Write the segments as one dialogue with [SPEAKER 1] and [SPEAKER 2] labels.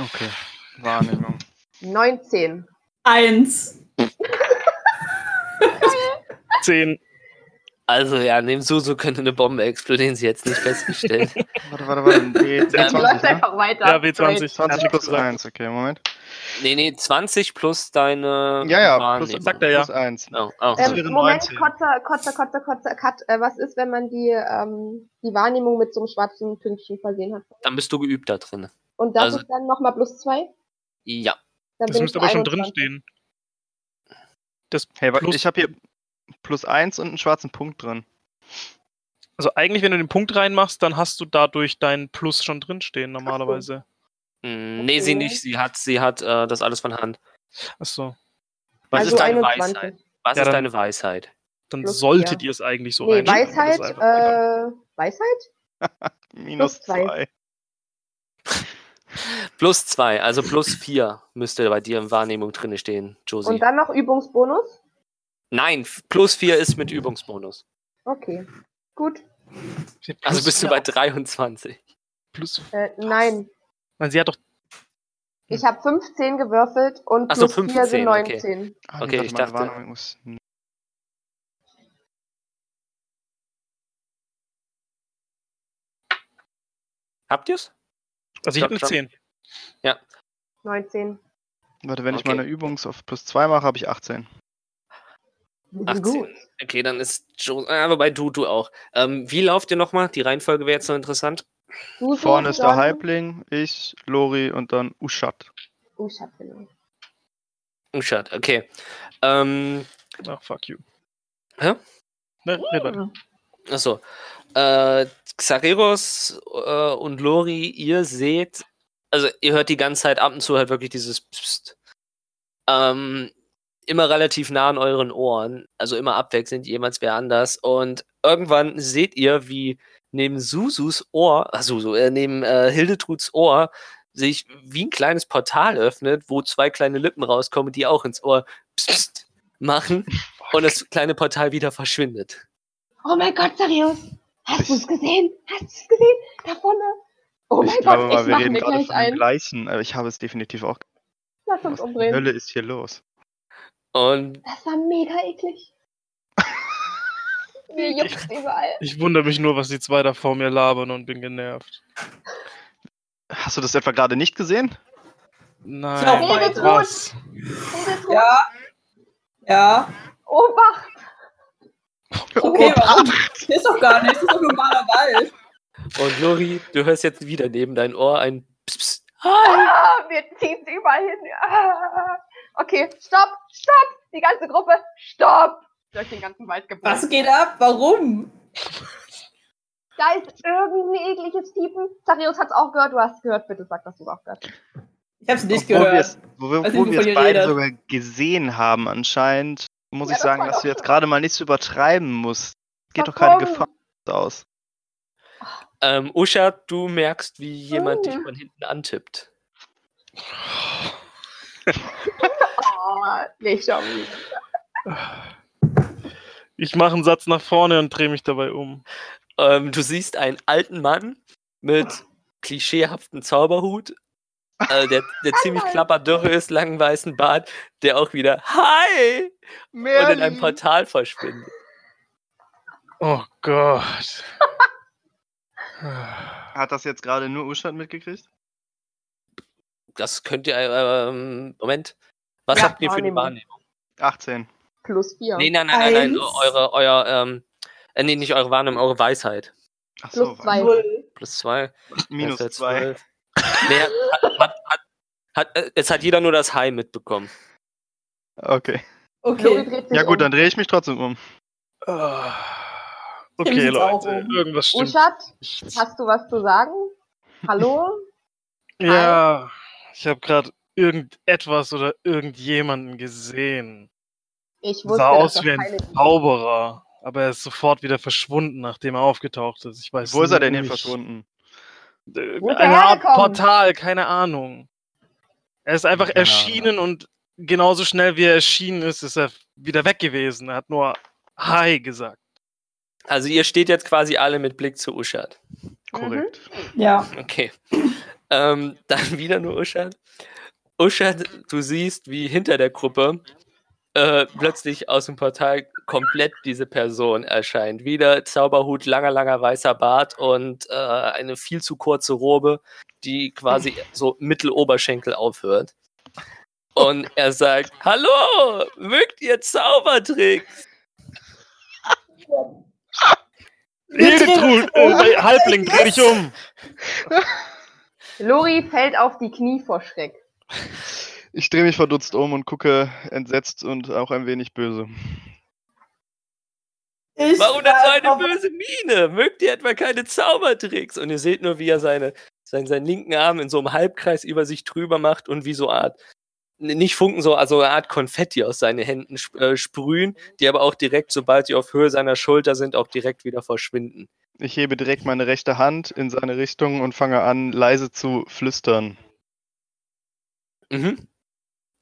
[SPEAKER 1] Okay. Wahrnehmung.
[SPEAKER 2] 19.
[SPEAKER 3] Eins.
[SPEAKER 4] Zehn.
[SPEAKER 5] Also ja, neben Susu könnte eine Bombe explodieren, sie jetzt nicht festgestellt.
[SPEAKER 1] Warte, warte, warte. B,
[SPEAKER 2] Jetzt läuft
[SPEAKER 1] 20, ne?
[SPEAKER 2] einfach weiter.
[SPEAKER 4] Ja, W20. Hat
[SPEAKER 1] 20
[SPEAKER 4] Nico
[SPEAKER 1] plus
[SPEAKER 4] gesagt.
[SPEAKER 1] 1, okay, Moment.
[SPEAKER 5] nee, nee, 20 plus deine
[SPEAKER 1] Ja, ja, plus,
[SPEAKER 5] Wahrnehmung.
[SPEAKER 4] sagt er ja.
[SPEAKER 1] plus 1.
[SPEAKER 5] Oh, oh.
[SPEAKER 2] Ähm,
[SPEAKER 4] wäre
[SPEAKER 2] Moment,
[SPEAKER 4] 19.
[SPEAKER 2] kurzer, kurzer, kurzer, kurzer Cut. Äh, was ist, wenn man die, ähm, die Wahrnehmung mit so einem schwarzen Pünktchen versehen hat?
[SPEAKER 5] Dann bist du geübt da drin.
[SPEAKER 2] Und das
[SPEAKER 5] Also-
[SPEAKER 2] ist dann nochmal plus zwei?
[SPEAKER 5] Ja.
[SPEAKER 2] Dann
[SPEAKER 4] Das
[SPEAKER 2] bin
[SPEAKER 4] müsste
[SPEAKER 2] ich bei
[SPEAKER 4] aber schon
[SPEAKER 2] 21.
[SPEAKER 4] drinstehen.
[SPEAKER 1] Hey, wa-
[SPEAKER 4] Plus-
[SPEAKER 1] ich habe hier plus 1 und einen schwarzen Punkt drin.
[SPEAKER 4] Also eigentlich, wenn du den Punkt reinmachst, dann hast du dadurch deinen Plus schon drinstehen normalerweise.
[SPEAKER 5] Hm, nee, sie
[SPEAKER 2] Okay.
[SPEAKER 5] nicht. Sie hat, sie hat äh, das alles von Hand.
[SPEAKER 4] Achso.
[SPEAKER 5] Was
[SPEAKER 2] also
[SPEAKER 5] ist deine
[SPEAKER 2] 21.
[SPEAKER 5] Weisheit? Was
[SPEAKER 4] Ja,
[SPEAKER 5] ist
[SPEAKER 4] dann-
[SPEAKER 5] deine Weisheit?
[SPEAKER 4] Dann
[SPEAKER 2] Plus
[SPEAKER 4] solltet
[SPEAKER 2] vier.
[SPEAKER 4] ihr es eigentlich so
[SPEAKER 2] Nee,
[SPEAKER 4] reinschreiben,
[SPEAKER 2] Weisheit,
[SPEAKER 4] das ist einfach-
[SPEAKER 2] äh, Weisheit?
[SPEAKER 1] Minus
[SPEAKER 2] Plus zwei.
[SPEAKER 1] 2.
[SPEAKER 5] Plus zwei, also plus vier müsste bei dir in Wahrnehmung drinne stehen, Josie.
[SPEAKER 2] Und dann noch Übungsbonus?
[SPEAKER 5] Nein, f- plus vier ist mit Übungsbonus.
[SPEAKER 2] Okay. Gut.
[SPEAKER 4] Sie hat plus
[SPEAKER 5] Also bist du
[SPEAKER 4] vier,
[SPEAKER 5] bei 23.
[SPEAKER 4] Plus,
[SPEAKER 2] Äh,
[SPEAKER 5] Hm.
[SPEAKER 2] nein.
[SPEAKER 4] Nein, sie hat doch.
[SPEAKER 2] Ich habe 15 gewürfelt und
[SPEAKER 5] Ach so,
[SPEAKER 2] plus 4 sind
[SPEAKER 5] 15, okay.
[SPEAKER 2] 19.
[SPEAKER 1] Ah,
[SPEAKER 5] Okay, ich dachte-
[SPEAKER 1] Wahrnehmung muss-
[SPEAKER 5] Habt ihr's?
[SPEAKER 4] Also ich habe
[SPEAKER 5] Doch,
[SPEAKER 4] eine 10.
[SPEAKER 5] doch.
[SPEAKER 2] 19.
[SPEAKER 1] Warte, wenn ich
[SPEAKER 5] Okay.
[SPEAKER 1] meine Übungs auf plus 2 mache, habe ich 18.
[SPEAKER 2] Wir sind
[SPEAKER 5] 18.
[SPEAKER 2] Gut.
[SPEAKER 5] Okay, dann ist Josie. Aber bei du, du auch. Ähm, wie lauft ihr nochmal? Die Reihenfolge wäre jetzt noch interessant.
[SPEAKER 2] Du
[SPEAKER 1] Vorne
[SPEAKER 2] suchst
[SPEAKER 1] ist der
[SPEAKER 2] Leute-
[SPEAKER 1] Halbling, ich, Lori und dann Ushat.
[SPEAKER 2] Oh, ich hab genau.
[SPEAKER 5] Unschad, okay. Ähm,
[SPEAKER 4] Ach, fuck you.
[SPEAKER 5] Hä?
[SPEAKER 4] Ne, red weiter.
[SPEAKER 5] Achso. Äh, Xareros äh, und Lori, ihr seht, also ihr hört die ganze Zeit ab und zu halt wirklich dieses Psst. Ähm, immer relativ nah an euren Ohren, also immer abwechselnd, jemals wer anders. Und irgendwann seht ihr, wie neben Susus Ohr, ach Susu, äh, neben äh, Hildetruds Ohr sich wie ein kleines Portal öffnet, wo zwei kleine Lippen rauskommen, die auch ins Ohr Psst, Psst machen und das kleine Portal wieder verschwindet.
[SPEAKER 2] Oh mein Gott, Sarius! Hast
[SPEAKER 1] Ich-
[SPEAKER 2] du es gesehen? Hast du es gesehen? Da vorne! Oh mein
[SPEAKER 1] ich
[SPEAKER 2] Gott,
[SPEAKER 1] glaube mal,
[SPEAKER 2] ich
[SPEAKER 1] wir
[SPEAKER 2] mach
[SPEAKER 1] reden
[SPEAKER 2] mir
[SPEAKER 1] gerade
[SPEAKER 2] gleich
[SPEAKER 1] von dem
[SPEAKER 2] ein.
[SPEAKER 1] gleichen, aber ich habe es definitiv auch.
[SPEAKER 2] Lass uns
[SPEAKER 1] Was die
[SPEAKER 2] umdrehen.
[SPEAKER 1] Hölle ist hier los?
[SPEAKER 5] Und
[SPEAKER 2] Das war mega eklig. Mir juckt's überall.
[SPEAKER 4] Ich wundere mich nur, was die zwei da vor mir labern und bin genervt.
[SPEAKER 1] Hast du das etwa gerade nicht gesehen?
[SPEAKER 4] Nein.
[SPEAKER 3] Ja,
[SPEAKER 2] redet gut.
[SPEAKER 4] was?
[SPEAKER 2] Hildetrud,
[SPEAKER 3] Ja. Ja.
[SPEAKER 2] Obacht!
[SPEAKER 1] Oh,
[SPEAKER 3] Okay,
[SPEAKER 5] Oh,
[SPEAKER 3] warum? Hier ist doch gar nichts. Das ist doch ein normaler Wald.
[SPEAKER 5] Und Lori, du hörst jetzt wieder neben dein Ohr ein Psst, Psst.
[SPEAKER 2] Ah, wir ziehen's überall hin. Ah. Okay, stopp, stopp! Die ganze Gruppe, stopp! Durch den ganzen Wald
[SPEAKER 3] Was
[SPEAKER 2] gebrannt.
[SPEAKER 3] geht ab? Warum?
[SPEAKER 2] Da ist irgendein ekliges Piepen. Sarius hat's auch gehört, du hast gehört. Bitte sag, dass du's auch gehört hast.
[SPEAKER 3] Ich hab's nicht
[SPEAKER 1] Obwohl wir
[SPEAKER 3] gehört.
[SPEAKER 1] es- Wo wir,
[SPEAKER 3] Weiß nicht,
[SPEAKER 1] wo wir
[SPEAKER 3] wovon
[SPEAKER 1] es
[SPEAKER 3] ihr
[SPEAKER 1] beide
[SPEAKER 3] redet.
[SPEAKER 1] sogar gesehen haben, anscheinend, muss
[SPEAKER 2] Ja,
[SPEAKER 1] ich
[SPEAKER 2] das
[SPEAKER 1] sagen,
[SPEAKER 2] war
[SPEAKER 1] dass
[SPEAKER 2] doch
[SPEAKER 1] du jetzt
[SPEAKER 2] schon-
[SPEAKER 1] gerade mal nichts übertreiben musst. Geht doch
[SPEAKER 2] Warum?
[SPEAKER 1] keine Gefahr aus.
[SPEAKER 5] Ähm, Usha, du merkst, wie jemand dich
[SPEAKER 2] Oh.
[SPEAKER 5] von hinten antippt.
[SPEAKER 2] Oh, nee, ich schau nicht.
[SPEAKER 4] Ich mache einen Satz nach vorne und drehe mich dabei um.
[SPEAKER 5] Ähm, du siehst einen alten Mann mit klischeehaften Zauberhut, äh, der, der ziemlich klapperdürre ist, langen weißen Bart, der auch wieder Hi und in einem Portal verschwindet.
[SPEAKER 4] Oh Gott. Ah.
[SPEAKER 1] Hat das jetzt gerade nur Ushat mitgekriegt?
[SPEAKER 5] Das könnt ihr, äh, ähm, Moment. Was
[SPEAKER 2] Ja,
[SPEAKER 5] habt ihr für eine
[SPEAKER 2] Wahrnehmung.
[SPEAKER 5] Wahrnehmung?
[SPEAKER 1] 18.
[SPEAKER 2] Plus vier.
[SPEAKER 5] Nee, nein, nein, nein, nein,
[SPEAKER 3] Eins.
[SPEAKER 5] eure, euer, ähm, äh, nee, nicht eure Wahrnehmung, eure Weisheit.
[SPEAKER 1] Ach
[SPEAKER 2] Plus
[SPEAKER 1] so,
[SPEAKER 2] zwei.
[SPEAKER 3] Null.
[SPEAKER 5] Plus zwei.
[SPEAKER 1] minus
[SPEAKER 5] Ja, ist ja
[SPEAKER 1] 2.
[SPEAKER 5] 12. Nee, hat, hat, hat, hat, äh, es hat jeder nur das High mitbekommen.
[SPEAKER 1] Okay.
[SPEAKER 2] Lori
[SPEAKER 3] Okay.
[SPEAKER 2] dreht sich
[SPEAKER 1] Ja gut,
[SPEAKER 2] um.
[SPEAKER 1] dann drehe ich mich trotzdem um.
[SPEAKER 4] Ah.
[SPEAKER 3] Ich
[SPEAKER 4] Okay,
[SPEAKER 3] sitz auch
[SPEAKER 4] Leute,
[SPEAKER 2] um
[SPEAKER 3] oben.
[SPEAKER 4] irgendwas stimmt
[SPEAKER 2] Uschat,
[SPEAKER 4] nicht.
[SPEAKER 2] Oh, hast du was zu sagen? Hallo?
[SPEAKER 4] Ja, ich habe gerade irgendetwas oder irgendjemanden gesehen.
[SPEAKER 2] Ich wusste,
[SPEAKER 4] Sah
[SPEAKER 2] dass
[SPEAKER 4] aus
[SPEAKER 2] das
[SPEAKER 4] wie
[SPEAKER 2] keine-
[SPEAKER 4] ein Zauberer, aber er ist sofort wieder verschwunden, nachdem er aufgetaucht ist. Ich weiß
[SPEAKER 1] Wo ist er denn
[SPEAKER 4] nicht.
[SPEAKER 1] hier verschwunden?
[SPEAKER 4] Äh,
[SPEAKER 2] Wo ist er
[SPEAKER 4] Eine Art
[SPEAKER 2] hergekommen?
[SPEAKER 4] Portal, keine Ahnung. Er ist einfach
[SPEAKER 1] Keine Ahnung.
[SPEAKER 4] erschienen und genauso schnell wie er erschienen ist, ist er wieder weg gewesen. Er hat nur Hi gesagt.
[SPEAKER 2] Mhm.
[SPEAKER 5] Also ihr steht jetzt quasi alle mit Blick zu Uschat.
[SPEAKER 1] Korrekt.
[SPEAKER 3] Ja.
[SPEAKER 5] Okay. Ähm, dann wieder nur Uschat. Uschat, du siehst, wie hinter der Gruppe äh, plötzlich aus dem Portal komplett diese Person erscheint. Wieder Zauberhut, langer, langer weißer Bart und äh, eine viel zu kurze Robe, die quasi so Mitteloberschenkel aufhört. Und er sagt, hallo, mögt ihr Zaubertricks?
[SPEAKER 4] Hildetrud, oh, ey, Halbling, dreh dich um.
[SPEAKER 2] Lori fällt auf die Knie vor Schreck.
[SPEAKER 1] Ich drehe mich verdutzt um und gucke entsetzt und auch ein wenig böse.
[SPEAKER 3] Ich
[SPEAKER 5] Warum das so
[SPEAKER 3] schreib
[SPEAKER 5] eine
[SPEAKER 3] auf-
[SPEAKER 5] böse Miene? Mögt ihr etwa keine Zaubertricks? Und ihr seht nur, wie er seine, seinen, seinen linken Arm in so einem Halbkreis über sich drüber macht und wie so eine Art, n- nicht Funken, so also eine Art Konfetti aus seinen Händen sp äh, sprühen, die aber auch direkt, sobald sie auf Höhe seiner Schulter sind, auch direkt wieder verschwinden.
[SPEAKER 1] Ich hebe direkt meine rechte Hand in seine Richtung und fange an, leise zu flüstern.
[SPEAKER 5] Mhm.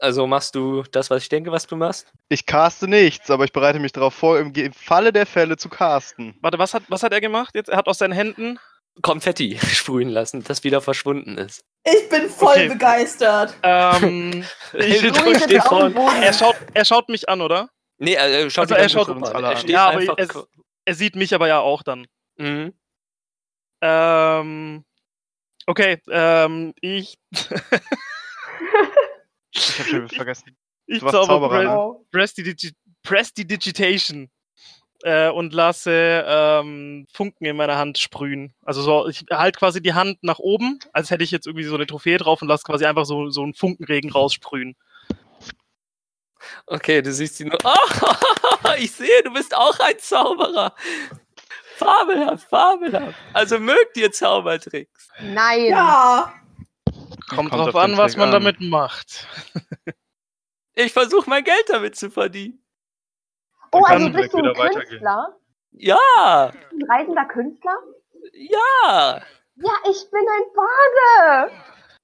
[SPEAKER 5] Also machst du das, was ich denke, was du machst?
[SPEAKER 1] Ich caste nichts, aber ich bereite mich darauf vor, im, Ge- im Falle der Fälle zu casten.
[SPEAKER 4] Warte, was hat, was hat er gemacht jetzt? Er hat aus seinen Händen.
[SPEAKER 5] Konfetti sprühen lassen, das wieder verschwunden ist.
[SPEAKER 3] Ich bin voll
[SPEAKER 4] Okay.
[SPEAKER 3] begeistert.
[SPEAKER 4] Ähm,
[SPEAKER 5] Hildetrud
[SPEAKER 2] Lori
[SPEAKER 5] steht
[SPEAKER 2] sitzt auf dem
[SPEAKER 5] vorne.
[SPEAKER 2] Boden.
[SPEAKER 4] er, schaut, er schaut mich an, oder?
[SPEAKER 5] Nee, äh, er, er schaut
[SPEAKER 4] Also
[SPEAKER 5] die
[SPEAKER 4] er
[SPEAKER 5] ganze
[SPEAKER 4] schaut
[SPEAKER 5] Gruppe
[SPEAKER 1] uns
[SPEAKER 5] an.
[SPEAKER 1] alle
[SPEAKER 5] Er
[SPEAKER 1] an.
[SPEAKER 5] steht
[SPEAKER 4] Ja, aber
[SPEAKER 5] einfach.
[SPEAKER 4] es- Er sieht mich aber ja auch dann.
[SPEAKER 5] mhm.
[SPEAKER 4] Ähm, okay, ähm, ich,
[SPEAKER 1] Ich habe schon vergessen.
[SPEAKER 4] ich
[SPEAKER 1] Du warst
[SPEAKER 4] zauber
[SPEAKER 1] Zauberer,
[SPEAKER 4] Pre
[SPEAKER 1] ne?
[SPEAKER 2] Oh.
[SPEAKER 4] Prestidigi Prestidigitation äh, und lasse ähm, Funken in meiner Hand sprühen. Also so, ich halte quasi die Hand nach oben, als hätte ich jetzt irgendwie so eine Trophäe drauf und lasse quasi einfach so, so einen Funkenregen raussprühen.
[SPEAKER 5] Okay, du siehst sie nur. Oh, ich sehe, du bist auch ein Zauberer. Fabelhaft, fabelhaft. Also mögt ihr Zaubertricks.
[SPEAKER 2] Nein.
[SPEAKER 3] Ja.
[SPEAKER 4] Kommt,
[SPEAKER 1] Kommt
[SPEAKER 4] drauf
[SPEAKER 1] auf
[SPEAKER 4] an,
[SPEAKER 1] den
[SPEAKER 4] was
[SPEAKER 1] Trick
[SPEAKER 4] man
[SPEAKER 1] an.
[SPEAKER 4] damit macht.
[SPEAKER 5] Ich versuche mein Geld damit zu verdienen.
[SPEAKER 2] oh,
[SPEAKER 1] Dann
[SPEAKER 2] also
[SPEAKER 1] kann
[SPEAKER 2] bist du ein
[SPEAKER 1] direkt wieder weitergehen.
[SPEAKER 2] Künstler?
[SPEAKER 5] Ja,
[SPEAKER 2] Ein reisender Künstler?
[SPEAKER 5] ja,
[SPEAKER 2] Ja, ich bin ein Bade.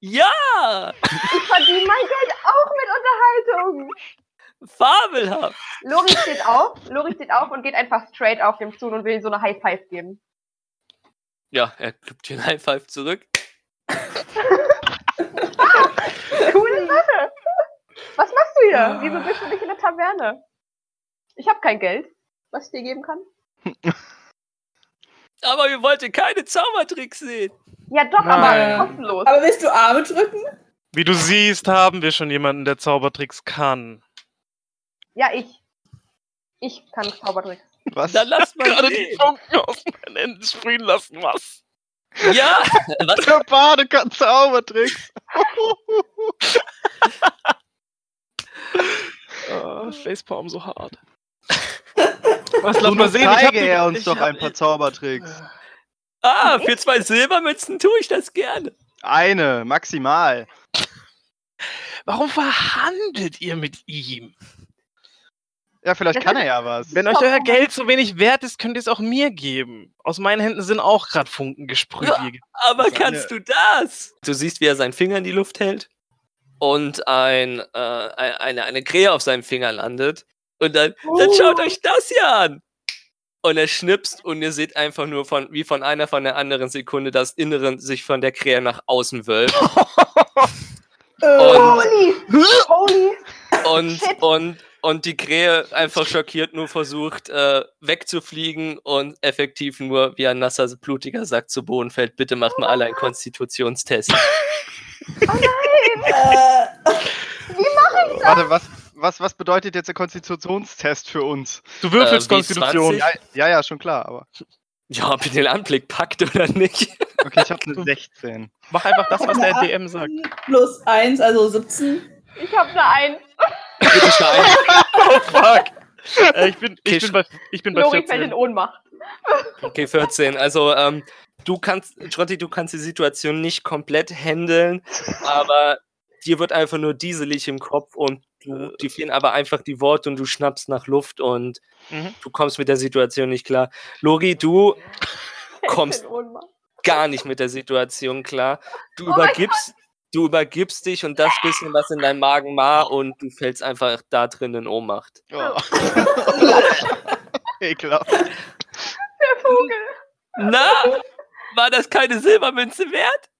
[SPEAKER 5] ja.
[SPEAKER 2] Ich verdiene mein Geld auch mit Unterhaltung.
[SPEAKER 5] Fabelhaft.
[SPEAKER 2] Lori steht auf. Lori steht auf und geht einfach straight auf dem zu und will ihm so eine High Five geben.
[SPEAKER 5] Ja, er gibt dir ein High Five zurück.
[SPEAKER 2] Coole Sache. Was machst du hier? Wieso bist du nicht in der Taverne? Ich habe kein Geld, was ich dir geben kann.
[SPEAKER 5] Aber ihr wolltet keine Zaubertricks sehen.
[SPEAKER 2] Ja, doch,
[SPEAKER 4] Nein.
[SPEAKER 2] aber kostenlos.
[SPEAKER 3] Aber willst du Arme drücken?
[SPEAKER 4] Wie du siehst, haben wir schon jemanden, der Zaubertricks kann.
[SPEAKER 2] Ja, ich. Ich kann Zaubertrick.
[SPEAKER 1] Was?
[SPEAKER 5] Dann lasst mal
[SPEAKER 4] Gerade die
[SPEAKER 5] sehen.
[SPEAKER 4] Funken aus meinen Händen sprühen lassen, was?
[SPEAKER 5] Ja, was?
[SPEAKER 1] Der Bade kann Zaubertricks.
[SPEAKER 4] Oh, Facepalm so hart. Was, lass mal
[SPEAKER 1] Nun
[SPEAKER 4] sehen. Ich hab
[SPEAKER 1] zeige
[SPEAKER 4] die,
[SPEAKER 1] er uns
[SPEAKER 4] ich
[SPEAKER 1] doch
[SPEAKER 4] hab-
[SPEAKER 1] ein paar Zaubertricks.
[SPEAKER 5] Ah, für zwei Silbermützen tue ich das gerne.
[SPEAKER 1] Eine, maximal.
[SPEAKER 4] Warum verhandelt ihr mit ihm?
[SPEAKER 1] Ja, vielleicht
[SPEAKER 2] Das
[SPEAKER 1] kann er ja was.
[SPEAKER 4] Wenn euch euer Geld so wenig wert ist, könnt ihr es auch mir geben. Aus meinen Händen sind auch gerade Funken gesprüht.
[SPEAKER 5] Ja.
[SPEAKER 4] die ihr ge-
[SPEAKER 5] Aber
[SPEAKER 1] Seine-
[SPEAKER 5] kannst du das? Du siehst, wie er seinen Finger in die Luft hält und ein, äh, ein- eine, eine Krähe auf seinem Finger landet. Und dann, dann schaut euch das hier an! Und er schnipst und ihr seht einfach nur von, wie von einer von der anderen Sekunde das Innere sich von der Krähe nach außen wölbt.
[SPEAKER 3] Äh,
[SPEAKER 5] Und-
[SPEAKER 2] Holy! Holy!
[SPEAKER 5] Und,
[SPEAKER 2] Shit.
[SPEAKER 5] und, und die Krähe einfach schockiert nur versucht, äh, wegzufliegen und effektiv nur wie ein nasser, blutiger Sack zu Boden fällt. Bitte macht mal alle einen Konstitutionstest.
[SPEAKER 3] äh,
[SPEAKER 1] Warte, was, was, was bedeutet jetzt der Konstitutionstest für uns?
[SPEAKER 4] Du würfelst
[SPEAKER 5] Äh, wie
[SPEAKER 4] Konstitution.
[SPEAKER 5] 20?
[SPEAKER 1] Ja, ja, ja, schon klar, aber.
[SPEAKER 5] Ja, ob ihr den Anblick packt oder nicht.
[SPEAKER 1] Okay, ich habe eine 16.
[SPEAKER 4] Mach einfach das, was der
[SPEAKER 3] Ja.
[SPEAKER 4] DM sagt.
[SPEAKER 3] plus 1, also 17.
[SPEAKER 2] Ich hab da einen.
[SPEAKER 5] Bitte schneiden.
[SPEAKER 4] Oh, fuck. Äh, ich, bin,
[SPEAKER 5] Okay,
[SPEAKER 4] ich, bin bei, ich bin bei
[SPEAKER 2] Lori fällt in
[SPEAKER 4] 14.
[SPEAKER 2] Ohnmacht.
[SPEAKER 5] Okay, 14. Also, ähm, du kannst, Trotti, du kannst die Situation nicht komplett handeln, aber dir wird einfach nur dieselig im Kopf und du, dir fehlen aber einfach die Worte und du schnappst nach Luft und
[SPEAKER 4] Mhm.
[SPEAKER 5] du kommst mit der Situation nicht klar. Lori, du kommst
[SPEAKER 2] In Ohnmacht.
[SPEAKER 5] gar nicht mit der Situation klar. Du
[SPEAKER 2] Oh mein
[SPEAKER 5] übergibst, du übergibst dich und das bisschen, was in deinem Magen war und du fällst einfach da drin in Ohnmacht.
[SPEAKER 1] Oh. Ekelhaft.
[SPEAKER 2] Der Vogel.
[SPEAKER 5] Na, war das keine Silbermünze wert?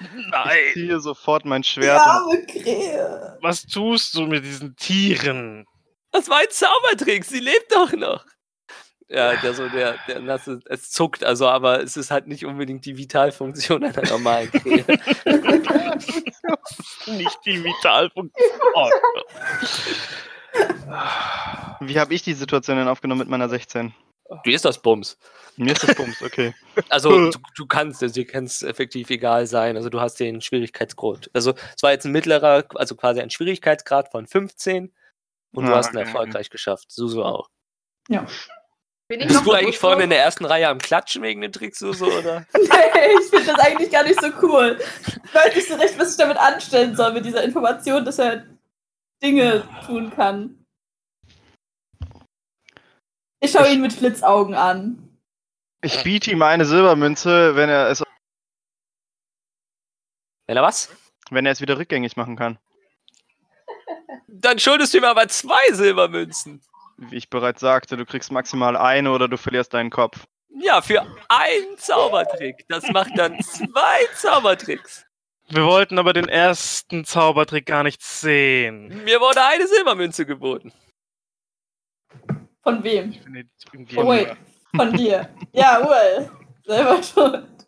[SPEAKER 1] Ich
[SPEAKER 4] Nein,
[SPEAKER 1] ziehe sofort mein Schwert und
[SPEAKER 3] arme Krähe.
[SPEAKER 4] was tust du mit diesen Tieren?
[SPEAKER 5] Das war ein Zaubertrick, sie lebt doch noch. Ja, der so, der, der Nasse, es zuckt, also, aber es ist halt nicht unbedingt die Vitalfunktion einer normalen Krähe.
[SPEAKER 4] Nicht die Vitalfunktion. Oh,
[SPEAKER 1] Wie habe ich die Situation denn aufgenommen mit meiner 16?
[SPEAKER 5] du ist das Bums.
[SPEAKER 1] Mir ist das Bums, okay.
[SPEAKER 5] Also, du, du kannst, also, dir kann es effektiv egal sein. Also, du hast den Schwierigkeitsgrad. Also, es war jetzt ein mittlerer, also quasi ein Schwierigkeitsgrad von 15 und du
[SPEAKER 1] Ah,
[SPEAKER 5] hast ihn
[SPEAKER 1] okay.
[SPEAKER 5] erfolgreich geschafft. Susu auch.
[SPEAKER 2] Bin
[SPEAKER 5] Bist du
[SPEAKER 2] so
[SPEAKER 5] eigentlich
[SPEAKER 2] groß
[SPEAKER 5] vorne
[SPEAKER 2] genug?
[SPEAKER 5] in der ersten Reihe am Klatschen wegen dem Trick, Susu, oder?
[SPEAKER 3] Nee, ich finde das eigentlich gar nicht so cool. Ich weiß nicht so recht, was ich damit anstellen soll mit dieser Information, dass er Dinge tun kann. Ich schaue ihn mit Flitzaugen an.
[SPEAKER 1] Ich biete ihm eine Silbermünze, wenn er es,
[SPEAKER 5] Wenn er was?
[SPEAKER 1] wenn er es wieder rückgängig machen kann.
[SPEAKER 5] Dann schuldest du ihm aber zwei Silbermünzen.
[SPEAKER 1] Wie ich bereits sagte, du kriegst maximal eine oder du verlierst deinen Kopf.
[SPEAKER 5] Ja, für einen Zaubertrick. Das macht dann zwei Zaubertricks.
[SPEAKER 4] Wir wollten aber den ersten Zaubertrick gar nicht sehen.
[SPEAKER 5] Mir wurde eine Silbermünze geboten.
[SPEAKER 3] Von wem?
[SPEAKER 4] Ich bin nicht im
[SPEAKER 3] Oh, wait.
[SPEAKER 4] Gegner.
[SPEAKER 3] Von dir. Ja, well. Selber schuld.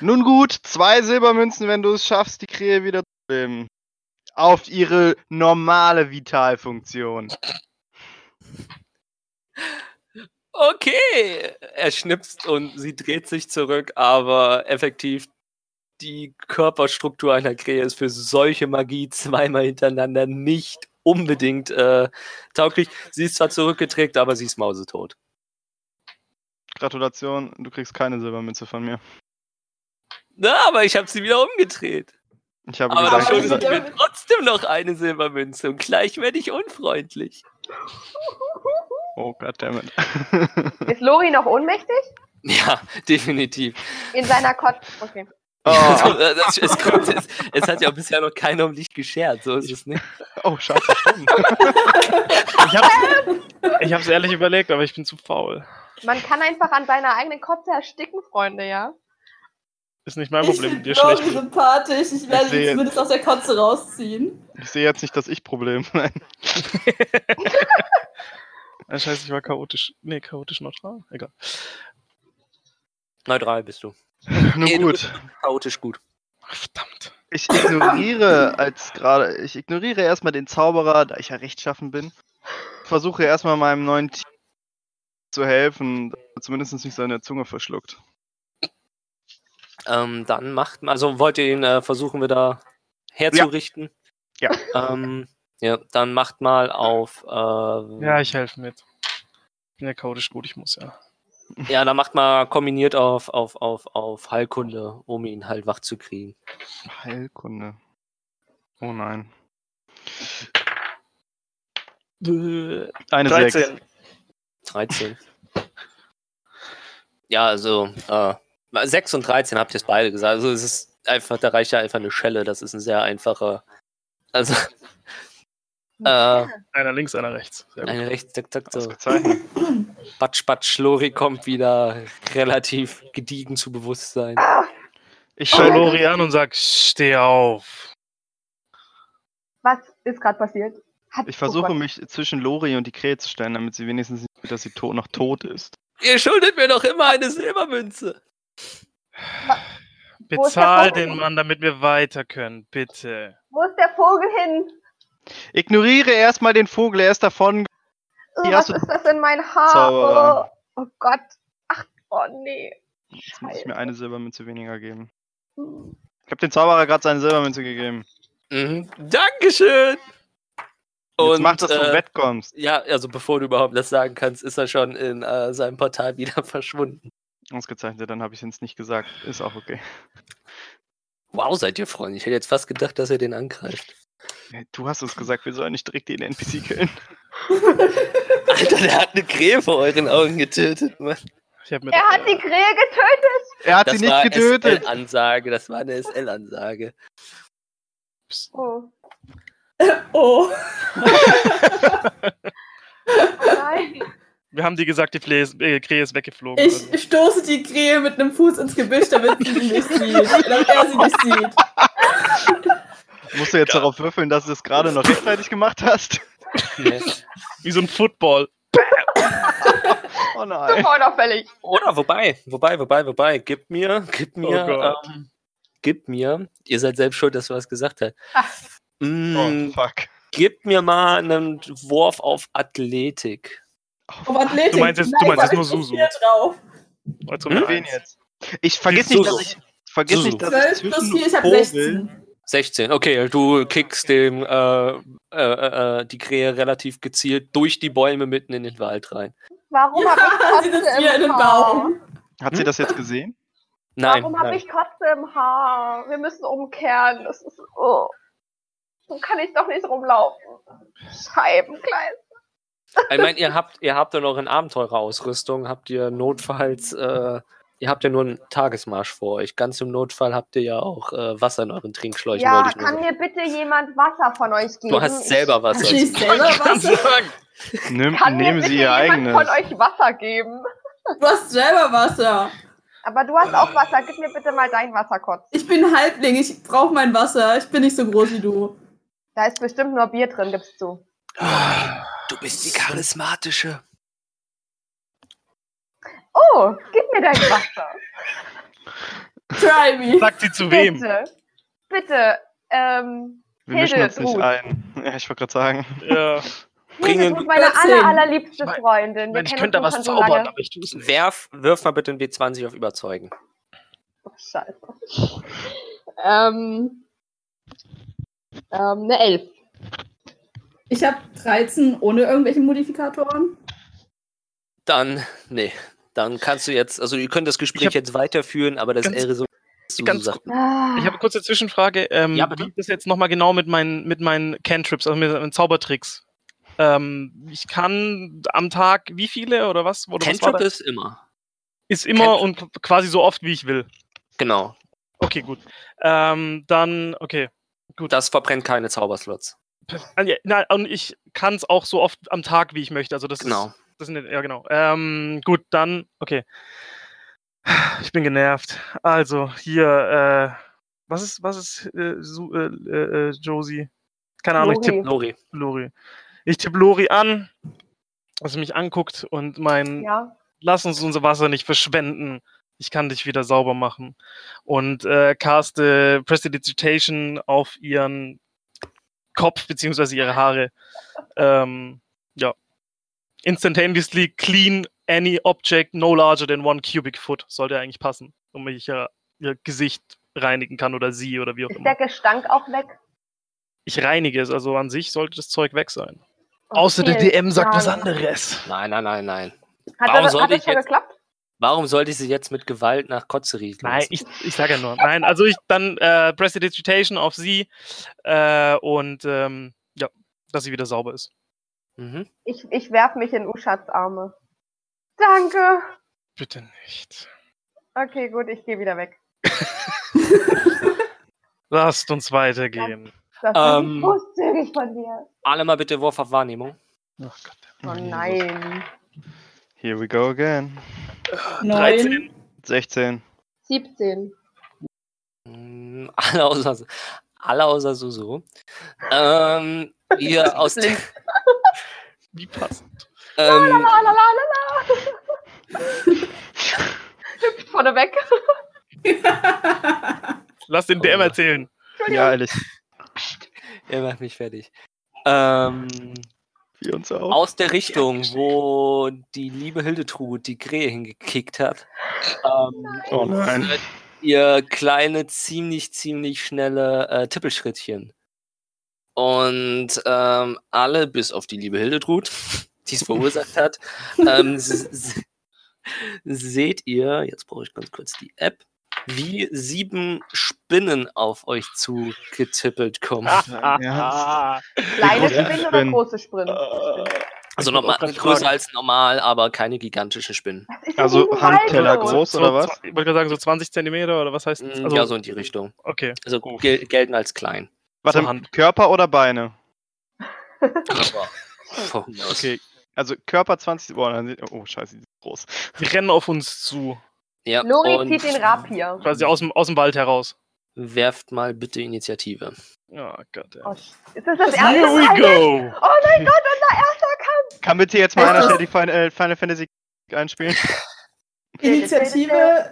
[SPEAKER 1] Nun gut, zwei Silbermünzen, wenn du es schaffst, die Krähe wieder zu leben. Auf ihre normale Vitalfunktion.
[SPEAKER 5] Okay. Er schnipst und sie dreht sich zurück, aber effektiv die Körperstruktur einer Krähe ist für solche Magie zweimal hintereinander nicht unbedingt äh, tauglich. Sie ist zwar zurückgeträgt, aber sie ist mausetot.
[SPEAKER 1] Gratulation, du kriegst keine Silbermünze von mir.
[SPEAKER 5] Na, aber ich habe sie wieder umgedreht.
[SPEAKER 1] Ich habe
[SPEAKER 5] Aber da
[SPEAKER 1] gesagt,
[SPEAKER 3] schon
[SPEAKER 5] schuldet
[SPEAKER 1] dieser-
[SPEAKER 3] wieder-
[SPEAKER 5] mir trotzdem noch eine Silbermünze und gleich werde ich unfreundlich.
[SPEAKER 1] oh goddammit.
[SPEAKER 2] Ist Lori noch ohnmächtig?
[SPEAKER 5] Ja, definitiv.
[SPEAKER 2] In seiner Kot. Okay.
[SPEAKER 1] oh,
[SPEAKER 5] Also, äh, das, es, kommt, es, es hat ja bisher noch keiner um dich geschert, so ist es nicht.
[SPEAKER 1] oh, scheiße, stimmt.
[SPEAKER 4] Ich hab's, ich hab's ehrlich überlegt, aber ich bin zu faul.
[SPEAKER 2] Man kann einfach an seiner eigenen Kotze ersticken, Freunde, ja?
[SPEAKER 4] Ist nicht mein
[SPEAKER 3] Ich
[SPEAKER 4] Problem,
[SPEAKER 3] finde
[SPEAKER 4] dir
[SPEAKER 3] Lori
[SPEAKER 4] schlecht.
[SPEAKER 3] sympathisch. Ich werde ihn
[SPEAKER 1] sehe-
[SPEAKER 3] zumindest aus der Kotze rausziehen.
[SPEAKER 1] Ich sehe jetzt nicht das Ich-Problem. Nein.
[SPEAKER 4] Ah, Scheiße, ich war chaotisch. Nee, chaotisch neutral. Egal.
[SPEAKER 5] Neutral bist du.
[SPEAKER 1] Nun
[SPEAKER 5] Nee, du-
[SPEAKER 1] gut.
[SPEAKER 5] Chaotisch gut.
[SPEAKER 4] Ach, verdammt.
[SPEAKER 1] Ich ignoriere als gerade, ich ignoriere erstmal den Zauberer, da ich ja rechtschaffen bin. Versuche erstmal meinem neuen Team zu helfen, dass er zumindest nicht seine Zunge verschluckt.
[SPEAKER 5] Ähm, dann macht man, also wollt ihr ihn äh, versuchen, wieder herzurichten?
[SPEAKER 1] Ja.
[SPEAKER 5] Ähm, ja, dann macht mal auf. Äh,
[SPEAKER 4] Ja,
[SPEAKER 5] ja,
[SPEAKER 4] ich helfe mit. Bin ja chaotisch gut, ich muss ja.
[SPEAKER 5] ja, dann macht mal kombiniert auf, auf, auf, auf Heilkunde, um ihn halt wach zu kriegen.
[SPEAKER 1] Heilkunde. Oh nein. Eine 13.
[SPEAKER 4] 13.
[SPEAKER 5] 13. ja, also äh, 6 und 13 habt ihr es beide gesagt. Also es ist einfach, da reicht ja einfach eine Schelle. Das ist ein sehr einfacher. Also äh,
[SPEAKER 4] Einer links, einer rechts. Sehr gut.
[SPEAKER 5] eine rechts, zack, zack, so.
[SPEAKER 1] Ausgezeichnet.
[SPEAKER 5] Batsch, batsch, Lori kommt wieder relativ gediegen zu Bewusstsein.
[SPEAKER 1] Ich
[SPEAKER 4] Ich schau
[SPEAKER 1] schaue
[SPEAKER 4] Lori an und sag, steh auf.
[SPEAKER 2] Was ist gerade passiert? Hat-
[SPEAKER 1] ich
[SPEAKER 2] oh
[SPEAKER 1] versuche
[SPEAKER 2] Gott.
[SPEAKER 1] mich zwischen Lori und die Krähe zu stellen, damit sie wenigstens nicht, sieht, dass sie tot, noch tot ist.
[SPEAKER 5] Ihr schuldet mir doch immer eine Silbermünze.
[SPEAKER 2] Wo ist der
[SPEAKER 4] Bezahl
[SPEAKER 2] Vogel?
[SPEAKER 4] den Mann, damit wir weiter können, bitte.
[SPEAKER 2] Wo ist der Vogel hin?
[SPEAKER 1] Ignoriere erstmal den Vogel, er ist davon.
[SPEAKER 2] Oh,
[SPEAKER 1] Hier
[SPEAKER 2] was
[SPEAKER 1] hast du-
[SPEAKER 2] ist das in mein Haar?
[SPEAKER 1] Zauberer.
[SPEAKER 2] Oh, oh Gott. Ach, oh nee.
[SPEAKER 1] Jetzt muss ich mir eine Silbermünze weniger geben.
[SPEAKER 2] Hm.
[SPEAKER 1] Ich habe dem Zauberer gerade seine Silbermünze gegeben.
[SPEAKER 5] Mhm. Dankeschön.
[SPEAKER 1] Jetzt mach, dass du
[SPEAKER 5] äh,
[SPEAKER 1] wettkommst.
[SPEAKER 5] Ja, also bevor du überhaupt das sagen kannst, ist er schon in äh, seinem Portal wieder verschwunden.
[SPEAKER 1] Ausgezeichnet, dann habe ich es jetzt nicht gesagt. Ist auch okay.
[SPEAKER 5] Wow, seid ihr Freunde. Ich hätte jetzt fast gedacht, dass ihr den angreift.
[SPEAKER 1] Hey, Du hast es gesagt, wir sollen nicht direkt den NPC killen.
[SPEAKER 5] Alter, der hat eine Krähe vor euren Augen getötet. Mann.
[SPEAKER 4] Ich hab mit,
[SPEAKER 2] Er hat die Krähe getötet.
[SPEAKER 1] Er hat
[SPEAKER 5] Das
[SPEAKER 1] sie nicht
[SPEAKER 5] war
[SPEAKER 1] getötet.
[SPEAKER 5] SL-Ansage, das war eine SL-Ansage.
[SPEAKER 2] Oh,
[SPEAKER 3] Oh.
[SPEAKER 2] nein.
[SPEAKER 4] Wir haben dir gesagt, die Fle äh, Krähe ist weggeflogen. Also,
[SPEAKER 3] Ich stoße die Krähe mit einem Fuß ins Gebüsch, damit sie sie nicht sieht. Damit er sie nicht sieht.
[SPEAKER 1] Musst du jetzt darauf würfeln, dass du es gerade noch rechtzeitig gemacht hast?
[SPEAKER 4] Wie so ein Football.
[SPEAKER 1] Oh nein.
[SPEAKER 2] Super unauffällig.
[SPEAKER 5] Oder wobei, wobei, wobei, wobei, gib mir, gib
[SPEAKER 4] Oh
[SPEAKER 5] mir,
[SPEAKER 4] Gott.
[SPEAKER 5] ähm, gib mir, ihr seid selbst schuld, dass du was gesagt hast.
[SPEAKER 2] Ach. Ah.
[SPEAKER 5] Mm,
[SPEAKER 1] Oh, fuck.
[SPEAKER 5] Gib mir mal einen Wurf auf Athletik.
[SPEAKER 3] Um Athletik.
[SPEAKER 4] Du meinst jetzt- du
[SPEAKER 3] Nein,
[SPEAKER 4] meinst
[SPEAKER 3] da
[SPEAKER 4] jetzt
[SPEAKER 3] bin
[SPEAKER 4] nur
[SPEAKER 3] ich hier Drauf.
[SPEAKER 4] Also,
[SPEAKER 5] Hm?
[SPEAKER 1] Wen jetzt? Ich vergiss nicht, dass ich. Vergiss
[SPEAKER 5] Susu.
[SPEAKER 1] nicht, dass ich
[SPEAKER 3] 12 plus
[SPEAKER 1] zwischen
[SPEAKER 3] 4, ich hab
[SPEAKER 1] Vogel-
[SPEAKER 3] 16.
[SPEAKER 5] 16. Okay, du kickst dem äh, äh, äh, äh, die Krähe relativ gezielt durch die Bäume mitten in den Wald rein.
[SPEAKER 2] Warum
[SPEAKER 3] Ja,
[SPEAKER 2] habe
[SPEAKER 3] sie
[SPEAKER 2] ich
[SPEAKER 3] sitzt
[SPEAKER 2] Kotze
[SPEAKER 3] hier
[SPEAKER 2] im
[SPEAKER 3] in den
[SPEAKER 2] Haar?
[SPEAKER 3] Baum.
[SPEAKER 1] Hat sie das
[SPEAKER 2] Hm?
[SPEAKER 1] jetzt gesehen?
[SPEAKER 5] Nein.
[SPEAKER 2] Warum
[SPEAKER 5] nein.
[SPEAKER 2] habe ich Kotze im Haar? Wir müssen umkehren. Das ist. Oh. So kann ich doch nicht rumlaufen. Scheibenkleid.
[SPEAKER 5] Ich meine, ihr habt, ihr habt ja noch eine Abenteurerausrüstung, habt ihr notfalls, äh, ihr habt ja nur einen Tagesmarsch vor euch. Ganz im Notfall habt ihr ja auch äh, Wasser in euren Trinkschläuchen.
[SPEAKER 2] Ja,
[SPEAKER 5] wollte ich nur
[SPEAKER 2] kann
[SPEAKER 5] sagen.
[SPEAKER 2] mir bitte jemand Wasser von euch geben?
[SPEAKER 5] du hast selber Wasser.
[SPEAKER 3] Schießt selber Wasser.
[SPEAKER 1] Nimm,
[SPEAKER 2] Ich kann mir
[SPEAKER 1] nehmen
[SPEAKER 2] bitte
[SPEAKER 1] sie ihr
[SPEAKER 2] jemand von
[SPEAKER 1] eigenes.
[SPEAKER 2] euch Wasser geben.
[SPEAKER 3] Du hast selber Wasser.
[SPEAKER 2] Aber du hast auch Wasser. Gib mir bitte mal dein Wasser, Kotze.
[SPEAKER 3] Ich bin Halbling, ich brauche mein Wasser. Ich bin nicht so groß wie du.
[SPEAKER 2] Da ist bestimmt nur Bier drin, gibst du.
[SPEAKER 5] Du bist die charismatische.
[SPEAKER 2] Oh, gib mir dein Wasser.
[SPEAKER 3] Try me.
[SPEAKER 4] Sagt sie zu wem?
[SPEAKER 2] Bitte. Bitte. Ähm,
[SPEAKER 1] Wir mischen uns
[SPEAKER 2] Hilde,
[SPEAKER 1] nicht
[SPEAKER 2] Ruth.
[SPEAKER 1] ein. Ja, ich wollte gerade sagen.
[SPEAKER 4] Ja.
[SPEAKER 5] Bringen-
[SPEAKER 2] Hilde, du bist meine
[SPEAKER 3] Plötzlich.
[SPEAKER 2] aller, allerliebste
[SPEAKER 4] Ich mein- Ich
[SPEAKER 2] Freundin. Wir
[SPEAKER 4] meine, ich
[SPEAKER 2] kennen
[SPEAKER 4] könnte da
[SPEAKER 2] uns
[SPEAKER 4] was
[SPEAKER 2] schon so
[SPEAKER 4] zaubern,
[SPEAKER 2] lange.
[SPEAKER 4] aber ich tue es nicht.
[SPEAKER 5] Werf, wirf mal bitte ein W20 auf Überzeugen.
[SPEAKER 2] Oh, scheiße. ähm, ähm, eine Elf.
[SPEAKER 3] Ich habe 13 ohne irgendwelche Modifikatoren.
[SPEAKER 5] Dann, nee, dann kannst du jetzt, also ihr könnt das Gespräch
[SPEAKER 4] hab-
[SPEAKER 5] jetzt weiterführen, aber das
[SPEAKER 4] Ganz-
[SPEAKER 5] wäre so.
[SPEAKER 4] ganz Ich habe eine kurze Zwischenfrage. Ähm,
[SPEAKER 5] Ja, bitte.
[SPEAKER 4] Wie ist das jetzt nochmal genau mit meinen, mit meinen Cantrips, also mit meinen Zaubertricks? Ähm, ich kann am Tag wie viele oder was? Oder was war
[SPEAKER 5] Cantrip
[SPEAKER 4] das?
[SPEAKER 5] ist immer.
[SPEAKER 4] ist immer und quasi so oft, wie ich will.
[SPEAKER 5] Genau.
[SPEAKER 4] Okay, gut. Ähm, dann, okay.
[SPEAKER 5] Das verbrennt keine Zauberslots.
[SPEAKER 4] Ah, ja, Na, und ich kann es auch so oft am Tag, wie ich möchte. Also das
[SPEAKER 5] Genau.
[SPEAKER 4] ist. Das sind, ja, genau. Ähm, gut, dann, okay. Ich bin genervt. Also, hier, äh, was ist, was ist äh, Su äh, äh, Josie? Keine Ahnung, ich tippe
[SPEAKER 5] Lori.
[SPEAKER 4] Lori. Ich tippe Lori an, dass sie mich anguckt und mein,
[SPEAKER 2] Ja.
[SPEAKER 4] lass uns unser Wasser nicht verschwenden. Ich kann dich wieder sauber machen. Und äh, caste Prestidigitation auf ihren Kopf beziehungsweise ihre Haare. Ähm, ja. Instantaneously clean any object no larger than one cubic foot. Sollte eigentlich passen, damit ich ja ihr Gesicht reinigen kann oder sie oder wie auch
[SPEAKER 2] Ist der
[SPEAKER 4] immer.
[SPEAKER 2] Gestank auch weg?
[SPEAKER 4] Ich reinige es, also an sich sollte das Zeug weg sein.
[SPEAKER 2] Oh,
[SPEAKER 4] Außer der
[SPEAKER 2] vielen
[SPEAKER 4] DM sagt was
[SPEAKER 2] Dank.
[SPEAKER 4] anderes.
[SPEAKER 5] Nein, nein, nein, nein.
[SPEAKER 2] Hat,
[SPEAKER 5] Warum
[SPEAKER 2] das,
[SPEAKER 5] sollte
[SPEAKER 2] hat das
[SPEAKER 5] ich
[SPEAKER 2] schon
[SPEAKER 5] jetzt-
[SPEAKER 2] geklappt?
[SPEAKER 5] Warum sollte ich sie jetzt mit Gewalt nach Kotze riechen?
[SPEAKER 4] Nein,
[SPEAKER 5] lassen?
[SPEAKER 4] ich, ich sage ja nur. Nein, also ich dann äh, Prestidigitation auf sie äh, und ähm, ja, dass sie wieder sauber ist.
[SPEAKER 5] Mhm.
[SPEAKER 2] Ich, ich werf mich in Uschats Arme. Danke.
[SPEAKER 4] Bitte nicht.
[SPEAKER 2] Okay, gut, ich gehe wieder weg.
[SPEAKER 4] Lasst uns weitergehen.
[SPEAKER 2] Das
[SPEAKER 5] Ähm.
[SPEAKER 2] ist großzügig von dir.
[SPEAKER 5] Alle mal bitte Wurf auf Wahrnehmung.
[SPEAKER 4] Ach Gott.
[SPEAKER 2] Oh nein.
[SPEAKER 1] Here we go again.
[SPEAKER 4] 13.
[SPEAKER 1] 16.
[SPEAKER 2] 17.
[SPEAKER 5] Mm, Alle außer, alle außer Susu. Ähm, ihr aus der,
[SPEAKER 4] Wie passend.
[SPEAKER 5] ähm,
[SPEAKER 2] La, la, la, la, la. Hüpft vorne weg.
[SPEAKER 4] Lass den DM erzählen.
[SPEAKER 1] Ja, ehrlich.
[SPEAKER 5] ihr macht mich fertig. Ähm,
[SPEAKER 1] Wie uns auch.
[SPEAKER 5] aus der Richtung, wo die liebe Hildetrud die Krähe hingekickt hat. Ähm,
[SPEAKER 1] Oh nein.
[SPEAKER 5] hört ihr kleine, ziemlich, ziemlich schnelle äh, Tippelschrittchen. Und ähm, alle, bis auf die liebe Hildetrud, die es verursacht hat, ähm, s- s- seht ihr, jetzt brauche ich ganz kurz die App, wie sieben Spinnen auf euch zugetippelt kommen.
[SPEAKER 4] Ah,
[SPEAKER 1] Ja.
[SPEAKER 2] Kleine
[SPEAKER 1] groß ist
[SPEAKER 2] Spinne oder
[SPEAKER 1] Spinn?
[SPEAKER 2] große Spinne?
[SPEAKER 1] Äh,
[SPEAKER 5] Also
[SPEAKER 4] Ich
[SPEAKER 5] nochmal
[SPEAKER 4] wollte auch grad
[SPEAKER 5] größer
[SPEAKER 4] fragen.
[SPEAKER 5] als normal, aber keine gigantischen Spinnen.
[SPEAKER 2] Das ist ein
[SPEAKER 1] Also
[SPEAKER 2] Riesenwald
[SPEAKER 1] Handteller
[SPEAKER 2] los.
[SPEAKER 1] groß
[SPEAKER 4] So
[SPEAKER 1] oder was? Mm,
[SPEAKER 4] zw- Ich wollte gerade sagen, so 20 Zentimeter oder was heißt das?
[SPEAKER 5] Mm,
[SPEAKER 4] Also,
[SPEAKER 5] ja, so in die Richtung.
[SPEAKER 4] Okay.
[SPEAKER 5] Also
[SPEAKER 4] Gut.
[SPEAKER 5] gel gelten als klein.
[SPEAKER 4] Zur
[SPEAKER 1] Warte,
[SPEAKER 4] Hand.
[SPEAKER 1] Körper oder Beine?
[SPEAKER 5] Aber von mir aus.
[SPEAKER 4] Okay.
[SPEAKER 1] Also Körper 20. Oh, dann sind, oh scheiße, die sind groß.
[SPEAKER 4] Sie rennen auf uns zu,
[SPEAKER 5] Ja,
[SPEAKER 2] Lori
[SPEAKER 5] und
[SPEAKER 2] zieht den Rapier.
[SPEAKER 4] quasi aus dem, aus dem Wald heraus.
[SPEAKER 5] Werft mal bitte Initiative.
[SPEAKER 4] Oh Gott, ey.
[SPEAKER 2] Oh, ist das das erste
[SPEAKER 3] Here
[SPEAKER 4] Here we
[SPEAKER 2] Mal?
[SPEAKER 4] go!
[SPEAKER 2] Oh mein Gott, unser erster
[SPEAKER 1] Kann bitte jetzt mal
[SPEAKER 3] Es
[SPEAKER 1] einer
[SPEAKER 3] ist-
[SPEAKER 1] schnell die Final, äh, Final Fantasy einspielen?
[SPEAKER 3] Initiative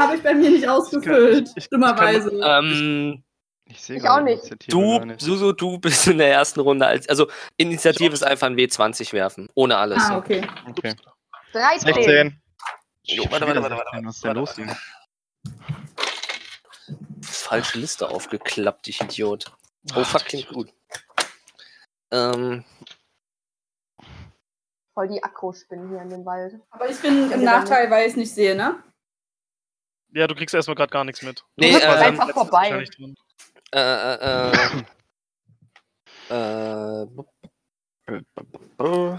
[SPEAKER 3] habe ich bei mir nicht ausgefüllt,
[SPEAKER 4] Ich- ich-
[SPEAKER 3] dummerweise.
[SPEAKER 5] Ähm,
[SPEAKER 1] Ich sehe
[SPEAKER 2] Ich
[SPEAKER 1] gerade
[SPEAKER 2] auch
[SPEAKER 1] die
[SPEAKER 2] nicht.
[SPEAKER 1] Initiative
[SPEAKER 5] du,
[SPEAKER 1] gar nicht.
[SPEAKER 5] Susu, du bist in der ersten Runde. Als, also Initiative ist einfach ein W20 werfen, ohne alles.
[SPEAKER 3] ah, okay.
[SPEAKER 1] Okay.
[SPEAKER 2] 13.
[SPEAKER 1] 16.
[SPEAKER 5] Jo, warte, warte, warte, warte,
[SPEAKER 1] Schon wieder 16, Was ist denn
[SPEAKER 5] warte,
[SPEAKER 1] los hier?
[SPEAKER 5] Falsche Liste aufgeklappt, ich Idiot. Oh
[SPEAKER 4] Ach,
[SPEAKER 5] fuck, klingt gut. Ähm,
[SPEAKER 2] Voll die Akrospinnen hier in dem Wald.
[SPEAKER 3] Aber ich bin im Nachteil, weil ich es nicht sehe, ne?
[SPEAKER 4] Ja, du kriegst erstmal gerade gar nichts mit.
[SPEAKER 5] nee,
[SPEAKER 1] musst mal
[SPEAKER 5] ähm,
[SPEAKER 2] einfach vorbei.
[SPEAKER 4] Wahrscheinlich dran.
[SPEAKER 5] äh, äh, äh, äh, bu- bu- bu- bu-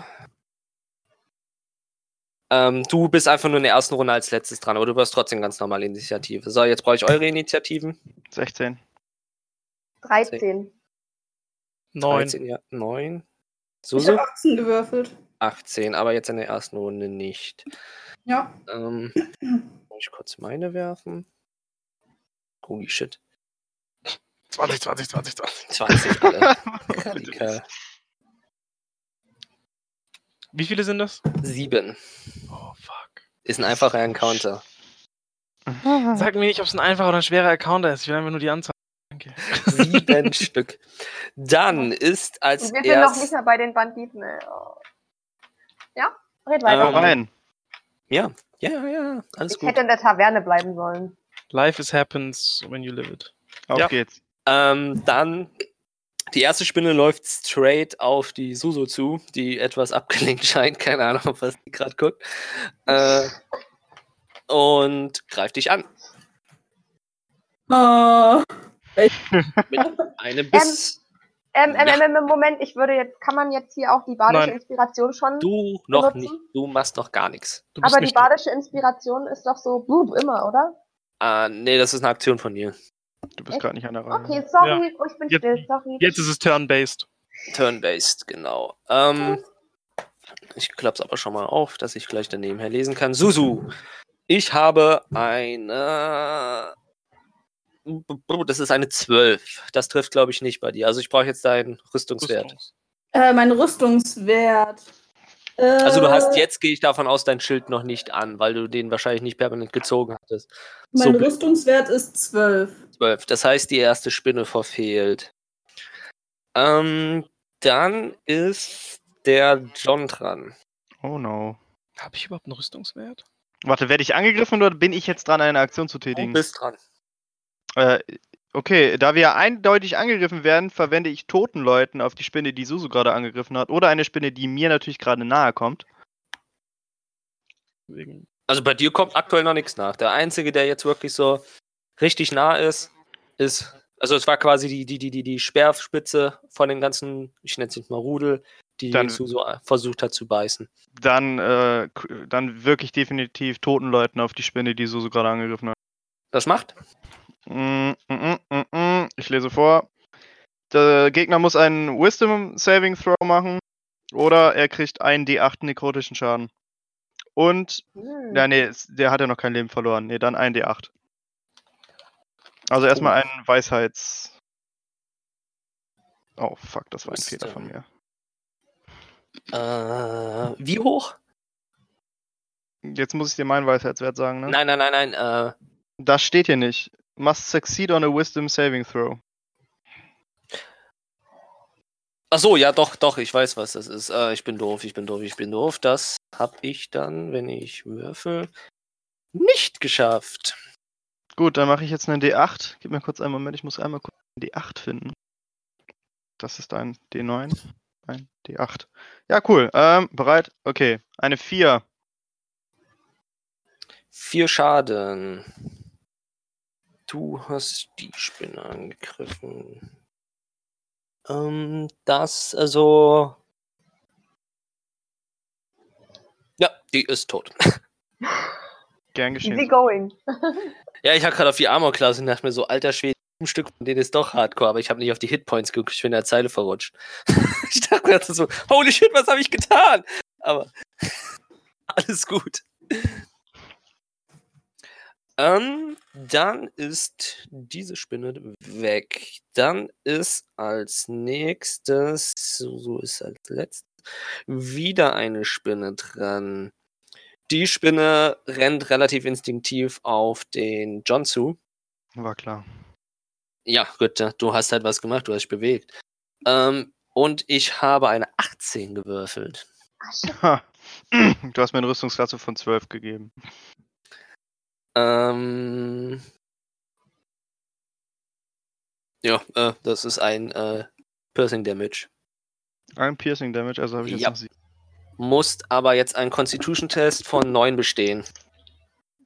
[SPEAKER 5] ähm, du bist einfach nur in der ersten Runde als letztes dran, aber du wirst trotzdem ganz normal Initiative. So, jetzt brauche ich eure Initiativen.
[SPEAKER 1] 16.
[SPEAKER 2] 13.
[SPEAKER 4] Neun.
[SPEAKER 5] 13, ja, 9.
[SPEAKER 3] Ich
[SPEAKER 5] Susu?
[SPEAKER 3] habe 18 gewürfelt.
[SPEAKER 5] 18, aber jetzt in der ersten Runde nicht.
[SPEAKER 3] Ja.
[SPEAKER 5] Ähm, muss ich kurz meine werfen? Holy shit.
[SPEAKER 4] 20, 20, 20, 20.
[SPEAKER 5] 20, Alter.
[SPEAKER 1] Bitte.
[SPEAKER 5] Radikal.
[SPEAKER 4] Wie viele sind das?
[SPEAKER 5] 7.
[SPEAKER 4] Oh fuck.
[SPEAKER 5] Ist ein einfacher Encounter.
[SPEAKER 4] Sag mir nicht, ob es ein einfacher oder ein schwerer Account ist. Ich will einfach nur die Anzahl. Danke.
[SPEAKER 5] Sieben Stück. Dann ist als
[SPEAKER 2] Und wir sind noch
[SPEAKER 5] erstes.
[SPEAKER 2] nicht mal bei den Banditen. ey. Oh. Ja, red
[SPEAKER 1] Komm
[SPEAKER 2] weiter.
[SPEAKER 5] Ähm,
[SPEAKER 1] rein.
[SPEAKER 5] Ja, ja, ja. Alles
[SPEAKER 2] ich
[SPEAKER 5] gut.
[SPEAKER 2] hätte in der Taverne bleiben sollen.
[SPEAKER 4] Life is happens when you live it.
[SPEAKER 1] Auf
[SPEAKER 4] ja.
[SPEAKER 1] geht's.
[SPEAKER 5] Ähm, dann. Die erste Spinne läuft straight auf die Suso zu, die etwas abgelenkt scheint. Keine Ahnung, auf was die gerade guckt. Äh, und greift dich an.
[SPEAKER 3] Oh,
[SPEAKER 5] Eine Biss.
[SPEAKER 2] Ähm, ähm,
[SPEAKER 5] Ja.
[SPEAKER 2] ähm, ähm, Moment, ich würde jetzt, kann man jetzt hier auch die badische
[SPEAKER 4] Nein.
[SPEAKER 2] Inspiration schon?
[SPEAKER 5] Du noch
[SPEAKER 2] benutzen?
[SPEAKER 5] nicht. Du machst noch gar nichts.
[SPEAKER 4] Du bist
[SPEAKER 2] aber die
[SPEAKER 4] nicht-
[SPEAKER 2] badische Inspiration ist doch so blub immer, oder?
[SPEAKER 5] Ah, nee, das ist eine Aktion von dir.
[SPEAKER 1] Du bist gerade nicht an der Reihe.
[SPEAKER 2] Okay, sorry, oh, ich bin
[SPEAKER 4] Jetzt-
[SPEAKER 2] still, sorry.
[SPEAKER 4] Jetzt ist es turn-based.
[SPEAKER 5] Turn-based, genau. Ähm, ich klapp's aber schon mal auf, dass ich gleich daneben her lesen kann. Susu, ich habe eine. Das ist eine 12. Das trifft, glaube ich, nicht bei dir. Also ich brauche jetzt deinen Rüstungswert.
[SPEAKER 3] äh, mein Rüstungswert. Äh,
[SPEAKER 5] Also du hast jetzt, gehe ich davon aus, dein Schild noch nicht an, weil du den wahrscheinlich nicht permanent gezogen hattest.
[SPEAKER 3] Mein
[SPEAKER 5] so-
[SPEAKER 3] Rüstungswert ist 12.
[SPEAKER 5] 12. Das heißt, die erste Spinne verfehlt. Ähm, dann ist der John dran.
[SPEAKER 1] Oh no.
[SPEAKER 4] Habe ich überhaupt einen Rüstungswert?
[SPEAKER 1] Warte, werde ich angegriffen oder bin ich jetzt dran, eine Aktion zu
[SPEAKER 5] Du
[SPEAKER 1] tätigen?
[SPEAKER 5] bist dran.
[SPEAKER 1] Äh, okay, da wir eindeutig angegriffen werden, verwende ich toten Leuten auf die Spinne, die Susu gerade angegriffen hat, oder eine Spinne, die mir natürlich gerade nahe kommt.
[SPEAKER 4] Wegen
[SPEAKER 5] Also bei dir kommt aktuell noch nichts nach. Der einzige, der jetzt wirklich so richtig nah ist, ist. Also es war quasi die, die, die, die, die Speerspitze von dem ganzen, ich nenne es jetzt mal Rudel, die
[SPEAKER 1] Dann-
[SPEAKER 5] Suso versucht hat zu beißen.
[SPEAKER 1] Dann, äh, k- dann wirklich definitiv toten Leuten auf die Spinne, die Susu gerade angegriffen hat.
[SPEAKER 5] Das macht?
[SPEAKER 1] Mm, mm, mm, mm, mm. Ich lese vor. Der Gegner muss einen Wisdom Saving Throw machen oder er kriegt einen D8 nekrotischen Schaden. Und
[SPEAKER 2] Hm.
[SPEAKER 1] Ja, nee, es- der hat ja noch kein Leben verloren. Nee, dann ein D8. Also erstmal einen Weisheits. Oh, fuck, das war ein
[SPEAKER 5] Ist,
[SPEAKER 1] Fehler
[SPEAKER 5] äh,
[SPEAKER 1] von mir.
[SPEAKER 5] Äh, wie hoch?
[SPEAKER 1] Jetzt muss ich dir meinen Weisheitswert sagen, ne?
[SPEAKER 5] Nein, nein, nein, nein. Äh,
[SPEAKER 1] Das steht hier nicht. Must succeed on a wisdom saving throw.
[SPEAKER 5] Ach so, ja, doch, doch, ich weiß, was das ist. Äh, ich bin doof, ich bin doof, ich bin doof. Das habe ich dann, wenn ich würfel, nicht geschafft.
[SPEAKER 1] Gut, dann mache ich jetzt einen D8. Gib mir kurz einen Moment, ich muss einmal kurz einen D8 finden. Das ist ein D9. Ein D8. Ja, cool. Ähm, bereit? Okay. Eine 4.
[SPEAKER 5] Vier Schaden. Du hast die Spinne angegriffen. Ähm, das, also. Ja, die ist tot.
[SPEAKER 1] Gern
[SPEAKER 2] Easy
[SPEAKER 1] geschehen.
[SPEAKER 2] going.
[SPEAKER 5] Ja, ich habe gerade auf die Armor-Klasse und dachte mir so, alter Schwede, ein Stück von denen ist doch hardcore, aber ich habe nicht auf die Hitpoints geguckt, ich bin in der Zeile verrutscht. ich dachte mir so, holy shit, was habe ich getan? Aber alles gut. Ähm, dann ist diese Spinne weg. Dann ist als nächstes, so so ist als letztes, wieder eine Spinne dran. Die Spinne rennt relativ instinktiv auf den John zu.
[SPEAKER 1] War klar.
[SPEAKER 5] Ja, gut, da- du hast halt was gemacht, du hast dich bewegt. Ähm, und ich habe eine 18 gewürfelt.
[SPEAKER 2] Ah,
[SPEAKER 1] Ha. Du hast mir eine Rüstungsklasse von 12 gegeben.
[SPEAKER 5] Ähm, ja, äh, das ist ein äh, Piercing Damage.
[SPEAKER 1] Ein Piercing Damage, also habe ich jetzt
[SPEAKER 5] Ja.
[SPEAKER 1] noch sieben.
[SPEAKER 5] Musst aber jetzt einen Constitution-Test von 9 bestehen.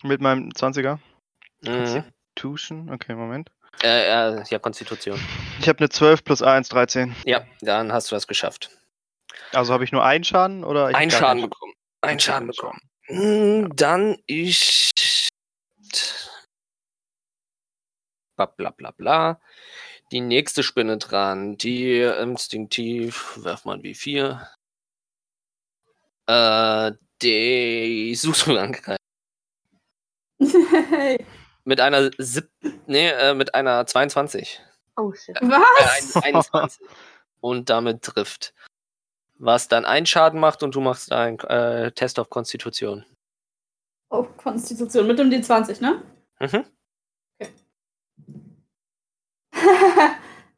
[SPEAKER 1] Mit meinem 20er.
[SPEAKER 5] Mhm.
[SPEAKER 1] Tuschen, okay, Moment.
[SPEAKER 5] Äh, äh, ja, Konstitution.
[SPEAKER 1] Ich habe eine 12 plus 1, 13.
[SPEAKER 5] Ja, dann hast du das geschafft.
[SPEAKER 1] Also habe ich nur einen Schaden oder? ich hab
[SPEAKER 5] Einen
[SPEAKER 1] gar
[SPEAKER 5] Schaden
[SPEAKER 1] keinen?
[SPEAKER 5] bekommen. Einen Schaden
[SPEAKER 1] Einen
[SPEAKER 5] bekommen. Mm, Dann ist. Bla bla bla bla. Die nächste Spinne dran. Die instinktiv. Werf mal ein W4. Äh, die Susu angreift.
[SPEAKER 3] Hey.
[SPEAKER 5] Mit einer sieb nee, äh, mit einer 22.
[SPEAKER 2] Oh shit.
[SPEAKER 5] Äh,
[SPEAKER 3] Was?
[SPEAKER 5] ein- 21. Und damit trifft. Was dann einen Schaden macht und du machst einen äh, Test auf Konstitution.
[SPEAKER 3] Oh, Konstitution. Mit dem D20, ne?
[SPEAKER 5] Mhm.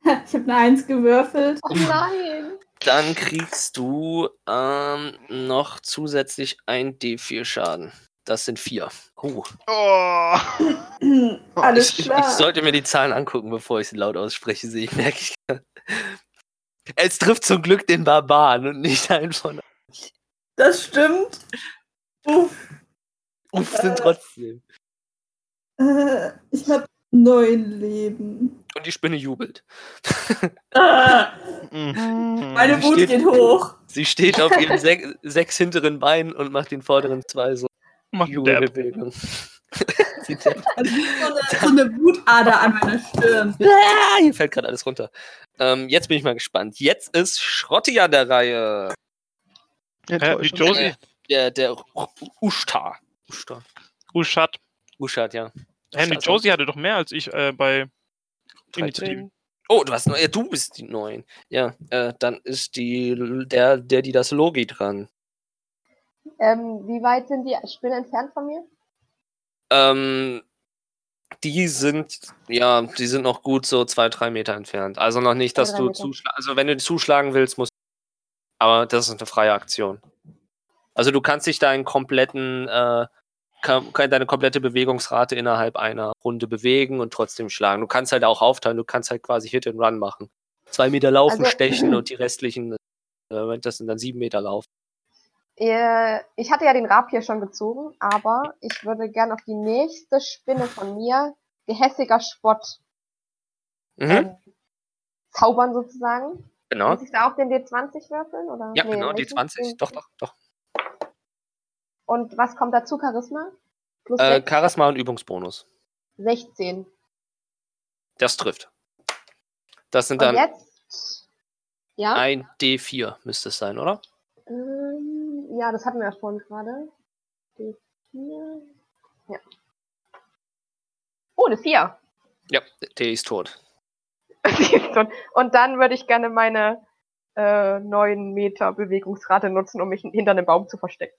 [SPEAKER 3] ich habe eine 1 gewürfelt.
[SPEAKER 2] Oh nein.
[SPEAKER 5] Dann kriegst du ähm, noch zusätzlich ein D4 Schaden. Das sind vier. Oh,
[SPEAKER 1] Oh.
[SPEAKER 3] Alles
[SPEAKER 5] ich,
[SPEAKER 3] klar.
[SPEAKER 5] ich sollte mir die Zahlen angucken, bevor ich sie laut ausspreche, sehe ich, merke ich. gerade. Es trifft zum Glück den Barbaren und nicht einen von.
[SPEAKER 3] das stimmt. Uff.
[SPEAKER 5] Uff, sind trotzdem.
[SPEAKER 3] Äh, ich habe neun Leben.
[SPEAKER 5] Und die Spinne jubelt.
[SPEAKER 3] Äh,
[SPEAKER 5] Hm,
[SPEAKER 1] Mhm.
[SPEAKER 3] meine Wut
[SPEAKER 5] Steht-
[SPEAKER 3] geht hoch.
[SPEAKER 5] Sie steht auf ihren sech- sechs hinteren Beinen und macht den vorderen zwei so
[SPEAKER 4] Mach einen Dab.
[SPEAKER 5] Jubelbewegung. Sie tappt.
[SPEAKER 3] Also so, eine, so eine Wutader an meiner Stirn.
[SPEAKER 5] Ah, hier fällt gerade alles runter. Ähm, jetzt bin ich mal gespannt. Jetzt ist Schrotti an der Reihe.
[SPEAKER 4] Hä, die
[SPEAKER 1] Enttäuschend.
[SPEAKER 4] Josie?
[SPEAKER 5] der, der Ushtar. Ushtar.
[SPEAKER 4] Uschat.
[SPEAKER 5] Ushtar, ja.
[SPEAKER 4] Hä, die
[SPEAKER 5] Ushtar,
[SPEAKER 4] Oh, Josie hatte doch mehr als ich äh, bei
[SPEAKER 5] drei
[SPEAKER 4] Initiativen.
[SPEAKER 5] Themen. Oh, du hast neun. Ja, du bist die neun. Ja, äh, dann ist die der, der, die das Logi dran.
[SPEAKER 2] Ähm, wie weit sind die Spinnen entfernt von mir?
[SPEAKER 5] Ähm, die sind, ja, die sind noch gut so zwei, drei Meter entfernt. Also noch nicht,
[SPEAKER 2] Zwei,
[SPEAKER 5] dass
[SPEAKER 2] drei
[SPEAKER 5] du
[SPEAKER 2] Meter.
[SPEAKER 5] zuschlagen, also wenn du zuschlagen willst, musst aber das ist eine freie Aktion. Also du kannst dich deinen kompletten, äh, kann, kann deine komplette Bewegungsrate innerhalb einer Runde bewegen und trotzdem schlagen. Du kannst halt auch aufteilen, du kannst halt quasi Hit and Run machen. Zwei Meter laufen,
[SPEAKER 2] Also-
[SPEAKER 5] stechen und die restlichen, äh, das sind dann sieben Meter laufen.
[SPEAKER 2] Äh, Ich hatte ja den Rapier schon gezogen, aber ich würde gern auf die nächste Spinne von mir, gehässiger Spott,
[SPEAKER 5] Mhm,
[SPEAKER 2] ähm, zaubern sozusagen.
[SPEAKER 5] genau.
[SPEAKER 2] Muss ich da auch den D20 würfeln? Oder?
[SPEAKER 5] Ja,
[SPEAKER 2] Nee,
[SPEAKER 5] genau, die
[SPEAKER 2] welchen? Hm.
[SPEAKER 5] 20. Doch, doch, doch.
[SPEAKER 2] Und was kommt dazu, Charisma? Plus
[SPEAKER 5] Äh,
[SPEAKER 2] sechs?
[SPEAKER 5] Charisma und Übungsbonus.
[SPEAKER 2] 16.
[SPEAKER 5] Das trifft. Das sind
[SPEAKER 2] Und
[SPEAKER 5] dann
[SPEAKER 2] jetzt? Ja?
[SPEAKER 5] ein D4, müsste es sein, oder?
[SPEAKER 2] Ähm, ja, das hatten wir ja vorhin gerade. Die vier. Ja. Oh, eine vier.
[SPEAKER 5] Ja, der ist tot.
[SPEAKER 2] Die ist schon- Und dann würde ich gerne meine äh, 9 Meter Bewegungsrate nutzen, um mich hinter einem Baum zu verstecken.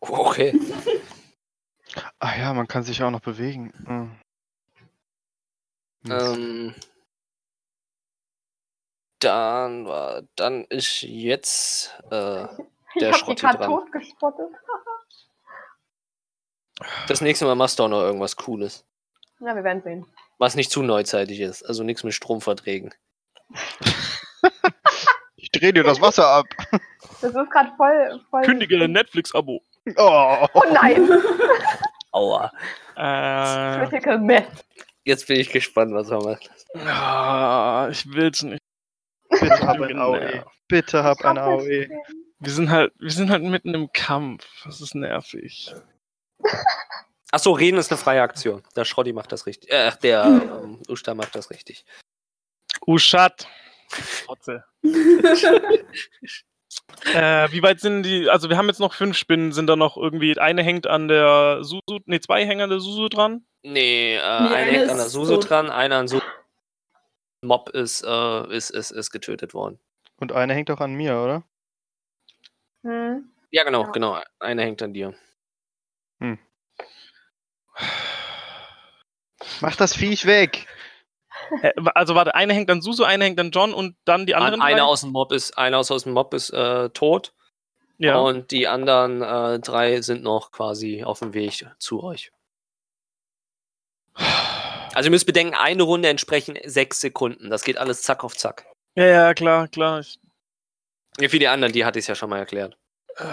[SPEAKER 5] Oh, Okay.
[SPEAKER 1] Ah ja, man kann sich auch noch bewegen. Mhm. Mist.
[SPEAKER 5] ähm, dann war, dann ist jetzt äh, Der
[SPEAKER 2] ich habe
[SPEAKER 5] Schrotti
[SPEAKER 2] die gerade
[SPEAKER 5] dran.
[SPEAKER 2] totgespottet.
[SPEAKER 5] das nächste Mal machst du auch noch irgendwas Cooles,
[SPEAKER 2] Na, wir werden sehen.
[SPEAKER 5] was nicht zu neuzeitig ist, also nichts mit Stromverträgen.
[SPEAKER 1] Ich drehe dir das Wasser ab.
[SPEAKER 2] Das ist gerade voll, voll.
[SPEAKER 4] Kündige dein Netflix-Abo.
[SPEAKER 1] Oh.
[SPEAKER 2] Oh nein!
[SPEAKER 5] Aua.
[SPEAKER 4] Äh,
[SPEAKER 2] Critical Mess.
[SPEAKER 5] Jetzt bin ich gespannt, was wir machen.
[SPEAKER 4] ah, ich will's nicht.
[SPEAKER 1] Bitte hab ein AOE.
[SPEAKER 4] Ja.
[SPEAKER 1] Bitte hab ein E.
[SPEAKER 2] Hab
[SPEAKER 1] AOE.
[SPEAKER 2] ich gesehen.
[SPEAKER 4] Wir sind halt, wir sind halt mitten im Kampf. Das ist nervig.
[SPEAKER 5] Achso, reden ist eine freie Aktion. Der Schrotti macht das richtig. Äh, der ähm, Usta macht das
[SPEAKER 4] Oh,
[SPEAKER 5] richtig.
[SPEAKER 4] Uschat. Trotze. Äh, wie weit sind die? Also wir haben jetzt noch fünf Spinnen, sind da noch irgendwie, eine hängt an der Susu, nee, zwei hängen an der Susu dran.
[SPEAKER 5] Nee, äh,
[SPEAKER 3] einer
[SPEAKER 5] einer hängt an der
[SPEAKER 3] ist
[SPEAKER 5] Susu
[SPEAKER 3] tot.
[SPEAKER 5] dran, einer an Susu. Mob ist, äh, ist, ist, ist getötet worden.
[SPEAKER 1] Und eine hängt auch an mir, oder?
[SPEAKER 2] Hm.
[SPEAKER 5] Ja, genau,
[SPEAKER 2] Ja.
[SPEAKER 5] genau. Einer hängt an dir.
[SPEAKER 1] Mach das Viech weg!
[SPEAKER 4] Äh, wa- also warte, eine hängt an Susu, eine hängt an John und dann die
[SPEAKER 5] An,
[SPEAKER 4] anderen. drei?
[SPEAKER 5] einer aus dem Mob ist, einer aus, aus dem Mob ist äh, tot
[SPEAKER 4] ja.
[SPEAKER 5] und die anderen äh, drei sind noch quasi auf dem Weg zu euch. Also ihr müsst bedenken, eine Runde entsprechen sechs Sekunden. Das geht alles zack auf zack.
[SPEAKER 4] ja, ja, klar, klar. Ich,
[SPEAKER 5] Ja, Für die anderen, die hatte ich es ja schon mal erklärt.
[SPEAKER 4] äh,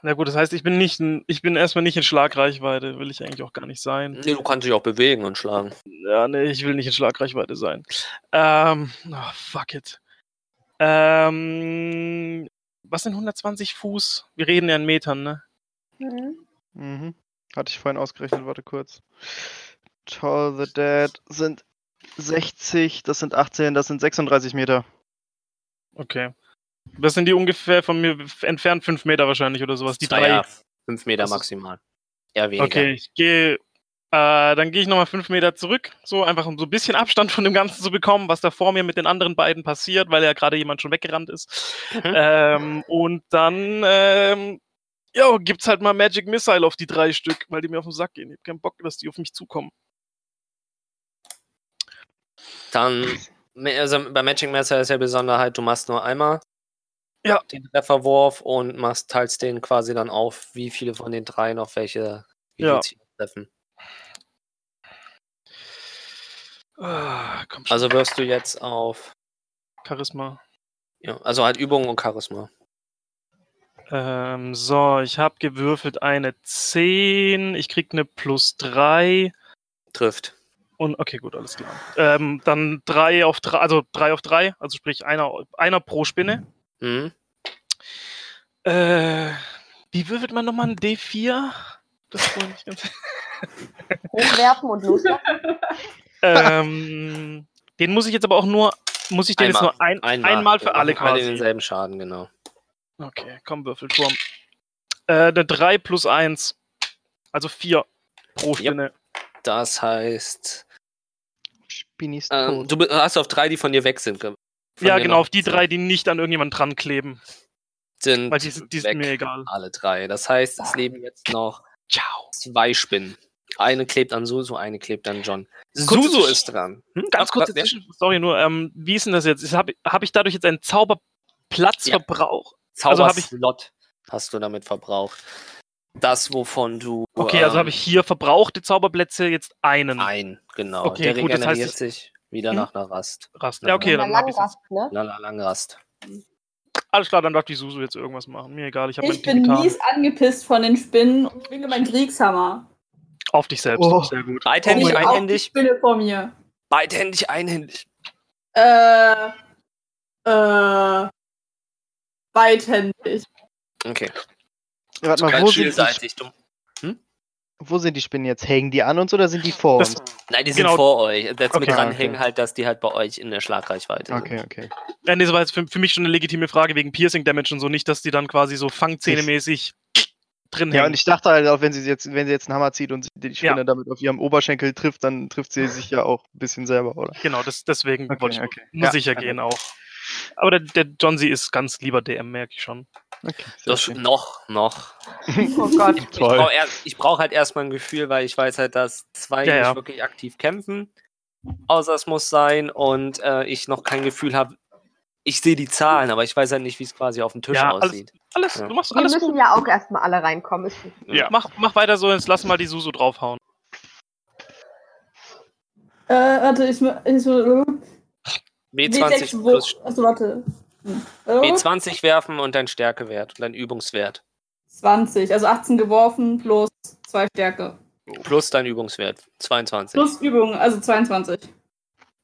[SPEAKER 4] na gut, das heißt, ich bin nicht, in- ich bin erstmal nicht in Schlagreichweite, will ich eigentlich auch gar nicht sein.
[SPEAKER 5] Nee, du kannst dich auch bewegen und schlagen.
[SPEAKER 4] Ja, nee, ich will nicht in Schlagreichweite sein. Ähm, oh, fuck it. Ähm, was sind 120 Fuß? Wir reden ja in Metern, ne?
[SPEAKER 2] Hm.
[SPEAKER 1] Mhm. Hatte ich vorhin ausgerechnet, warte kurz. Toll the Dead sind 60, das sind 18, das sind 36 Meter.
[SPEAKER 4] Okay. Das sind die ungefähr von mir f- entfernt fünf Meter wahrscheinlich oder sowas. Die
[SPEAKER 5] Zwei,
[SPEAKER 4] drei.
[SPEAKER 5] ja, fünf Meter
[SPEAKER 4] Das ist-
[SPEAKER 5] maximal. Eher weniger.
[SPEAKER 4] okay, ich gehe. Äh, dann gehe ich nochmal fünf Meter zurück, so einfach um so ein bisschen Abstand von dem Ganzen zu bekommen, was da vor mir mit den anderen beiden passiert, weil ja gerade jemand schon weggerannt ist.
[SPEAKER 5] Mhm.
[SPEAKER 4] Ähm, und dann, ähm, ja, gibt's halt mal Magic Missile auf die drei Stück, weil die mir auf den Sack gehen. Ich hab keinen Bock, dass die auf mich zukommen.
[SPEAKER 5] Dann, also bei Matching Messer ist ja Besonderheit, du machst nur einmal
[SPEAKER 4] Ja.
[SPEAKER 5] den Trefferwurf und machst, teilst den quasi dann auf, wie viele von den drei noch welche wie
[SPEAKER 4] Ja.
[SPEAKER 5] viele Ziele treffen.
[SPEAKER 4] Ah, komm schon,
[SPEAKER 5] Also wirfst du jetzt auf, Also
[SPEAKER 4] Charisma.
[SPEAKER 5] ja, also halt Übung und Charisma.
[SPEAKER 4] Ähm, so, ich habe gewürfelt eine 10, ich krieg eine plus 3
[SPEAKER 5] Trifft.
[SPEAKER 4] und okay, gut, alles klar. Ähm, dann 3 auf 3, also 3 auf 3, also sprich einer, einer pro Spinne.
[SPEAKER 5] Mhm.
[SPEAKER 4] Äh, wie würfelt man nochmal ein D4? Das wollte ich ganz.
[SPEAKER 2] Hochwerfen und loslassen.
[SPEAKER 4] ähm, den muss ich jetzt aber auch nur, muss ich den jetzt
[SPEAKER 5] Einmal.
[SPEAKER 4] nur ein, einmal, für alle
[SPEAKER 5] machen alle
[SPEAKER 4] quasi.
[SPEAKER 5] denselben Schaden, genau.
[SPEAKER 4] Okay, komm, Würfelturm. Äh, der 3 plus 1, also 4 pro Spinne.
[SPEAKER 5] Das heißt,
[SPEAKER 1] Spinny ist
[SPEAKER 5] ähm,
[SPEAKER 1] tot.
[SPEAKER 5] du be- hast auf drei, die von dir weg sind. ge- von
[SPEAKER 4] Ja,
[SPEAKER 5] dir
[SPEAKER 4] genau,
[SPEAKER 5] noch
[SPEAKER 4] auf die drei, die nicht an irgendjemand dran kleben.
[SPEAKER 5] sind
[SPEAKER 4] Weil die, sind- die
[SPEAKER 5] weg.
[SPEAKER 4] sind mir egal.
[SPEAKER 5] alle drei. Das heißt, es leben jetzt noch
[SPEAKER 4] Ciao.
[SPEAKER 5] zwei Spinnen. Eine klebt an Susu, eine klebt an John.
[SPEAKER 4] Kurze
[SPEAKER 5] Susu
[SPEAKER 4] Zwisch-
[SPEAKER 5] ist dran. Hm?
[SPEAKER 4] Ganz
[SPEAKER 5] Ach,
[SPEAKER 4] kurz,
[SPEAKER 5] was, ja?
[SPEAKER 4] dazwischen, sorry, nur, ähm, wie ist denn das jetzt? Habe hab ich dadurch jetzt einen Zauberplatzverbrauch? Also hab ich-
[SPEAKER 5] Zauberslot hast du damit verbraucht. Das, wovon du.
[SPEAKER 4] Okay, also
[SPEAKER 5] ähm,
[SPEAKER 4] habe ich hier verbrauchte Zauberplätze jetzt einen.
[SPEAKER 5] Ein, genau.
[SPEAKER 4] Okay,
[SPEAKER 5] Der
[SPEAKER 4] gut, das heißt,
[SPEAKER 5] regeneriert sich wieder
[SPEAKER 4] Hm?
[SPEAKER 5] nach einer Rast.
[SPEAKER 4] Rast. Ja, okay,
[SPEAKER 2] In der
[SPEAKER 4] dann hab ich
[SPEAKER 2] Langrast, ne?
[SPEAKER 5] Nach einer langen Rast.
[SPEAKER 4] Alles klar, dann darf die Susu jetzt irgendwas machen. Mir egal, ich habe
[SPEAKER 3] Ich bin mies angepisst von den Spinnen und schwinge meinen Kriegshammer.
[SPEAKER 4] Auf dich selbst.
[SPEAKER 1] Oh.
[SPEAKER 4] Sehr gut.
[SPEAKER 5] Beidhändig,
[SPEAKER 4] Oh mein-
[SPEAKER 3] auch die
[SPEAKER 5] einhändig.
[SPEAKER 3] Spinne vor mir.
[SPEAKER 5] Beidhändig, einhändig.
[SPEAKER 3] Äh, äh, weithändig.
[SPEAKER 5] Okay.
[SPEAKER 1] Warte mal,
[SPEAKER 5] Ganz
[SPEAKER 1] wo sind, die,
[SPEAKER 5] vielseitig. Du,
[SPEAKER 1] wo sind die Spinnen jetzt? Hängen die an uns oder sind die vor
[SPEAKER 4] Das,
[SPEAKER 1] uns?
[SPEAKER 5] nein, die sind
[SPEAKER 4] Genau.
[SPEAKER 5] vor euch. Das mit
[SPEAKER 1] Okay,
[SPEAKER 5] dran
[SPEAKER 1] okay.
[SPEAKER 5] hängen halt, dass die halt bei euch in der Schlagreichweite
[SPEAKER 1] Okay, okay.
[SPEAKER 4] äh, nee, das war jetzt für, für mich schon eine legitime Frage wegen Piercing Damage und so. Nicht, dass die dann quasi so fangzähnemäßig drin
[SPEAKER 1] Ja, und
[SPEAKER 4] hängen.
[SPEAKER 1] ich dachte halt auch, wenn sie jetzt, wenn sie jetzt einen Hammer zieht und sie die Spinne
[SPEAKER 4] Ja.
[SPEAKER 1] damit auf ihrem Oberschenkel trifft, dann trifft sie sich ja auch ein bisschen selber, oder?
[SPEAKER 4] genau, das, deswegen
[SPEAKER 1] Okay,
[SPEAKER 4] wollte ich
[SPEAKER 1] okay.
[SPEAKER 4] nur
[SPEAKER 1] Ja, also.
[SPEAKER 4] sicher
[SPEAKER 1] danke.
[SPEAKER 4] gehen auch. Aber der, der John C. ist ganz lieber DM, merke ich schon.
[SPEAKER 1] Okay, sehr
[SPEAKER 5] Das,
[SPEAKER 1] schön.
[SPEAKER 5] noch, noch.
[SPEAKER 2] Oh Gott.
[SPEAKER 5] Ich brauche brauch halt erstmal ein Gefühl, weil ich weiß halt, dass zwei
[SPEAKER 4] Ja, ja.
[SPEAKER 5] nicht wirklich aktiv kämpfen. Außer es muss sein und äh, ich noch kein Gefühl habe. Ich sehe die Zahlen, aber ich weiß halt nicht, wie es quasi auf dem Tisch
[SPEAKER 4] Ja, alles-
[SPEAKER 5] aussieht.
[SPEAKER 4] Alles,
[SPEAKER 5] Ja.
[SPEAKER 4] du machst
[SPEAKER 2] Wir
[SPEAKER 4] alles
[SPEAKER 2] müssen
[SPEAKER 4] gut.
[SPEAKER 2] ja auch erstmal alle reinkommen. Ist gut.
[SPEAKER 4] Ja. Mach, mach weiter so, jetzt lass mal die Susu draufhauen.
[SPEAKER 3] Äh, warte, ich, mu- ich mu-
[SPEAKER 5] B20
[SPEAKER 3] W6
[SPEAKER 5] plus
[SPEAKER 3] wo- Achso, warte. Hm. Oh,
[SPEAKER 5] B20 werfen und dein Stärkewert und dein Übungswert.
[SPEAKER 3] 20, also 18 geworfen plus 2 Stärke.
[SPEAKER 5] Plus dein Übungswert. 22.
[SPEAKER 3] Plus Übung, also 22.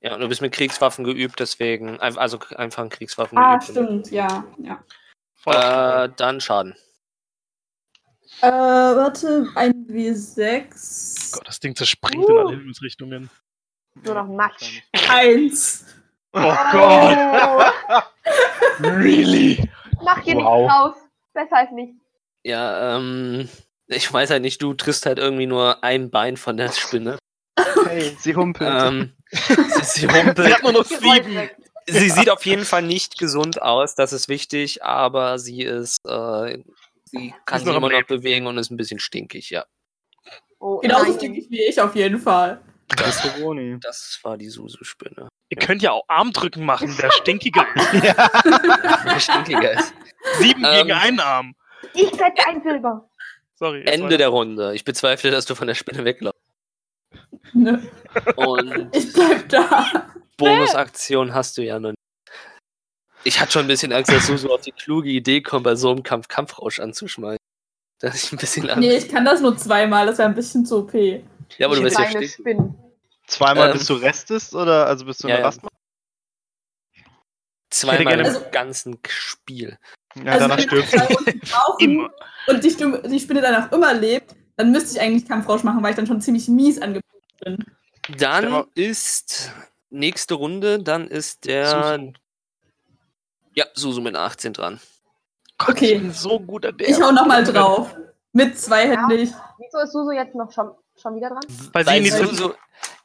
[SPEAKER 5] Ja, und du bist mit Kriegswaffen geübt, deswegen. ein- Also einfachen Kriegswaffen
[SPEAKER 3] Ah,
[SPEAKER 5] geübt.
[SPEAKER 3] stimmt, ja. ja.
[SPEAKER 4] Voll.
[SPEAKER 5] Äh, dann Schaden.
[SPEAKER 3] Äh, warte, ein W6.
[SPEAKER 4] Oh Gott, das Ding zerspringt in alle Himmelsrichtungen.
[SPEAKER 2] Nur noch Matsch.
[SPEAKER 3] Eins.
[SPEAKER 4] Oh
[SPEAKER 2] Gott.
[SPEAKER 1] Really?
[SPEAKER 2] Mach hier
[SPEAKER 1] Wow.
[SPEAKER 2] nichts raus. Besser als nichts.
[SPEAKER 5] Ja, ähm, ich weiß halt nicht, du triffst halt irgendwie nur ein Bein von der Spinne.
[SPEAKER 1] Hey, sie humpelt.
[SPEAKER 5] ähm, sie, sie
[SPEAKER 4] Sie
[SPEAKER 5] humpelt.
[SPEAKER 4] hat nur noch
[SPEAKER 2] Geräusch
[SPEAKER 4] sieben.
[SPEAKER 2] weg.
[SPEAKER 5] Sie sieht auf jeden Fall nicht gesund aus, das ist wichtig, aber sie ist, äh, sie kann
[SPEAKER 4] Ist
[SPEAKER 5] sich
[SPEAKER 4] noch am
[SPEAKER 5] immer noch bewegen und ist ein bisschen stinkig, ja.
[SPEAKER 2] Oh,
[SPEAKER 3] Genauso
[SPEAKER 2] nein.
[SPEAKER 3] stinkig wie Genau ich auf jeden Fall.
[SPEAKER 1] Testosteroni.
[SPEAKER 5] Das war die Susu-Spinne.
[SPEAKER 4] Ihr könnt ja auch Armdrücken machen, der stinkige
[SPEAKER 5] Die Stinkige ist.
[SPEAKER 4] sieben
[SPEAKER 5] Ähm.
[SPEAKER 4] gegen einen Arm.
[SPEAKER 2] Ich krieg ein Silber.
[SPEAKER 4] Sorry. jetzt
[SPEAKER 5] Ende der Runde. Ich bezweifle, dass du von der Spinne weglaufst.
[SPEAKER 3] Nö,
[SPEAKER 5] Und
[SPEAKER 3] Ne? ich bleib da.
[SPEAKER 5] Bonusaktion hast du ja noch nicht. Ich hatte schon ein bisschen Angst, dass Susu auf die kluge Idee kommt, bei so einem Kampf Kampfrausch anzuschmeißen. Dass ich ein bisschen Angst.
[SPEAKER 3] Nee, ich kann das nur zweimal, das wäre ein bisschen zu OP.
[SPEAKER 5] ja, aber du bist ja
[SPEAKER 2] Kleine
[SPEAKER 5] stinkig.
[SPEAKER 2] Spinnen.
[SPEAKER 1] Zweimal
[SPEAKER 5] Ähm.
[SPEAKER 1] bis du restest oder also bis du
[SPEAKER 5] Ja,
[SPEAKER 1] eine
[SPEAKER 5] ja.
[SPEAKER 1] Rast machst?
[SPEAKER 5] Zweimal
[SPEAKER 4] gerne-
[SPEAKER 5] im ganzen Spiel.
[SPEAKER 1] Ja,
[SPEAKER 3] Also
[SPEAKER 1] danach
[SPEAKER 3] wenn
[SPEAKER 1] stirbst du.
[SPEAKER 3] alle zwei Runden
[SPEAKER 4] Immer.
[SPEAKER 3] Laufen und die, Stimme, die Spinne danach immer lebt, dann müsste ich eigentlich Kampfrausch machen, weil ich dann schon ziemlich mies angepisst bin.
[SPEAKER 5] Dann
[SPEAKER 1] Ja.
[SPEAKER 5] ist nächste Runde, dann ist der.
[SPEAKER 4] Susu.
[SPEAKER 5] Ja, Susu mit einer 18 dran.
[SPEAKER 4] Gott,
[SPEAKER 3] Okay.
[SPEAKER 4] ich bin so gut an der.
[SPEAKER 3] Ich hau nochmal drauf. Mit zweihändig.
[SPEAKER 2] Wieso ist Susu jetzt noch schon, schon wieder dran?
[SPEAKER 4] Weil sie in die dritte-
[SPEAKER 5] Susu,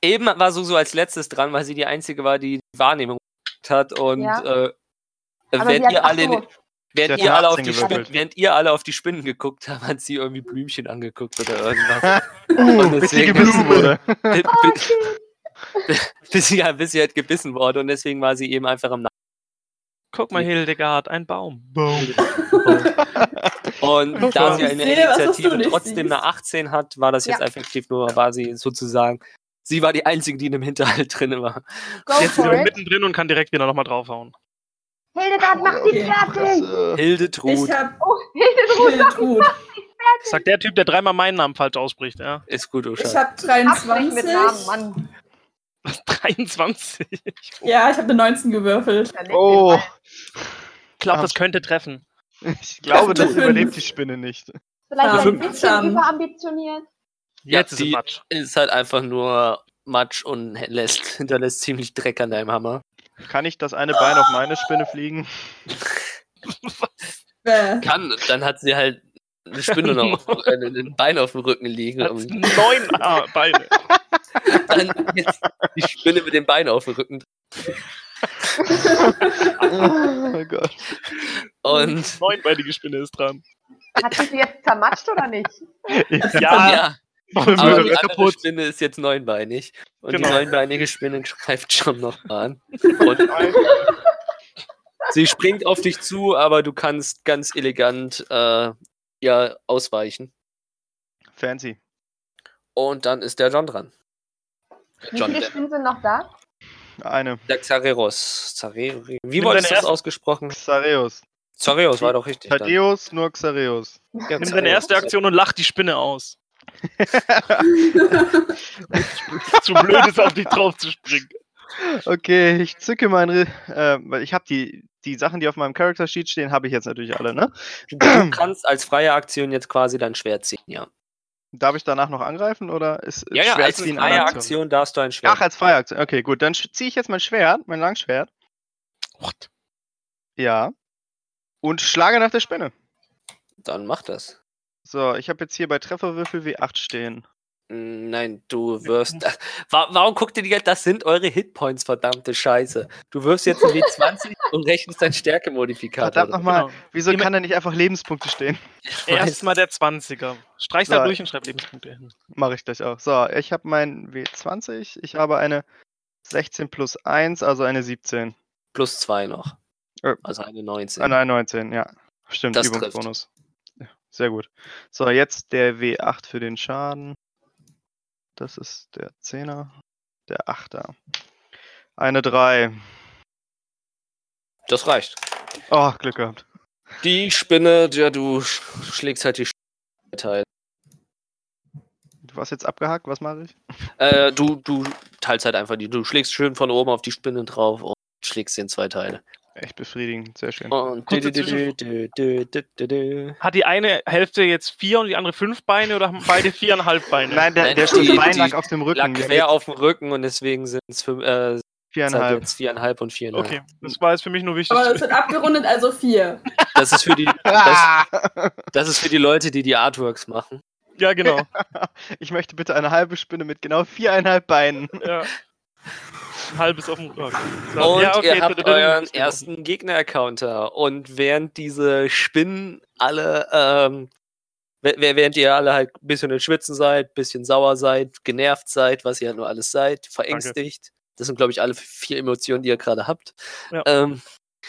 [SPEAKER 5] eben war Susu als letztes dran, weil sie die einzige war, die die Wahrnehmung hat. Und
[SPEAKER 2] Ja.
[SPEAKER 5] äh,
[SPEAKER 2] Also sie
[SPEAKER 5] während,
[SPEAKER 2] hat-
[SPEAKER 5] ihr
[SPEAKER 2] ach
[SPEAKER 5] alle, ne-
[SPEAKER 2] so.
[SPEAKER 1] Sie
[SPEAKER 5] während,
[SPEAKER 1] hat
[SPEAKER 5] ihr
[SPEAKER 1] eine
[SPEAKER 5] alle auf
[SPEAKER 1] 18
[SPEAKER 5] die Spinnen,
[SPEAKER 1] gewürfelt.
[SPEAKER 5] während ihr alle auf die Spinnen geguckt habt, hat sie irgendwie Blümchen angeguckt oder irgendwas.
[SPEAKER 1] Uh, bis sie
[SPEAKER 5] deswegen-
[SPEAKER 1] gebissen wurde.
[SPEAKER 5] Bi- bi- bis, sie, ja, bis sie halt gebissen wurde und deswegen war sie eben einfach am
[SPEAKER 4] Guck mal, Hildegard, ein Baum. Boom.
[SPEAKER 5] Und da sie
[SPEAKER 3] Ich
[SPEAKER 5] eine
[SPEAKER 3] sehe, was, was du
[SPEAKER 5] Initiative
[SPEAKER 3] nicht
[SPEAKER 5] trotzdem
[SPEAKER 3] siehst.
[SPEAKER 5] eine 18 hat, war das jetzt
[SPEAKER 2] Ja.
[SPEAKER 5] effektiv nur, war sie sozusagen, sie war die Einzige, die in dem Hinterhalt drin war.
[SPEAKER 2] Go
[SPEAKER 4] Jetzt sind
[SPEAKER 2] for
[SPEAKER 4] wir
[SPEAKER 2] it.
[SPEAKER 4] mittendrin und kann direkt wieder nochmal draufhauen.
[SPEAKER 2] Hildegard, mach
[SPEAKER 5] Oh,
[SPEAKER 2] die fertig.
[SPEAKER 1] Fresse.
[SPEAKER 5] Hilde
[SPEAKER 3] Ich
[SPEAKER 5] Trud
[SPEAKER 3] hab
[SPEAKER 2] Oh, Hildegard,
[SPEAKER 3] Wildhut.
[SPEAKER 4] Sagt der Typ, der dreimal meinen Namen falsch ausspricht, ja.
[SPEAKER 5] ist gut,
[SPEAKER 3] Ich
[SPEAKER 5] Usha.
[SPEAKER 3] hab
[SPEAKER 2] ab nicht mit
[SPEAKER 3] 23.
[SPEAKER 2] Namen, Mann.
[SPEAKER 4] 23.
[SPEAKER 3] Ja, ich hab eine 19 gewürfelt.
[SPEAKER 2] Dann leg den
[SPEAKER 1] Oh,
[SPEAKER 2] Ball.
[SPEAKER 4] Ich glaube,
[SPEAKER 1] Ah.
[SPEAKER 4] das könnte treffen.
[SPEAKER 1] ich glaube, das
[SPEAKER 3] Fünf.
[SPEAKER 1] überlebt die Spinne nicht.
[SPEAKER 2] Vielleicht ein
[SPEAKER 5] fünf
[SPEAKER 2] bisschen
[SPEAKER 3] Schaden.
[SPEAKER 2] überambitioniert.
[SPEAKER 5] Ja,
[SPEAKER 4] Jetzt ist es
[SPEAKER 5] die-
[SPEAKER 4] Matsch.
[SPEAKER 5] Ist halt einfach nur Matsch und lässt, hinterlässt ziemlich Dreck an deinem Hammer.
[SPEAKER 1] Kann ich das eine Bein auf meine Spinne fliegen?
[SPEAKER 3] Bäh.
[SPEAKER 5] Kann, dann hat sie halt eine Spinne noch, auf- äh, ein Bein auf dem Rücken liegen.
[SPEAKER 4] Hat's
[SPEAKER 5] Und
[SPEAKER 4] Neun ah, Beine.
[SPEAKER 5] dann jetzt die Spinne mit dem Bein auf dem Rücken.
[SPEAKER 1] oh Gott.
[SPEAKER 5] Und
[SPEAKER 4] Neunbeinige Spinne ist dran.
[SPEAKER 2] Hat sie sie jetzt zermatscht oder nicht?
[SPEAKER 4] Ja,
[SPEAKER 5] ja,
[SPEAKER 1] Voll
[SPEAKER 5] Aber
[SPEAKER 1] Möhre
[SPEAKER 5] die andere
[SPEAKER 1] kaputt.
[SPEAKER 5] Spinne ist jetzt neunbeinig. Und
[SPEAKER 4] Genau.
[SPEAKER 5] die neunbeinige Spinne greift schon noch mal an. Und sie springt auf dich zu, aber du kannst ganz elegant äh, ja, ausweichen.
[SPEAKER 1] Fancy.
[SPEAKER 5] Und dann ist der John dran.
[SPEAKER 2] Wie
[SPEAKER 5] John
[SPEAKER 2] viele
[SPEAKER 5] Depp.
[SPEAKER 2] Spinnen sind noch da?
[SPEAKER 1] Eine.
[SPEAKER 5] Der Xareros. Xareri. Wie
[SPEAKER 4] Nimm
[SPEAKER 5] wurde
[SPEAKER 4] deine
[SPEAKER 5] das
[SPEAKER 4] erste-
[SPEAKER 5] ausgesprochen?
[SPEAKER 1] Xareus.
[SPEAKER 5] Xareos war doch richtig. dann.
[SPEAKER 1] Tadeus, nur Xareus.
[SPEAKER 5] Ja,
[SPEAKER 4] nimm
[SPEAKER 5] Xareos.
[SPEAKER 4] deine erste Aktion und lach die Spinne aus. Zu blöd ist, auf dich drauf zu springen.
[SPEAKER 1] Okay, ich zücke mein. Re äh, weil ich habe die, die Sachen, die auf meinem Character Sheet stehen, habe ich jetzt natürlich alle, ne?
[SPEAKER 5] Du kannst als freie Aktion jetzt quasi dein Schwert ziehen, ja.
[SPEAKER 1] Darf ich danach noch angreifen oder ist
[SPEAKER 5] Ja, ja,
[SPEAKER 1] Schwert
[SPEAKER 5] als
[SPEAKER 1] ziehen
[SPEAKER 5] freie
[SPEAKER 1] eine
[SPEAKER 5] Aktion darfst du ein Schwert
[SPEAKER 1] Ach, als freie Aktion. Okay, gut. Dann ziehe ich jetzt mein Schwert, mein Langschwert.
[SPEAKER 4] What?
[SPEAKER 1] Ja. Und schlage nach der Spinne.
[SPEAKER 4] also-
[SPEAKER 5] Dann mach das.
[SPEAKER 1] So, ich habe jetzt hier bei Trefferwürfel W8 stehen.
[SPEAKER 5] Mm, Nein, du wirst. Wa- Warum guckt ihr die ganze Das sind eure Hitpoints, verdammte Scheiße. Du wirfst jetzt ein W20 und rechnest dein Stärkemodifikator.
[SPEAKER 1] Verdammt nochmal.
[SPEAKER 4] Genau.
[SPEAKER 1] Wieso
[SPEAKER 4] Jemand-
[SPEAKER 1] kann da nicht einfach Lebenspunkte stehen?
[SPEAKER 4] Erstmal der 20er. Streich da
[SPEAKER 1] So.
[SPEAKER 4] durch und schreib Lebenspunkte hin.
[SPEAKER 1] Mache ich gleich auch. So, ich habe mein W20. Ich habe eine 16 plus 1, also eine 17.
[SPEAKER 5] Plus zwei noch.
[SPEAKER 1] Äh.
[SPEAKER 5] Also eine 19.
[SPEAKER 1] Ah, nein, 19, ja. Stimmt,
[SPEAKER 5] Das trifft.
[SPEAKER 1] Übungsbonus. Ja, Sehr gut. So, jetzt der W8 für den Schaden. Das ist der 10er. Der 8er. Eine 3.
[SPEAKER 5] Das reicht.
[SPEAKER 1] Oh, Glück gehabt.
[SPEAKER 5] Die Spinne, ja, du sch schlägst halt die Spinne teil.
[SPEAKER 1] Du warst jetzt abgehakt, was mache ich?
[SPEAKER 5] Äh, du, du teilst halt einfach die. Du schlägst schön von oben auf die Spinne drauf und schlägst sie in zwei Teile.
[SPEAKER 1] Echt befriedigend, sehr schön.
[SPEAKER 5] Und
[SPEAKER 4] Kurze
[SPEAKER 5] dü- dü- dü- dü- dü- dü- dü-
[SPEAKER 4] Hat die eine Hälfte jetzt vier und die andere fünf Beine oder haben beide viereinhalb Beine?
[SPEAKER 1] Nein, der,
[SPEAKER 5] Nein,
[SPEAKER 1] der
[SPEAKER 5] die-
[SPEAKER 1] Bein
[SPEAKER 5] die
[SPEAKER 1] lag auf dem Rücken.
[SPEAKER 5] lag
[SPEAKER 1] Wir haben
[SPEAKER 5] quer auf dem Rücken und deswegen sind es äh,
[SPEAKER 1] jetzt
[SPEAKER 5] Seid ihr
[SPEAKER 1] Viereinhalb.
[SPEAKER 5] jetzt viereinhalb und viereinhalb.
[SPEAKER 4] Okay, das war jetzt für mich nur wichtig.
[SPEAKER 3] Aber das wird abgerundet, also vier.
[SPEAKER 5] Das ist für die, das,
[SPEAKER 1] Ah!
[SPEAKER 5] das ist für die Leute, die die Artworks machen.
[SPEAKER 4] Ja, genau.
[SPEAKER 1] Ich möchte bitte eine halbe Spinne mit genau viereinhalb Beinen.
[SPEAKER 4] ja. Ein halbes auf dem Rücken. So,
[SPEAKER 5] Und
[SPEAKER 4] ja, okay,
[SPEAKER 5] ihr habt
[SPEAKER 4] dann- dann-
[SPEAKER 5] euren ersten Gegner-Counter. Und während diese Spinnen alle, ähm, wä- wä- während ihr alle halt ein bisschen in Schwitzen seid, ein bisschen sauer seid, genervt seid, was ihr halt nur alles seid, verängstigt. Das sind, glaube ich, alle vier Emotionen, die ihr gerade habt.
[SPEAKER 4] Ja.
[SPEAKER 5] Ähm,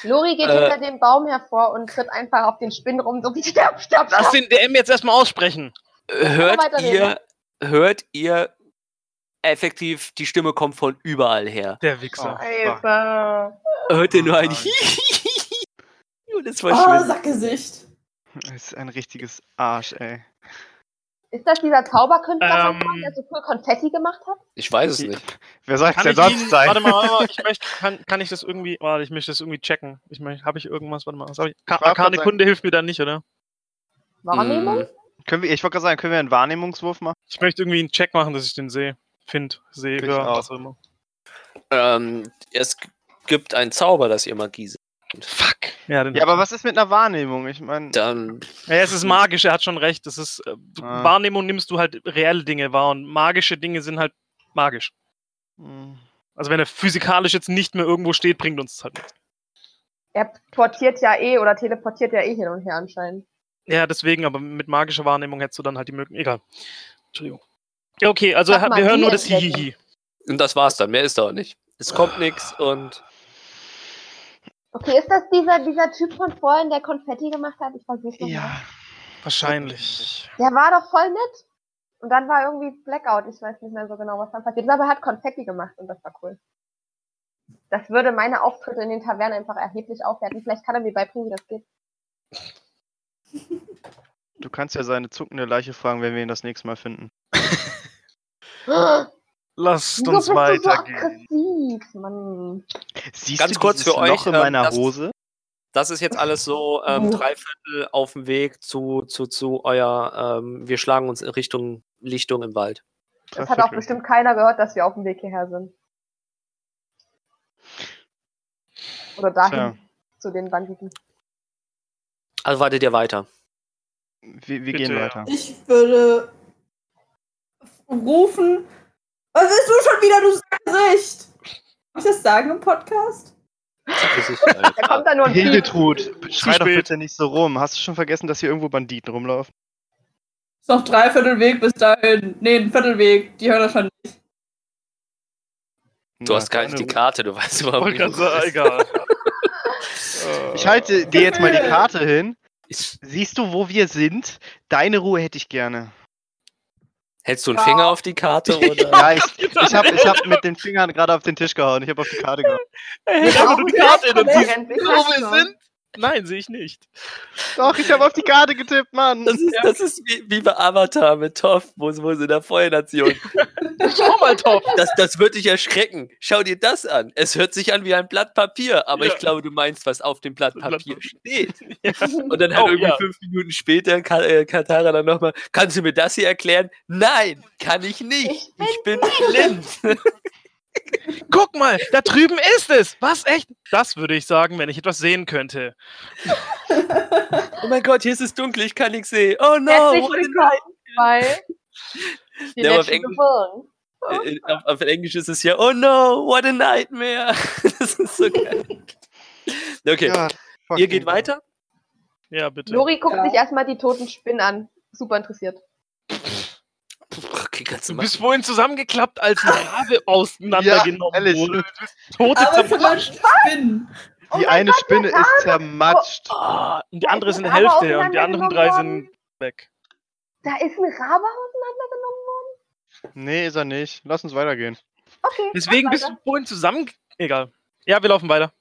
[SPEAKER 2] Lori geht
[SPEAKER 5] Äh.
[SPEAKER 2] hinter dem Baum hervor und tritt einfach auf den Spinnen rum, so wie stirb, stirb,
[SPEAKER 4] Lass
[SPEAKER 2] stirb.
[SPEAKER 4] den DM jetzt erstmal aussprechen.
[SPEAKER 5] hört,
[SPEAKER 2] weiterreden.
[SPEAKER 5] ihr, hört ihr effektiv, die Stimme kommt von überall her.
[SPEAKER 4] Der
[SPEAKER 2] Oh.
[SPEAKER 4] Wichser.
[SPEAKER 2] Alter.
[SPEAKER 5] Hört ihr nur ein
[SPEAKER 1] Nein.
[SPEAKER 5] und es
[SPEAKER 3] Oh,
[SPEAKER 5] verschwindet.
[SPEAKER 3] Sackgesicht.
[SPEAKER 1] Das ist ein richtiges Arsch, ey.
[SPEAKER 2] Ist das dieser Zauberkünstler,
[SPEAKER 4] Ähm.
[SPEAKER 2] ähm, der so cool Konfetti gemacht hat?
[SPEAKER 5] Ich weiß es nicht.
[SPEAKER 1] Wer soll es
[SPEAKER 4] Kann
[SPEAKER 1] denn
[SPEAKER 4] ich
[SPEAKER 1] sonst
[SPEAKER 4] ihn, warte
[SPEAKER 1] sein?
[SPEAKER 4] mal, warte mal, ich möchte, kann, kann ich das irgendwie, warte, ich möchte das irgendwie checken. Ich meine, habe ich irgendwas, warte mal, was hab ich? Ka
[SPEAKER 1] Ich wollte
[SPEAKER 4] Arkane
[SPEAKER 1] gerade
[SPEAKER 4] Kunde hilft mir da nicht, oder?
[SPEAKER 2] Wahrnehmung?
[SPEAKER 5] Mm.
[SPEAKER 1] Können wir, ich wollte gerade sagen, können wir einen Wahrnehmungswurf machen?
[SPEAKER 4] Ich möchte irgendwie einen Check machen, dass ich den sehe. Find, sehe,
[SPEAKER 1] Ich
[SPEAKER 4] höre,
[SPEAKER 1] auch.
[SPEAKER 4] was auch immer.
[SPEAKER 5] Ähm, es g- gibt einen Zauber, dass ihr Magie seht.
[SPEAKER 4] Fuck. Ja, den
[SPEAKER 1] Ja, aber was ist mit einer Wahrnehmung? Ich meine,
[SPEAKER 5] Dann
[SPEAKER 4] Ja, es ist magisch, er hat schon recht. Das ist äh,
[SPEAKER 1] Ah.
[SPEAKER 4] Wahrnehmung nimmst du halt reelle Dinge wahr und magische Dinge sind halt magisch.
[SPEAKER 1] mh,
[SPEAKER 4] Also wenn er physikalisch jetzt nicht mehr irgendwo steht, bringt uns das halt nichts.
[SPEAKER 2] Er portiert ja eh oder teleportiert ja eh hin und her anscheinend.
[SPEAKER 4] Ja, deswegen, aber mit magischer Wahrnehmung hättest du dann halt die Möglichkeit. Egal. Entschuldigung. Ja, okay, also
[SPEAKER 2] Sag
[SPEAKER 4] ha-
[SPEAKER 2] mal,
[SPEAKER 4] wir hören
[SPEAKER 2] wie
[SPEAKER 4] nur das
[SPEAKER 2] entdecken?
[SPEAKER 4] Hihihi.
[SPEAKER 5] und das war's dann. Mehr ist da auch nicht. Es kommt nichts und
[SPEAKER 2] Okay, ist das dieser, dieser Typ von vorhin, der Konfetti gemacht hat? Ich versuch's nochmal.
[SPEAKER 1] ja.
[SPEAKER 4] Wahrscheinlich.
[SPEAKER 2] Der war doch voll nett. Und dann war irgendwie Blackout. Ich weiß nicht mehr so genau, was dann passiert ist. Aber er hat Konfetti gemacht und das war cool. Das würde meine Auftritte in den Tavernen einfach erheblich aufwerten. Vielleicht kann er mir beibringen, wie das geht.
[SPEAKER 1] Du kannst ja seine zuckende Leiche fragen, wenn wir ihn das nächste Mal finden.
[SPEAKER 4] Lasst
[SPEAKER 2] Wieso
[SPEAKER 4] uns
[SPEAKER 2] bist du so
[SPEAKER 4] weitergehen.
[SPEAKER 2] aggressiv, Mann?
[SPEAKER 1] Siehst
[SPEAKER 5] Ganz kurz
[SPEAKER 1] dieses
[SPEAKER 5] für euch,
[SPEAKER 1] Loch in
[SPEAKER 5] ähm,
[SPEAKER 1] meiner
[SPEAKER 5] das-
[SPEAKER 1] Hose?
[SPEAKER 5] das ist jetzt alles so ähm,
[SPEAKER 3] Oh.
[SPEAKER 5] drei Viertel auf dem Weg zu, zu, zu euer, ähm, wir schlagen uns in Richtung Lichtung im Wald.
[SPEAKER 2] Das hat auch
[SPEAKER 1] Dreiviertel.
[SPEAKER 2] bestimmt keiner gehört, dass wir auf dem Weg hierher sind. Oder dahin
[SPEAKER 1] Tja.
[SPEAKER 2] zu den Banditen.
[SPEAKER 5] Also wartet ihr weiter.
[SPEAKER 1] Wir, wir
[SPEAKER 4] Bitte,
[SPEAKER 1] gehen
[SPEAKER 4] ja.
[SPEAKER 1] weiter.
[SPEAKER 3] Ich würde rufen. Was willst du schon wieder, du Sackgesicht? Darf ich das sagen im Podcast?
[SPEAKER 5] Das ist, äh,
[SPEAKER 2] Da kommt dann nur ein Piep.
[SPEAKER 1] Hildetrud, schrei doch
[SPEAKER 4] spät.
[SPEAKER 1] bitte nicht so rum. Hast du schon vergessen, dass hier irgendwo Banditen rumlaufen?
[SPEAKER 3] Ist noch dreiviertel Weg bis dahin. Nee, ein Viertelweg. Die hören das schon.
[SPEAKER 5] du
[SPEAKER 1] Na,
[SPEAKER 5] hast gar nicht die
[SPEAKER 1] keine-
[SPEAKER 5] Karte, du weißt
[SPEAKER 4] Ich
[SPEAKER 5] überhaupt
[SPEAKER 4] wollte
[SPEAKER 5] nicht.
[SPEAKER 4] gerade
[SPEAKER 5] wo du
[SPEAKER 4] sagen,
[SPEAKER 5] bist.
[SPEAKER 4] egal. Äh.
[SPEAKER 1] Ich halte dir jetzt mal die Karte hin.
[SPEAKER 5] Ich-
[SPEAKER 1] Siehst du, wo wir sind? Deine Ruhe hätte ich gerne.
[SPEAKER 5] Hältst du einen Finger auf die Karte oder?
[SPEAKER 1] Ja, ich, ich habe ich hab mit den Fingern gerade auf den Tisch gehauen. Ich habe auf die Karte gehauen.
[SPEAKER 4] Er hält einfach nur die Karte hin und
[SPEAKER 2] Der
[SPEAKER 4] siehst,
[SPEAKER 2] rennt
[SPEAKER 4] wo
[SPEAKER 2] sich weg,
[SPEAKER 4] wir
[SPEAKER 2] ne?
[SPEAKER 4] sind. Nein, sehe ich nicht.
[SPEAKER 1] Doch, ich habe auf die Karte getippt, Mann.
[SPEAKER 5] Das ist, das ist wie, wie bei Avatar mit Toff, wo, wo sie in der Feuernation.
[SPEAKER 4] Schau mal, Top.
[SPEAKER 5] Das, das wird dich erschrecken. Schau dir das an. Es hört sich an wie ein Blatt Papier, aber
[SPEAKER 4] Ja.
[SPEAKER 5] ich glaube, du meinst, was auf dem Blatt
[SPEAKER 4] Blatt
[SPEAKER 5] Papier
[SPEAKER 4] Papier.
[SPEAKER 5] steht. Und dann
[SPEAKER 4] Oh,
[SPEAKER 5] hat irgendwie
[SPEAKER 4] ja.
[SPEAKER 5] fünf Minuten später Ka- äh, Katara dann nochmal, kannst du mir das hier erklären? Nein, kann ich nicht. Ich bin blind.
[SPEAKER 4] Guck mal, da drüben ist es. Was echt? Das würde ich sagen, wenn ich etwas sehen könnte.
[SPEAKER 5] oh mein Gott, hier ist es dunkel, ich kann nichts sehen. Oh no.
[SPEAKER 2] Herzlich
[SPEAKER 5] what a
[SPEAKER 2] willkommen bei die
[SPEAKER 5] Ja, aber auf
[SPEAKER 2] letzten
[SPEAKER 5] Englisch-
[SPEAKER 2] Geborenen.
[SPEAKER 5] Äh, Auf, auf Englisch ist es ja, oh no, what a nightmare. das ist so geil. Okay,
[SPEAKER 1] Ja,
[SPEAKER 5] ihr
[SPEAKER 1] fucking
[SPEAKER 5] geht
[SPEAKER 1] geil.
[SPEAKER 5] weiter.
[SPEAKER 4] Ja, bitte.
[SPEAKER 2] Lori guckt
[SPEAKER 3] Ja.
[SPEAKER 2] sich erstmal die toten Spinnen an. Super interessiert.
[SPEAKER 5] Puh, Okay, kannst du
[SPEAKER 4] Du
[SPEAKER 5] machen.
[SPEAKER 4] bist vorhin zusammengeklappt, als ein Rabe auseinandergenommen
[SPEAKER 1] Ja, ehrlich.
[SPEAKER 4] wurde. Du bist Tote
[SPEAKER 3] Aber
[SPEAKER 4] zum
[SPEAKER 3] zum Beispiel.
[SPEAKER 2] Oh
[SPEAKER 1] Die
[SPEAKER 2] mein
[SPEAKER 1] eine
[SPEAKER 2] Gott, Oh.
[SPEAKER 1] Spinne ist zermatscht.
[SPEAKER 4] Ah, und die
[SPEAKER 2] Ja,
[SPEAKER 4] andere
[SPEAKER 2] ich
[SPEAKER 4] ist in
[SPEAKER 2] bin
[SPEAKER 4] der
[SPEAKER 2] aber
[SPEAKER 4] Hälfte und die anderen drei
[SPEAKER 2] auseinandergenommen
[SPEAKER 4] sind weg.
[SPEAKER 2] Da ist ein Rabe auseinandergenommen worden.
[SPEAKER 1] Nee, ist er nicht. Lass uns weitergehen.
[SPEAKER 2] Okay.
[SPEAKER 4] Deswegen
[SPEAKER 2] mach
[SPEAKER 4] bist du vorhin zusammen. Egal. Ja, wir laufen weiter.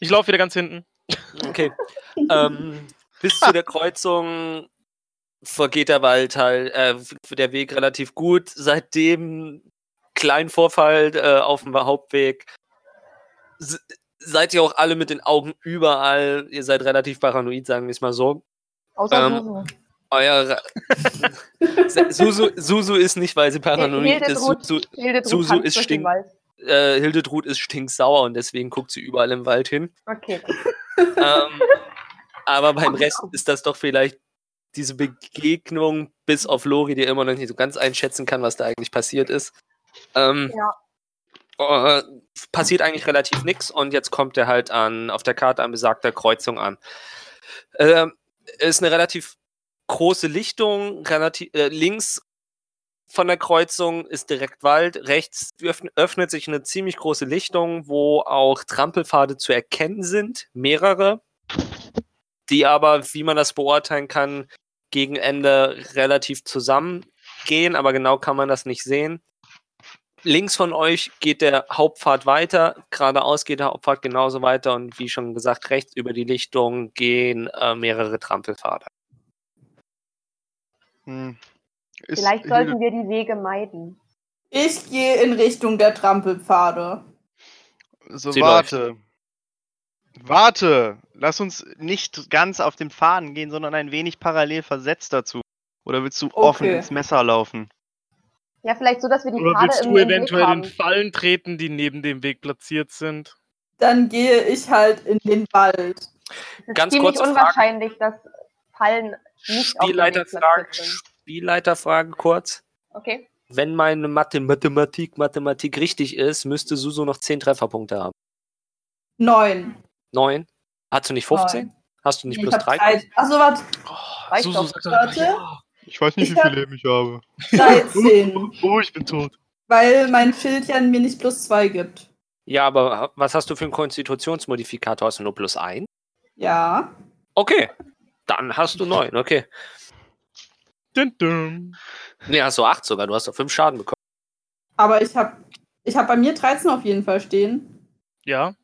[SPEAKER 4] Ich laufe wieder ganz hinten.
[SPEAKER 5] Okay. ähm, bis zu der Kreuzung vergeht der Wald halt, äh, der Weg relativ gut. Seit dem kleinen Vorfall äh, auf dem Hauptweg se- seid ihr auch alle mit den Augen überall. Ihr seid relativ paranoid, sagen wir es mal so.
[SPEAKER 2] Außer
[SPEAKER 5] Ähm,
[SPEAKER 2] Susu.
[SPEAKER 5] Euer Susu, Susu ist nicht, weil sie paranoid ist.
[SPEAKER 2] Hildetrud-
[SPEAKER 5] Susu,
[SPEAKER 2] Hildetrud
[SPEAKER 5] Susu
[SPEAKER 2] tanzt
[SPEAKER 5] ist
[SPEAKER 2] durch den
[SPEAKER 5] stink-
[SPEAKER 2] Wald.
[SPEAKER 5] äh, Hildetrud ist stinksauer und deswegen guckt sie überall im Wald hin.
[SPEAKER 2] Okay.
[SPEAKER 5] ähm, aber beim Rest ist das doch vielleicht diese Begegnung, bis auf Lori, die immer noch nicht so ganz einschätzen kann, was da eigentlich passiert ist. Ähm, äh, passiert eigentlich relativ nichts und jetzt kommt er halt an, auf der Karte an besagter Kreuzung an. Ähm, ist eine relativ große Lichtung, relativ, äh, links von der Kreuzung ist direkt Wald, rechts öffn- öffnet sich eine ziemlich große Lichtung, wo auch Trampelpfade zu erkennen sind, mehrere, die aber, wie man das beurteilen kann, gegen Ende relativ zusammengehen, aber genau kann man das nicht sehen. Links von euch geht der Hauptpfad weiter, geradeaus geht der Hauptpfad genauso weiter und wie schon gesagt, rechts über die Lichtung gehen äh, mehrere Trampelpfade.
[SPEAKER 1] Hm. Ist
[SPEAKER 2] Vielleicht
[SPEAKER 1] Hilde-
[SPEAKER 2] sollten wir die Wege meiden.
[SPEAKER 3] Ich gehe in Richtung der Trampelpfade.
[SPEAKER 1] So,
[SPEAKER 5] Sie
[SPEAKER 1] warte. Warte! Lass uns nicht ganz auf den Faden gehen, sondern ein wenig parallel versetzt dazu. Oder willst du offen
[SPEAKER 3] Okay.
[SPEAKER 1] ins Messer laufen?
[SPEAKER 2] Ja, vielleicht so, dass wir die
[SPEAKER 4] Oder
[SPEAKER 2] Pfade
[SPEAKER 4] willst
[SPEAKER 2] im,
[SPEAKER 4] du
[SPEAKER 2] im Blick
[SPEAKER 4] eventuell in
[SPEAKER 2] haben.
[SPEAKER 4] Fallen treten, die neben dem Weg platziert sind?
[SPEAKER 3] Dann gehe ich halt in den Wald.
[SPEAKER 2] Es ist
[SPEAKER 5] Ganz
[SPEAKER 2] ziemlich
[SPEAKER 5] kurze Frage.
[SPEAKER 2] unwahrscheinlich, dass Fallen nicht auf dem Weg
[SPEAKER 5] Spielleiterfrage,
[SPEAKER 2] platziert sind.
[SPEAKER 5] Spielleiterfrage kurz.
[SPEAKER 2] Okay.
[SPEAKER 5] Wenn meine Mathe, Mathematik, Mathematik richtig ist, müsste Susu noch 10 Trefferpunkte haben.
[SPEAKER 3] Neun.
[SPEAKER 5] 9? Hast du nicht 15? Hast du nicht
[SPEAKER 3] ich
[SPEAKER 5] plus
[SPEAKER 3] hab
[SPEAKER 5] 3?
[SPEAKER 3] drei. Achso, warte.
[SPEAKER 4] Oh,
[SPEAKER 2] Reicht
[SPEAKER 4] Susu
[SPEAKER 2] doch.
[SPEAKER 4] sagt dann,
[SPEAKER 3] Warte.
[SPEAKER 4] ja.
[SPEAKER 1] Ich weiß
[SPEAKER 3] nicht, Ich wie viel hab-
[SPEAKER 1] Leben ich habe.
[SPEAKER 3] 13.
[SPEAKER 1] Oh, ich bin tot.
[SPEAKER 3] weil mein Schild ja mir nicht plus zwei gibt.
[SPEAKER 5] Ja, aber ha- was hast du für einen Konstitutionsmodifikator? Hast du nur plus 1?
[SPEAKER 3] Ja.
[SPEAKER 5] Okay, dann hast du 9, okay.
[SPEAKER 4] Dün, dün.
[SPEAKER 5] Nee, hast du 8 sogar, du hast doch 5 Schaden bekommen.
[SPEAKER 3] Aber ich habe ich hab bei mir 13 auf jeden Fall stehen.
[SPEAKER 4] Ja,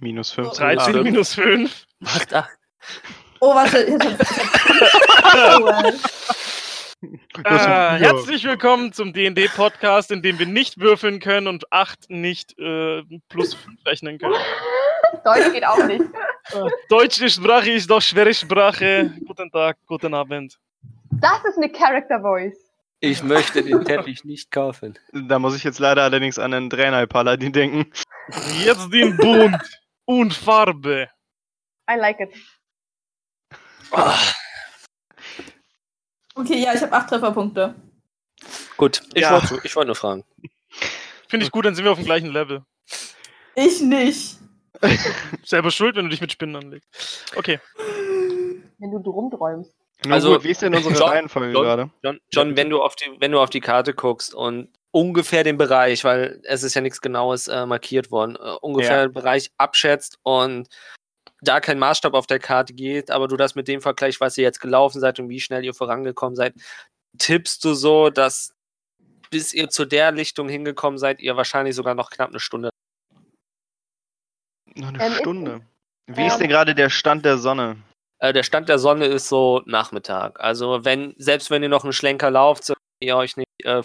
[SPEAKER 1] Minus 15.
[SPEAKER 4] 13
[SPEAKER 5] Ja.
[SPEAKER 4] minus 5.
[SPEAKER 5] Macht 8.
[SPEAKER 3] Oh, warte. Ich hab, ich hab
[SPEAKER 1] Das-
[SPEAKER 4] Äh,
[SPEAKER 1] ja.
[SPEAKER 4] herzlich willkommen zum D&D-Podcast, in dem wir nicht würfeln können und 8 nicht äh, plus 5 rechnen können.
[SPEAKER 2] Deutsch geht auch nicht.
[SPEAKER 4] Äh, Deutsche Sprache ist doch schwere Sprache. Guten Tag, guten Abend.
[SPEAKER 2] Das ist eine Character Voice.
[SPEAKER 5] Ich möchte den Teppich nicht kaufen.
[SPEAKER 1] Da muss ich jetzt leider allerdings an einen Draenei-Paladin denken.
[SPEAKER 4] Jetzt den Bund und Farbe.
[SPEAKER 2] I like it.
[SPEAKER 3] okay, ja, ich habe acht Trefferpunkte.
[SPEAKER 5] Gut, ich
[SPEAKER 1] Ja.
[SPEAKER 5] wollte ich wollte nur fragen.
[SPEAKER 4] Finde ich gut, dann sind wir auf dem gleichen Level.
[SPEAKER 3] Ich nicht.
[SPEAKER 4] Selber schuld, wenn du dich mit Spinnen anlegst. Okay.
[SPEAKER 2] Wenn du drum träumst.
[SPEAKER 1] Nur
[SPEAKER 5] Also,
[SPEAKER 1] wie ist denn unsere
[SPEAKER 5] John-
[SPEAKER 1] Reihenfolge
[SPEAKER 5] John-
[SPEAKER 1] gerade?
[SPEAKER 5] John, John wenn, du auf die, wenn du auf die Karte guckst und ungefähr den Bereich, weil es ist ja nichts Genaues äh, markiert worden, äh, ungefähr
[SPEAKER 1] Ja.
[SPEAKER 5] den Bereich abschätzt und da kein Maßstab auf der Karte geht, aber du das mit dem Vergleich, was ihr jetzt gelaufen seid und wie schnell ihr vorangekommen seid, tippst du so, dass bis ihr zu der Lichtung hingekommen seid, ihr wahrscheinlich sogar noch knapp eine Stunde.
[SPEAKER 1] Noch eine
[SPEAKER 2] Ähm, ich-
[SPEAKER 1] Stunde. Wie
[SPEAKER 2] ähm,
[SPEAKER 1] ist denn gerade der Stand der Sonne?
[SPEAKER 5] Äh, der Stand der Sonne ist so Nachmittag. Also wenn, selbst wenn ihr noch einen Schlenker lauft, solltet ihr euch nicht äh,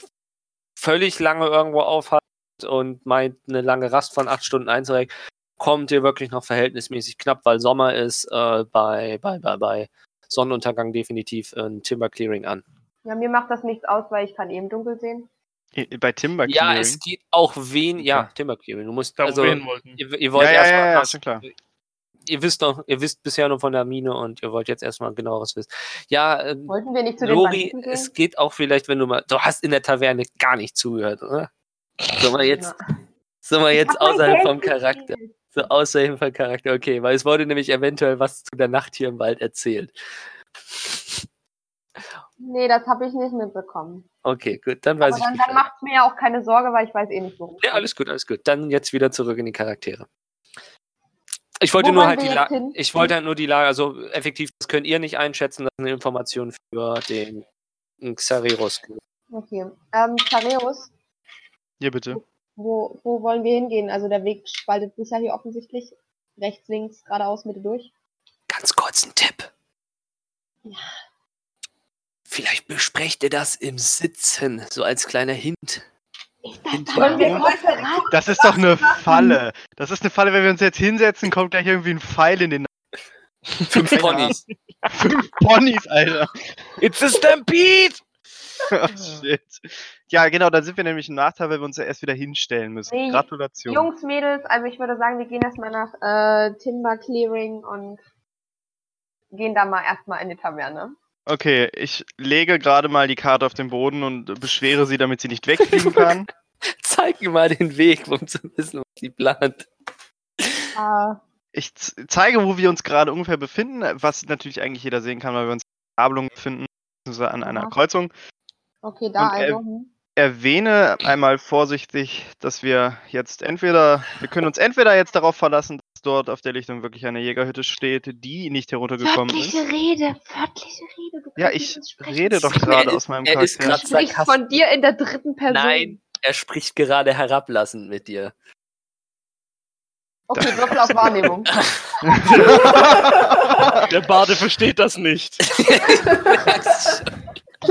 [SPEAKER 5] völlig lange irgendwo aufhalten und meint, eine lange Rast von acht Stunden einzureichen, kommt ihr wirklich noch verhältnismäßig knapp, weil Sommer ist äh, bei, bei, bei, bei Sonnenuntergang definitiv ein Timber Clearing an.
[SPEAKER 2] Ja, mir macht das nichts aus, weil ich kann eben dunkel sehen.
[SPEAKER 1] I- Bei Timber
[SPEAKER 5] Ja,
[SPEAKER 1] Clearing?
[SPEAKER 5] es geht auch wen, ja, Timber Clearing. Du musst
[SPEAKER 4] Da, wo
[SPEAKER 5] also
[SPEAKER 4] wir hin wollten.
[SPEAKER 5] ihr, ihr wollt
[SPEAKER 1] ja, ja,
[SPEAKER 5] erst mal
[SPEAKER 1] ja, ja,
[SPEAKER 5] nach-
[SPEAKER 1] schon klar.
[SPEAKER 5] ihr wisst noch, ihr wisst bisher nur von der Mine und ihr wollt jetzt erstmal genaueres wissen. Ja, ähm,
[SPEAKER 2] Wollten wir nicht zu den
[SPEAKER 5] Lori,
[SPEAKER 2] Banditen gehen?
[SPEAKER 5] es geht auch vielleicht, wenn du mal. Du hast in der Taverne gar nicht zugehört, oder? Sollen wir jetzt,
[SPEAKER 2] Na,
[SPEAKER 5] sollen wir
[SPEAKER 2] ich
[SPEAKER 5] jetzt
[SPEAKER 2] hab mein
[SPEAKER 5] außerhalb
[SPEAKER 2] Geld
[SPEAKER 5] vom Charakter.
[SPEAKER 2] gespielt.
[SPEAKER 5] So außerhalb vom Charakter, okay, weil es wurde nämlich eventuell was zu der Nacht hier im Wald erzählt.
[SPEAKER 2] Nee, das habe ich nicht mitbekommen.
[SPEAKER 5] Okay, gut, dann weiß
[SPEAKER 2] Aber
[SPEAKER 5] ich.
[SPEAKER 2] dann, dann
[SPEAKER 5] Bescheid.
[SPEAKER 2] macht mir ja auch keine Sorge, weil ich weiß eh nicht, worum.
[SPEAKER 5] ja, alles gut, alles gut. Dann jetzt wieder zurück in die Charaktere. Ich wollte
[SPEAKER 2] Wo
[SPEAKER 5] nur
[SPEAKER 2] wollen
[SPEAKER 5] halt
[SPEAKER 2] wir
[SPEAKER 5] die
[SPEAKER 2] jetzt
[SPEAKER 5] Lage.
[SPEAKER 2] hin?
[SPEAKER 5] Ich wollte halt nur die Lage, also effektiv, das könnt ihr nicht einschätzen, das ist eine Information für den Xareros.
[SPEAKER 2] Okay. Ähm, Tareus,
[SPEAKER 1] Hier bitte.
[SPEAKER 2] wo, wo wollen wir hingehen? Also der Weg spaltet sich ja hier offensichtlich. Rechts, links, geradeaus, Mitte durch.
[SPEAKER 5] Ganz kurz ein Tipp.
[SPEAKER 2] Ja.
[SPEAKER 5] Vielleicht besprecht ihr das im Sitzen, so als kleiner Hint.
[SPEAKER 2] Ist das
[SPEAKER 5] Hinten
[SPEAKER 2] dann
[SPEAKER 5] Wollen wir
[SPEAKER 2] der
[SPEAKER 1] Das ist doch eine Falle. Das ist eine Falle, wenn wir uns jetzt hinsetzen, kommt gleich irgendwie ein Pfeil in den
[SPEAKER 5] Fünf Ponys.
[SPEAKER 1] Fünf Ponys, Alter.
[SPEAKER 4] It's a Stampede!
[SPEAKER 1] oh, shit. Ja, genau, da sind wir nämlich im Nachteil, weil wir uns ja erst wieder hinstellen müssen.
[SPEAKER 2] Nee,
[SPEAKER 1] Gratulation.
[SPEAKER 2] Jungs, Mädels, also ich würde sagen, wir gehen erstmal nach äh, Timber Clearing und gehen da mal erstmal in die Taverne.
[SPEAKER 1] Okay, ich lege gerade mal die Karte auf den Boden und beschwere sie, damit sie nicht wegfliegen kann.
[SPEAKER 5] Zeig mir mal den Weg, um zu wissen, was sie plant.
[SPEAKER 2] Äh,
[SPEAKER 1] Ich z- zeige, wo wir uns gerade ungefähr befinden, was natürlich eigentlich jeder sehen kann, weil wir uns in der Gabelung befinden, beziehungsweise an einer
[SPEAKER 2] Ja.
[SPEAKER 1] Kreuzung.
[SPEAKER 2] okay, da
[SPEAKER 1] Und, äh,
[SPEAKER 2] also. hm.
[SPEAKER 1] Erwähne einmal vorsichtig, dass wir jetzt entweder, wir können uns entweder jetzt darauf verlassen, dass dort auf der Lichtung wirklich eine Jägerhütte steht, die nicht heruntergekommen ist.
[SPEAKER 2] Rede, wörtliche Rede. Du
[SPEAKER 1] Ja,
[SPEAKER 2] kannst
[SPEAKER 1] ich
[SPEAKER 2] nicht so sprechen.
[SPEAKER 1] rede doch gerade aus meinem
[SPEAKER 5] Er
[SPEAKER 1] Charakter.
[SPEAKER 5] ist gerade
[SPEAKER 2] Du sprichst
[SPEAKER 5] sarkastisch.
[SPEAKER 2] von dir in der dritten Person.
[SPEAKER 5] Nein. Er spricht gerade herablassend mit dir.
[SPEAKER 2] Okay, Würfel auf Wahrnehmung.
[SPEAKER 4] Der Bade versteht das nicht.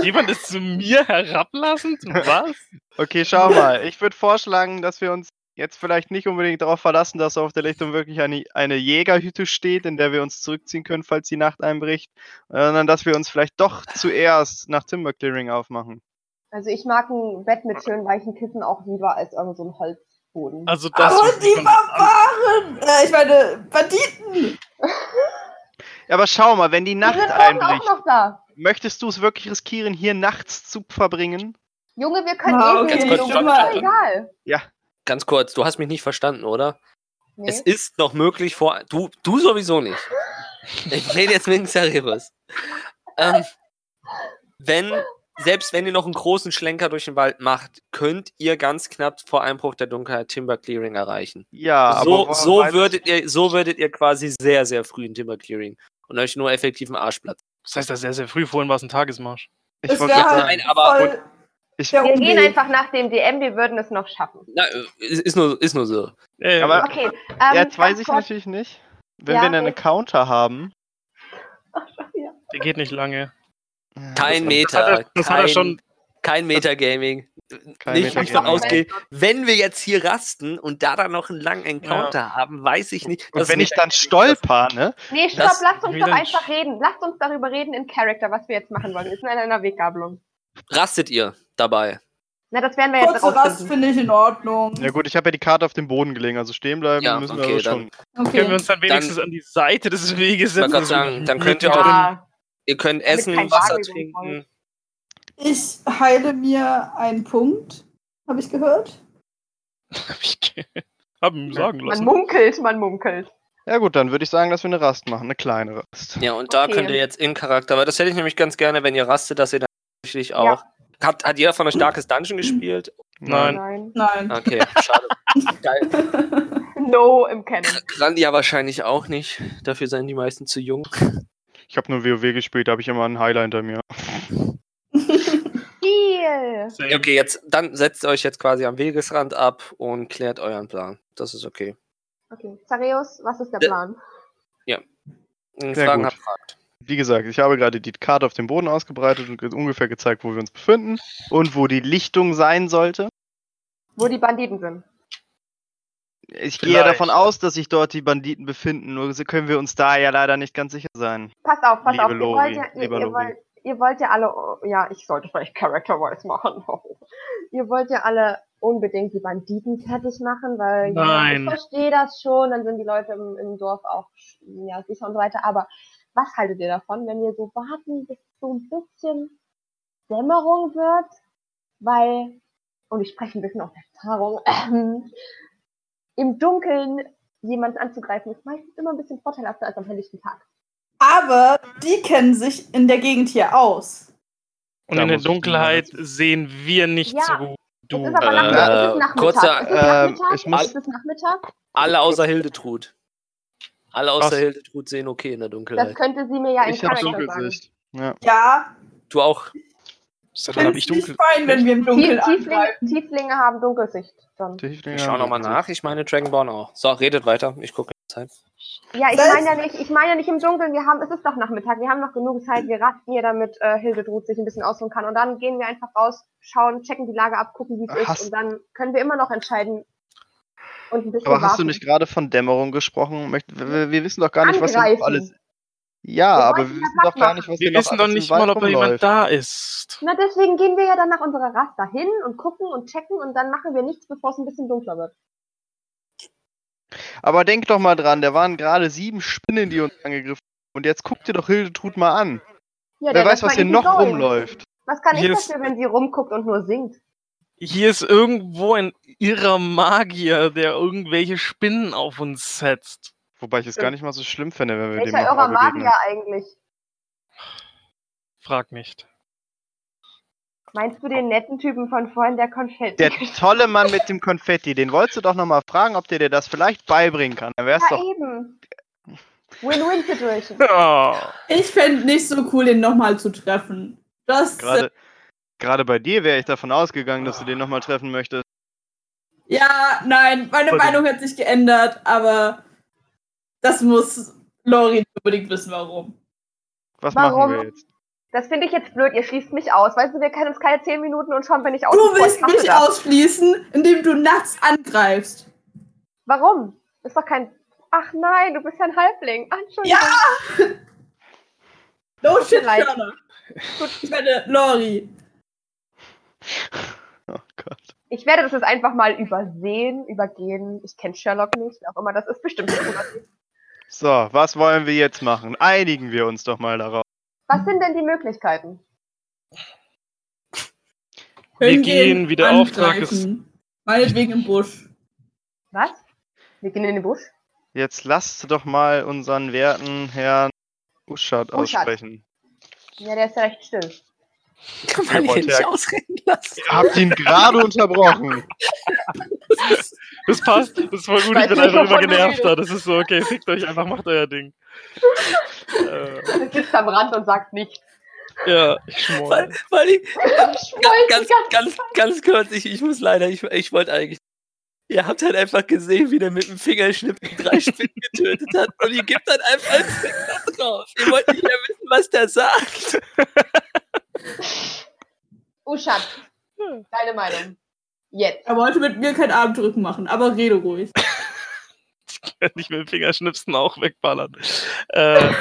[SPEAKER 4] Jemand ist zu mir herablassend? Was?
[SPEAKER 1] Okay, schau mal. Ich würde vorschlagen, dass wir uns jetzt vielleicht nicht unbedingt darauf verlassen, dass auf der Lichtung wirklich eine, eine Jägerhütte steht, in der wir uns zurückziehen können, falls die Nacht einbricht, sondern dass wir uns vielleicht doch zuerst nach Timber Clearing aufmachen.
[SPEAKER 2] Also ich mag ein Bett mit schön weichen Kissen auch lieber als irgend so ein Holzboden.
[SPEAKER 4] Also das.
[SPEAKER 3] Und die Barbaren! Äh, ich meine, Banditen!
[SPEAKER 1] Ja, Aber schau mal, wenn die Nacht
[SPEAKER 2] wir sind morgen auch
[SPEAKER 1] einbricht,
[SPEAKER 2] noch da.
[SPEAKER 1] möchtest du es wirklich riskieren, hier nachts zu verbringen?
[SPEAKER 2] Junge, wir können
[SPEAKER 3] Na,
[SPEAKER 2] eh
[SPEAKER 3] okay,
[SPEAKER 2] nicht
[SPEAKER 5] ganz
[SPEAKER 2] so.
[SPEAKER 5] Ah, kurz,
[SPEAKER 2] Ist
[SPEAKER 5] stopp.
[SPEAKER 2] doch egal.
[SPEAKER 5] Ganz kurz, du hast mich nicht verstanden, oder?
[SPEAKER 2] Nee.
[SPEAKER 5] Es ist noch möglich vor. Du, du sowieso nicht. Ich rede jetzt wegen Xeriros. Ähm, wenn, selbst wenn ihr noch einen großen Schlenker durch den Wald macht, könnt ihr ganz knapp vor Einbruch der Dunkelheit Timber Clearing erreichen.
[SPEAKER 1] Ja,
[SPEAKER 5] so,
[SPEAKER 1] aber
[SPEAKER 5] so,
[SPEAKER 1] woher weißt-
[SPEAKER 5] würdet ihr, so würdet ihr quasi sehr, sehr früh in Timber Clearing und euch nur effektiv einen Arsch platzen.
[SPEAKER 4] Das heißt, das ist sehr, sehr früh. Vorhin war es ein Tagesmarsch.
[SPEAKER 1] ich
[SPEAKER 3] Es
[SPEAKER 1] wollte
[SPEAKER 3] wär
[SPEAKER 1] gerade
[SPEAKER 5] Nein,
[SPEAKER 1] sagen,
[SPEAKER 5] aber und,
[SPEAKER 1] ich,
[SPEAKER 3] der
[SPEAKER 2] Wir gehen
[SPEAKER 3] Umweg.
[SPEAKER 2] einfach nach dem DM, wir würden es noch schaffen.
[SPEAKER 5] na, äh, ist, ist nur, ist nur so.
[SPEAKER 4] Äh,
[SPEAKER 1] Aber-
[SPEAKER 2] Okay, ähm,
[SPEAKER 1] jetzt weiß
[SPEAKER 2] ganz
[SPEAKER 1] ich
[SPEAKER 2] kurz-
[SPEAKER 1] natürlich nicht. Wenn
[SPEAKER 2] Ja,
[SPEAKER 1] wir einen
[SPEAKER 2] ich-
[SPEAKER 1] Counter haben.
[SPEAKER 4] der geht nicht lange.
[SPEAKER 5] Kein
[SPEAKER 4] Das hat er,
[SPEAKER 5] Meter.
[SPEAKER 4] das
[SPEAKER 5] kein,
[SPEAKER 4] hat er schon.
[SPEAKER 5] Kein Metagaming.
[SPEAKER 1] Kein
[SPEAKER 5] nicht
[SPEAKER 1] Metagaming.
[SPEAKER 5] davon ausgehe, wenn wir jetzt hier rasten und da dann noch einen langen Encounter haben, weiß ich nicht.
[SPEAKER 1] Und
[SPEAKER 5] dass
[SPEAKER 1] wenn ich dann
[SPEAKER 5] Metagaming ist.
[SPEAKER 1] stolper, ne?
[SPEAKER 2] Nee, stopp,
[SPEAKER 5] Das-
[SPEAKER 2] lasst uns
[SPEAKER 4] wie
[SPEAKER 2] doch
[SPEAKER 4] denn?
[SPEAKER 2] einfach reden. Lasst uns darüber reden in Character, was wir jetzt machen wollen. Wir sind in einer Weggabelung.
[SPEAKER 5] Rastet ihr dabei?
[SPEAKER 2] Na, das werden wir jetzt
[SPEAKER 3] Kurze Rast
[SPEAKER 2] rausfinden.
[SPEAKER 3] finde ich in Ordnung.
[SPEAKER 1] Ja gut, ich habe ja die Karte auf dem Boden gelegen, also stehen bleiben
[SPEAKER 5] Ja,
[SPEAKER 1] müssen
[SPEAKER 5] okay,
[SPEAKER 1] wir schon.
[SPEAKER 4] Können wir
[SPEAKER 3] Okay.
[SPEAKER 4] uns dann wenigstens an die Seite des Weges
[SPEAKER 5] Ich
[SPEAKER 4] setzen?
[SPEAKER 5] wollte gerade sagen, dann könnt ihr
[SPEAKER 4] Mit
[SPEAKER 5] auch-
[SPEAKER 4] dem-
[SPEAKER 2] Ja,
[SPEAKER 5] Ihr könnt
[SPEAKER 2] Damit
[SPEAKER 5] essen,
[SPEAKER 2] kein
[SPEAKER 5] Wasser
[SPEAKER 2] Wagen
[SPEAKER 5] trinken.
[SPEAKER 2] überrollt.
[SPEAKER 3] Ich heile mir einen Punkt, habe ich gehört.
[SPEAKER 4] Hab ich ge- Hab ihm sagen
[SPEAKER 2] man
[SPEAKER 4] lassen.
[SPEAKER 2] munkelt, man munkelt.
[SPEAKER 1] Ja gut, dann würde ich sagen, dass wir eine Rast machen, eine kleine Rast.
[SPEAKER 5] Ja, und da
[SPEAKER 2] Okay.
[SPEAKER 5] könnt ihr jetzt in Charakter, weil das hätte ich nämlich ganz gerne, wenn ihr rastet, dass ihr dann tatsächlich auch. Hat, hat jeder von euch Darkest Dungeon gespielt?
[SPEAKER 4] Nein.
[SPEAKER 2] Nein.
[SPEAKER 3] Nein.
[SPEAKER 5] Okay, schade. Geil.
[SPEAKER 2] No im Kennen.
[SPEAKER 5] Grandi ja wahrscheinlich auch nicht. Dafür seien die meisten zu jung.
[SPEAKER 1] Ich habe nur WoW gespielt, da habe ich immer einen Heiler hinter mir.
[SPEAKER 2] Deal.
[SPEAKER 4] Same.
[SPEAKER 5] Okay, jetzt dann setzt euch jetzt quasi am Wegesrand ab und klärt euren Plan. Das ist okay.
[SPEAKER 2] Okay, Zareus, was ist der
[SPEAKER 5] Ja.
[SPEAKER 2] Plan?
[SPEAKER 5] Wenn ihr
[SPEAKER 1] Sehr
[SPEAKER 5] Fragen
[SPEAKER 1] gut.
[SPEAKER 5] habt, fragt.
[SPEAKER 1] Wie gesagt, ich habe gerade die Karte auf dem Boden ausgebreitet und ge- ungefähr gezeigt, wo wir uns befinden und wo die Lichtung sein sollte.
[SPEAKER 2] Wo die Banditen sind.
[SPEAKER 1] Ich gehe
[SPEAKER 4] Vielleicht.
[SPEAKER 1] davon aus, dass sich dort die Banditen befinden, nur so können wir uns da ja leider nicht ganz sicher sein.
[SPEAKER 2] Pass auf, pass
[SPEAKER 1] Liebe
[SPEAKER 2] auf.
[SPEAKER 1] Lori,
[SPEAKER 2] ihr, wollt ja, ihr,
[SPEAKER 1] lieber
[SPEAKER 2] ihr,
[SPEAKER 1] Lori.
[SPEAKER 2] wollt, ihr wollt ja alle, oh, ja, ich sollte vielleicht Character-Wise machen. ihr wollt ja alle unbedingt die Banditen fertig machen, weil ja, ich
[SPEAKER 4] Nein.
[SPEAKER 2] verstehe das schon, dann sind die Leute im, im Dorf auch ja, sicher und so weiter. Aber was haltet ihr davon, wenn wir so warten, bis so ein bisschen Dämmerung wird? Weil, und ich spreche ein bisschen aus Erfahrung, im Dunkeln jemanden anzugreifen ist meistens immer ein bisschen vorteilhafter als am helllichten Tag.
[SPEAKER 3] Aber die kennen sich in der Gegend hier aus.
[SPEAKER 4] Und
[SPEAKER 1] Da
[SPEAKER 4] in der
[SPEAKER 1] muss ich
[SPEAKER 4] Dunkelheit sehen wir nicht
[SPEAKER 2] Ja.
[SPEAKER 4] so gut. Du.
[SPEAKER 2] Es ist aber
[SPEAKER 5] Äh,
[SPEAKER 2] Nachmittag. Es ist Nachmittag. es
[SPEAKER 5] kurzer,
[SPEAKER 2] ist
[SPEAKER 1] ähm,
[SPEAKER 2] Nachmittag.
[SPEAKER 1] ich muss-
[SPEAKER 2] es ist Nachmittag.
[SPEAKER 5] Alle außer Hildetrud. Alle außer
[SPEAKER 4] Was?
[SPEAKER 5] Hildetrud sehen okay in der
[SPEAKER 2] Das
[SPEAKER 5] Dunkelheit.
[SPEAKER 2] könnte sie mir ja in
[SPEAKER 1] Ich habe
[SPEAKER 2] Charakter sagen.
[SPEAKER 1] Dunkelsicht. Ja.
[SPEAKER 3] Ja,
[SPEAKER 5] Du auch.
[SPEAKER 4] Dann
[SPEAKER 3] finde
[SPEAKER 4] hab
[SPEAKER 3] ich
[SPEAKER 4] ich
[SPEAKER 3] nicht
[SPEAKER 4] dunkel.
[SPEAKER 3] fein, wenn wir im Dunkeln
[SPEAKER 2] Tief, Tieflinge,
[SPEAKER 3] angreifen.
[SPEAKER 2] Tieflinge haben Dunkelsicht. John.
[SPEAKER 1] Ich
[SPEAKER 5] Ich schau nochmal nach. Ich meine Dragonborn auch. So, redet weiter. Ich gucke in der Zeit.
[SPEAKER 2] Ja, ich
[SPEAKER 3] Selbst-
[SPEAKER 2] meine ja nicht, ich meine ja nicht im Dunkeln. Wir haben, es ist doch Nachmittag. Wir haben noch genug Zeit. Wir rasten hier, damit äh, Hildetrud sich ein bisschen ausruhen kann. Und dann gehen wir einfach raus, schauen, checken die Lage ab, gucken, wie es
[SPEAKER 1] Hast-
[SPEAKER 2] ist. Und dann können wir immer noch entscheiden. Und ein bisschen
[SPEAKER 1] Aber hast du
[SPEAKER 2] warten.
[SPEAKER 1] nicht gerade von Dämmerung gesprochen? Möcht- Wir, wir wissen doch gar nicht, was hier noch
[SPEAKER 2] Angreifen.
[SPEAKER 1] alles. Ja,
[SPEAKER 2] Wir
[SPEAKER 1] aber
[SPEAKER 2] wollten
[SPEAKER 1] wir
[SPEAKER 2] ja
[SPEAKER 1] wissen doch
[SPEAKER 2] Platz
[SPEAKER 1] gar nicht, was
[SPEAKER 4] Wir
[SPEAKER 1] hier
[SPEAKER 4] wissen
[SPEAKER 1] noch
[SPEAKER 4] doch
[SPEAKER 1] alles im
[SPEAKER 4] nicht
[SPEAKER 1] Wald
[SPEAKER 4] mal, ob da jemand
[SPEAKER 1] rumläuft.
[SPEAKER 4] da ist.
[SPEAKER 2] Na, deswegen gehen wir ja dann nach unserer Rast dahin und gucken und checken und dann machen wir nichts, bevor es ein bisschen dunkler wird.
[SPEAKER 1] Aber denk doch mal dran, da waren gerade sieben Spinnen, die uns angegriffen haben. Und jetzt guck dir doch Hildetrud mal an.
[SPEAKER 2] Ja,
[SPEAKER 1] Wer
[SPEAKER 2] der
[SPEAKER 1] weiß,
[SPEAKER 2] lässt mal
[SPEAKER 1] was hier
[SPEAKER 2] easy
[SPEAKER 1] noch
[SPEAKER 2] going.
[SPEAKER 1] rumläuft.
[SPEAKER 2] Was kann ich
[SPEAKER 4] Hier ist-
[SPEAKER 2] dafür, wenn sie rumguckt und nur singt?
[SPEAKER 4] Hier ist irgendwo ein irrer Magier, der irgendwelche Spinnen auf uns setzt.
[SPEAKER 1] Wobei ich es gar nicht mal so schlimm fände, wenn wir dem
[SPEAKER 2] Welcher
[SPEAKER 1] noch
[SPEAKER 2] eurer
[SPEAKER 1] mal
[SPEAKER 2] Magier
[SPEAKER 1] begegnen.
[SPEAKER 2] eigentlich?
[SPEAKER 4] Frag nicht.
[SPEAKER 2] Meinst du den netten Typen von vorhin, der Konfetti?
[SPEAKER 1] Der tolle Mann mit dem Konfetti, den wolltest du doch nochmal fragen, ob der dir das vielleicht beibringen kann. Dann wär's
[SPEAKER 2] ja,
[SPEAKER 1] doch.
[SPEAKER 2] eben. Win-win-Situation.
[SPEAKER 4] Ja.
[SPEAKER 3] Ich fände nicht so cool, den nochmal zu treffen. Das, äh,
[SPEAKER 1] Gerade, gerade bei dir wäre ich davon ausgegangen, dass du den nochmal treffen möchtest.
[SPEAKER 3] ja, nein, meine
[SPEAKER 4] Voll
[SPEAKER 3] Meinung hat sich geändert, aber das muss Lori unbedingt wissen, warum.
[SPEAKER 1] Was
[SPEAKER 2] Warum?
[SPEAKER 1] machen wir jetzt?
[SPEAKER 2] Das finde ich jetzt blöd. Ihr schließt mich aus. Weißt du, wir kennen uns keine 10 Minuten und schon bin ich
[SPEAKER 3] Du
[SPEAKER 2] aus.
[SPEAKER 3] willst mich ausschließen, indem du nachts angreifst.
[SPEAKER 2] Warum? Ist doch kein. Ach nein, du bist ja ein Halbling. Ach, Entschuldigung.
[SPEAKER 3] No shit,
[SPEAKER 2] leid.
[SPEAKER 3] Turner. Ich meine, Lori.
[SPEAKER 1] Oh Gott.
[SPEAKER 2] Ich werde das jetzt einfach mal übersehen, übergehen. Ich kenne Sherlock nicht, wie auch immer. Das ist bestimmt nicht gut.
[SPEAKER 1] So, was wollen wir jetzt machen? Einigen wir uns doch mal darauf.
[SPEAKER 2] Was sind denn die Möglichkeiten?
[SPEAKER 4] Wir
[SPEAKER 3] Hingehen,
[SPEAKER 4] gehen, wie der Auftrag ist.
[SPEAKER 3] angreifen. Meinetwegen im Busch.
[SPEAKER 2] Was? Wir gehen in den Busch?
[SPEAKER 1] Jetzt lasst doch mal unseren werten Herrn Uschat aussprechen.
[SPEAKER 2] Ja, der ist ja recht still.
[SPEAKER 5] Kann
[SPEAKER 1] Ja,
[SPEAKER 5] man den
[SPEAKER 1] wollte
[SPEAKER 5] nicht
[SPEAKER 1] er-
[SPEAKER 5] ausreden lassen.
[SPEAKER 1] Ihr habt ihn gerade unterbrochen.
[SPEAKER 4] Das passt. Das ist voll gut. Ich
[SPEAKER 2] Weiß
[SPEAKER 4] bin
[SPEAKER 2] nicht,
[SPEAKER 4] einfach
[SPEAKER 2] wovon
[SPEAKER 4] immer
[SPEAKER 2] du
[SPEAKER 4] genervt da.
[SPEAKER 2] redest.
[SPEAKER 4] Das ist so, okay, fickt euch einfach, macht euer Ding. äh,
[SPEAKER 2] Er sitzt am Rand und sagt nichts.
[SPEAKER 4] ja, ich schmore.
[SPEAKER 5] Weil, weil ich,
[SPEAKER 2] Ich wollte
[SPEAKER 5] ganz,
[SPEAKER 2] die ganze
[SPEAKER 5] ganz, ganz kurz, ich, ich muss leider, ich, ich wollte eigentlich. Ihr habt halt einfach gesehen, wie der mit dem Fingerschnippen drei Spinnen getötet hat und ihr gebt dann einfach ein Finger drauf. Ihr wollt nicht mehr wissen, was der sagt.
[SPEAKER 2] Uschat, deine Meinung. Jetzt.
[SPEAKER 3] Er wollte mit mir kein Armdrücken machen, aber rede ruhig.
[SPEAKER 4] Nicht mit dem Fingerschnipsen auch wegballern. Äh,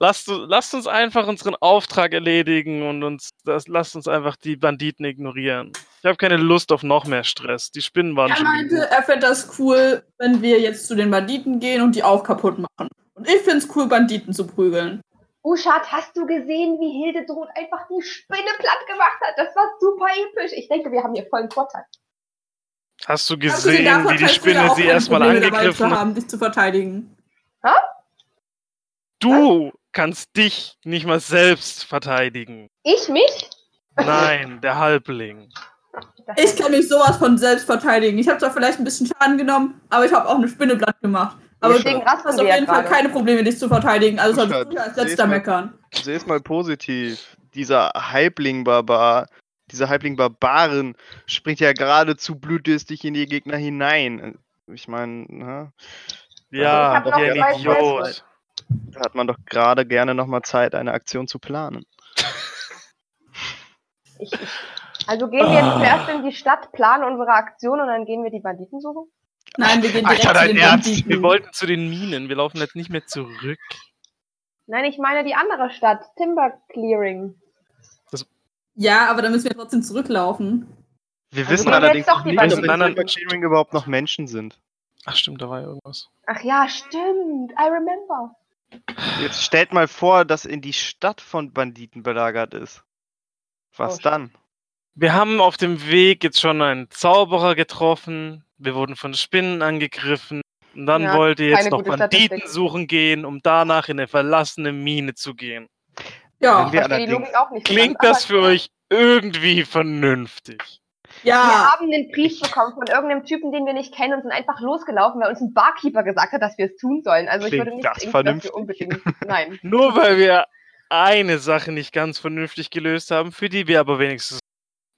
[SPEAKER 4] lasst, u- lasst uns einfach unseren Auftrag erledigen und uns das, lasst uns einfach die Banditen ignorieren. Ich habe keine Lust auf noch mehr Stress. Die Spinnen waren
[SPEAKER 3] Er
[SPEAKER 4] schon.
[SPEAKER 3] meinte,
[SPEAKER 4] genug.
[SPEAKER 3] er fände das cool, wenn wir jetzt zu den Banditen gehen und die auch kaputt machen. Und ich finde es cool, Banditen zu prügeln.
[SPEAKER 2] Uschat, hast du gesehen, wie Hildetrud einfach die Spinne platt gemacht hat? Das war super episch. Ich denke, wir haben hier vollen Vorteil.
[SPEAKER 4] Hast du
[SPEAKER 3] Abgesehen
[SPEAKER 4] gesehen, wie die
[SPEAKER 3] hast du ja
[SPEAKER 4] Spinne
[SPEAKER 3] auch
[SPEAKER 4] sie
[SPEAKER 3] kein
[SPEAKER 4] erstmal
[SPEAKER 3] Problem dabei
[SPEAKER 4] angegriffen
[SPEAKER 3] zu
[SPEAKER 4] hat?
[SPEAKER 3] haben, dich zu verteidigen.
[SPEAKER 4] Du kannst dich nicht mal selbst verteidigen.
[SPEAKER 2] Ich mich?
[SPEAKER 4] Nein, der Halbling.
[SPEAKER 3] Ich kann mich sowas von selbst verteidigen. Ich habe zwar vielleicht ein bisschen Schaden genommen, aber ich habe auch eine Spinne platt gemacht. Aber
[SPEAKER 1] Uschat.
[SPEAKER 3] du
[SPEAKER 2] Deswegen rasten
[SPEAKER 3] hast
[SPEAKER 2] wir
[SPEAKER 3] auf
[SPEAKER 2] ja
[SPEAKER 3] jeden Fall
[SPEAKER 2] gerade.
[SPEAKER 3] keine Probleme, dich zu verteidigen. Also
[SPEAKER 1] Uschat,
[SPEAKER 3] sollst du als
[SPEAKER 1] siehst du-
[SPEAKER 3] letzter meckern.
[SPEAKER 1] Seh es mal positiv. Dieser Halbling-Barbar, dieser Halbling-Barbaren springt ja geradezu blutdürstig in die Gegner hinein. Ich meine, ne?
[SPEAKER 2] Also,
[SPEAKER 4] Ja,
[SPEAKER 1] Ich hab noch
[SPEAKER 4] der
[SPEAKER 1] zwei
[SPEAKER 4] Idiot.
[SPEAKER 2] Scheiße.
[SPEAKER 1] da hat man doch gerade gerne nochmal Zeit, eine Aktion zu planen.
[SPEAKER 2] Ich, ich. Also gehen wir jetzt zuerst in die Stadt, planen unsere Aktion und dann gehen wir die Banditen suchen?
[SPEAKER 3] Nein, wir gehen
[SPEAKER 1] Alter,
[SPEAKER 3] direkt zu
[SPEAKER 1] dein
[SPEAKER 3] den
[SPEAKER 1] Ernst?
[SPEAKER 3] Banditen.
[SPEAKER 4] Wir wollten zu den Minen. Wir laufen jetzt nicht mehr zurück.
[SPEAKER 2] Nein, ich meine die andere Stadt, Timber Clearing.
[SPEAKER 3] ja, aber dann müssen wir trotzdem zurücklaufen.
[SPEAKER 1] Wir
[SPEAKER 2] Also
[SPEAKER 1] wissen
[SPEAKER 2] gehen wir
[SPEAKER 1] allerdings
[SPEAKER 2] jetzt doch die
[SPEAKER 1] nicht,
[SPEAKER 2] Wand
[SPEAKER 1] ob in
[SPEAKER 4] durch.
[SPEAKER 1] Silver Cheering überhaupt noch Menschen sind.
[SPEAKER 4] Ach stimmt, da war ja irgendwas.
[SPEAKER 2] Ach ja, stimmt. I remember.
[SPEAKER 1] Jetzt stellt mal vor, dass in die Stadt von Banditen belagert ist. Was
[SPEAKER 2] Oh,
[SPEAKER 1] dann?
[SPEAKER 4] Wir haben auf dem Weg jetzt schon einen Zauberer getroffen. Wir wurden von Spinnen angegriffen. Und dann
[SPEAKER 2] Ja,
[SPEAKER 4] wollte jetzt
[SPEAKER 2] keine
[SPEAKER 4] noch
[SPEAKER 2] gute
[SPEAKER 4] Banditen
[SPEAKER 2] Statistik.
[SPEAKER 4] suchen gehen, um danach in eine verlassene Mine zu gehen.
[SPEAKER 3] Ja,
[SPEAKER 1] Wenn
[SPEAKER 2] Ich
[SPEAKER 1] wir
[SPEAKER 2] verstehe die
[SPEAKER 1] allerdings-
[SPEAKER 2] Logik auch nicht. so
[SPEAKER 4] Klingt
[SPEAKER 2] ganz,
[SPEAKER 4] das für euch irgendwie vernünftig?
[SPEAKER 2] aber Wir
[SPEAKER 3] ja.
[SPEAKER 2] haben einen Brief bekommen von irgendeinem Typen, den wir nicht kennen und sind einfach losgelaufen, weil uns ein Barkeeper gesagt hat, dass wir es tun sollen. Also ich
[SPEAKER 1] Klingt
[SPEAKER 2] würde nicht
[SPEAKER 1] das
[SPEAKER 2] denken,
[SPEAKER 1] vernünftig?
[SPEAKER 2] dass wir unbedingt. Nein.
[SPEAKER 4] Nur weil wir eine Sache nicht ganz vernünftig gelöst haben, für die wir aber wenigstens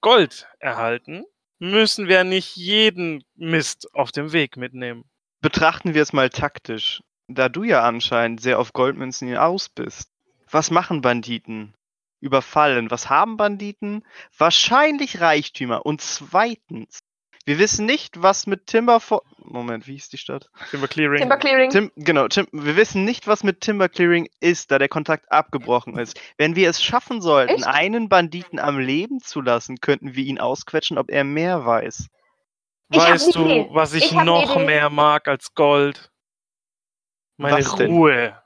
[SPEAKER 4] Gold erhalten, müssen wir nicht jeden Mist auf dem Weg mitnehmen.
[SPEAKER 1] Betrachten wir es mal taktisch. Da du ja anscheinend sehr auf Goldmünzen hinaus bist, was machen Banditen? Überfallen. Was haben Banditen? Wahrscheinlich Reichtümer. Und zweitens, Wir wissen nicht, was mit Timber vor. Moment, wie hieß die Stadt?
[SPEAKER 4] Timber Clearing.
[SPEAKER 2] Timber Clearing.
[SPEAKER 1] Tim, genau, Tim, wir wissen nicht, was mit Timber Clearing ist, da der Kontakt abgebrochen ist. Wenn wir es schaffen sollten,
[SPEAKER 2] Echt?
[SPEAKER 1] einen Banditen am Leben zu lassen, könnten wir ihn ausquetschen, ob er mehr weiß.
[SPEAKER 2] Ich hab
[SPEAKER 4] weißt
[SPEAKER 2] eine Idee.
[SPEAKER 4] du, was ich,
[SPEAKER 2] Ich hab eine
[SPEAKER 4] noch
[SPEAKER 2] Idee.
[SPEAKER 4] mehr mag als Gold? Meine
[SPEAKER 1] Was denn?
[SPEAKER 4] Ruhe.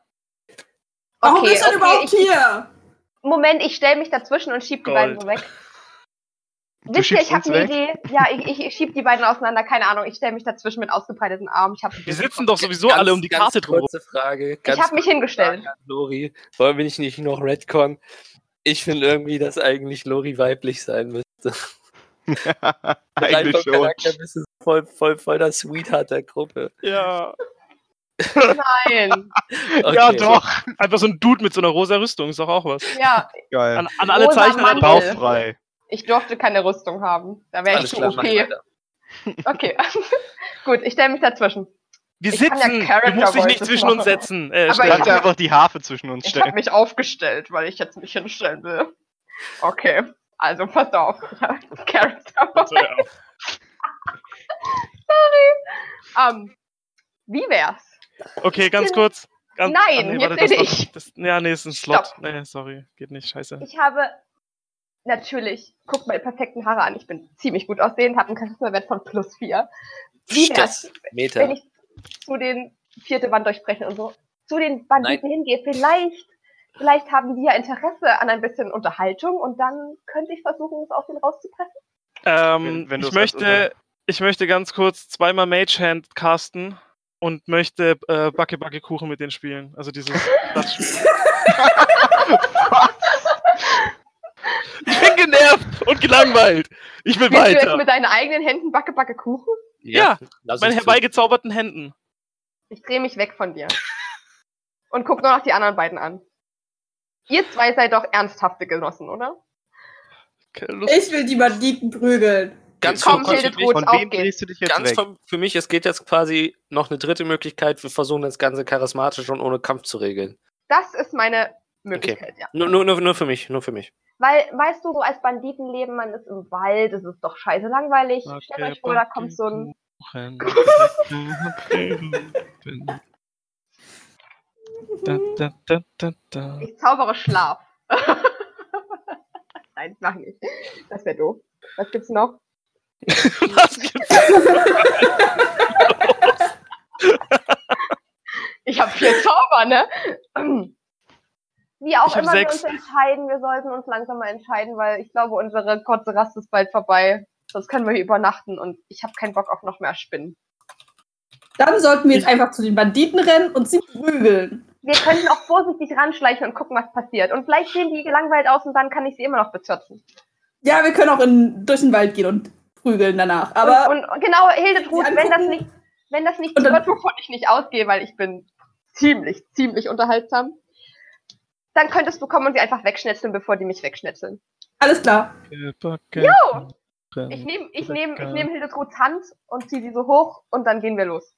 [SPEAKER 3] Warum
[SPEAKER 2] Okay,
[SPEAKER 3] bist du denn
[SPEAKER 2] okay,
[SPEAKER 3] überhaupt
[SPEAKER 2] ich-
[SPEAKER 3] hier?
[SPEAKER 2] Moment, ich stelle mich dazwischen und schieb die
[SPEAKER 4] Gold.
[SPEAKER 2] beiden so weg. Wisst ihr,
[SPEAKER 1] schiebst
[SPEAKER 2] ich habe
[SPEAKER 1] uns
[SPEAKER 2] eine
[SPEAKER 1] weg?
[SPEAKER 2] Idee. Ja, ich, ich, ich schieb die beiden auseinander. Keine Ahnung, ich stelle mich dazwischen mit ausgebreiteten Armen. Ich hab
[SPEAKER 4] Wir sitzen doch sowieso alle um die
[SPEAKER 5] ganz
[SPEAKER 4] Karte drum.
[SPEAKER 5] Kurze Frage.
[SPEAKER 2] ich
[SPEAKER 5] Ganz
[SPEAKER 2] habe mich
[SPEAKER 5] kurze
[SPEAKER 2] hingestellt.
[SPEAKER 5] Frage an Lori. Warum bin ich nicht noch Redcon? Ich finde irgendwie, dass eigentlich Lori weiblich sein müsste. Rein
[SPEAKER 1] Eigentlich
[SPEAKER 5] vom
[SPEAKER 1] schon.
[SPEAKER 5] Charakter bist du voll, voll, voll der Sweetheart der Gruppe.
[SPEAKER 4] Ja.
[SPEAKER 2] Nein.
[SPEAKER 1] Ja,
[SPEAKER 5] Okay.
[SPEAKER 1] doch.
[SPEAKER 4] Einfach so ein Dude mit so einer rosa Rüstung ist doch auch was.
[SPEAKER 2] Ja,
[SPEAKER 1] Geil.
[SPEAKER 4] An, an alle
[SPEAKER 2] Rosa
[SPEAKER 4] Zeichen.
[SPEAKER 2] Mann.
[SPEAKER 4] An
[SPEAKER 1] Bauchfrei.
[SPEAKER 2] ich durfte keine Rüstung haben. Da wäre ich
[SPEAKER 5] Alles
[SPEAKER 2] zu
[SPEAKER 5] klar,
[SPEAKER 2] OP.
[SPEAKER 5] mach weiter.
[SPEAKER 2] Okay. Gut, ich stelle mich dazwischen.
[SPEAKER 4] wir
[SPEAKER 2] Ich kann ja
[SPEAKER 4] sitzen.
[SPEAKER 2] Character
[SPEAKER 4] du musst dich nicht
[SPEAKER 2] Voices
[SPEAKER 4] zwischen uns
[SPEAKER 2] machen.
[SPEAKER 4] setzen. Äh,
[SPEAKER 2] Aber
[SPEAKER 1] Du
[SPEAKER 4] stellen.
[SPEAKER 1] kannst ja einfach die Harfe zwischen uns
[SPEAKER 2] Ich habe
[SPEAKER 1] stellen.
[SPEAKER 2] mich aufgestellt, weil ich jetzt mich hinstellen will. Okay, also passt auf. Charakter.
[SPEAKER 4] So, ja.
[SPEAKER 2] Ähm, wie wär's?
[SPEAKER 4] okay, ganz kurz. Ganz,
[SPEAKER 2] Genau. Nein,
[SPEAKER 4] ah,
[SPEAKER 2] jetzt
[SPEAKER 4] das
[SPEAKER 2] rede
[SPEAKER 4] war-
[SPEAKER 2] ich.
[SPEAKER 4] Das, ja, nee, ist ein
[SPEAKER 2] Stopp.
[SPEAKER 4] Slot. Nee, sorry, geht nicht, scheiße.
[SPEAKER 2] Ich habe natürlich, guck meine perfekten Haare an, ich bin ziemlich gut aussehend, habe einen Charisma-Wert von plus 4. Wie wär's,
[SPEAKER 5] Stimmt. Meta.
[SPEAKER 2] wenn ich zu den vierte Wand durchbreche und so, zu den Banditen hingehe? Vielleicht, vielleicht haben die ja Interesse an ein bisschen Unterhaltung und dann könnte ich versuchen, es aus denen rauszupressen.
[SPEAKER 4] Ähm,
[SPEAKER 1] Wenn- wenn du
[SPEAKER 4] ich,
[SPEAKER 1] es als
[SPEAKER 4] möchte, ich möchte ganz kurz zweimal Mage Hand casten und möchte äh, Backe Backe Kuchen mit denen spielen. Also dieses das Spiel. Ich bin genervt und gelangweilt. Ich will
[SPEAKER 2] Willst du jetzt
[SPEAKER 4] weiter.
[SPEAKER 2] mit deinen eigenen Händen Backe, Backe, Kuchen?
[SPEAKER 4] Ja,
[SPEAKER 5] lass
[SPEAKER 4] Meine
[SPEAKER 5] uns
[SPEAKER 4] herbeigezauberten Händen.
[SPEAKER 2] Ich drehe mich weg von dir. Und guck nur noch die anderen beiden an. Ihr zwei seid doch ernsthafte Genossen, oder?
[SPEAKER 4] Okay, Lust-
[SPEAKER 3] Ich will die Banditen prügeln.
[SPEAKER 5] Ganz,
[SPEAKER 2] Komm,
[SPEAKER 5] kurz,
[SPEAKER 2] Hilde,
[SPEAKER 5] für
[SPEAKER 2] Gut,
[SPEAKER 5] mich,
[SPEAKER 1] Von
[SPEAKER 2] auf
[SPEAKER 1] wem
[SPEAKER 2] geht's.
[SPEAKER 1] drehst du dich jetzt
[SPEAKER 5] ganz
[SPEAKER 1] weg?
[SPEAKER 5] vom, für mich, es geht jetzt quasi noch eine dritte Möglichkeit. Wir versuchen das Ganze charismatisch und ohne Kampf zu regeln.
[SPEAKER 2] Das ist meine Möglichkeit, ja.
[SPEAKER 5] Nur, nur, nur, nur für mich, nur für mich.
[SPEAKER 2] Weil, weißt du, so als Banditenleben, man ist im Wald, es ist doch scheiße langweilig. Stellt euch vor, da kommt so ein.
[SPEAKER 4] Da, da, da, da, da.
[SPEAKER 2] Ich zaubere Schlaf. Nein, mach nicht. Das wäre doof. Was gibt's noch?
[SPEAKER 4] Was gibt's?
[SPEAKER 2] Ich habe vier Zauber, ne? Wie auch
[SPEAKER 4] Ich hab
[SPEAKER 2] immer
[SPEAKER 4] sechs.
[SPEAKER 2] wir uns entscheiden, wir sollten uns langsam mal entscheiden, weil ich glaube, unsere kurze Rast ist bald vorbei. Sonst können wir hier übernachten und ich habe keinen Bock auf noch mehr Spinnen.
[SPEAKER 3] Dann sollten wir jetzt einfach zu den Banditen rennen und sie prügeln.
[SPEAKER 2] Wir könnten auch vorsichtig ranschleichen und gucken, was passiert. Und vielleicht sehen die gelangweilt aus und dann kann ich sie immer noch bezirzen.
[SPEAKER 3] Ja, wir können auch in, durch den Wald gehen und prügeln danach. Aber
[SPEAKER 2] und, und genau, Hildetrud,
[SPEAKER 3] Sie
[SPEAKER 2] wenn das
[SPEAKER 3] angucken.
[SPEAKER 2] nicht, wenn das nicht
[SPEAKER 3] Und
[SPEAKER 2] die
[SPEAKER 3] dann-
[SPEAKER 2] wird, wovon ich nicht ausgehe, weil ich bin ziemlich, ziemlich unterhaltsam, dann könntest du kommen und sie einfach wegschnetzeln, bevor die mich wegschnetzeln.
[SPEAKER 3] alles klar.
[SPEAKER 4] Jo! Ähm,
[SPEAKER 2] Ich nehme ich nehm, ich
[SPEAKER 4] Lecker.
[SPEAKER 2] nehm Hildegruds Hand und ziehe sie so hoch und dann gehen wir los.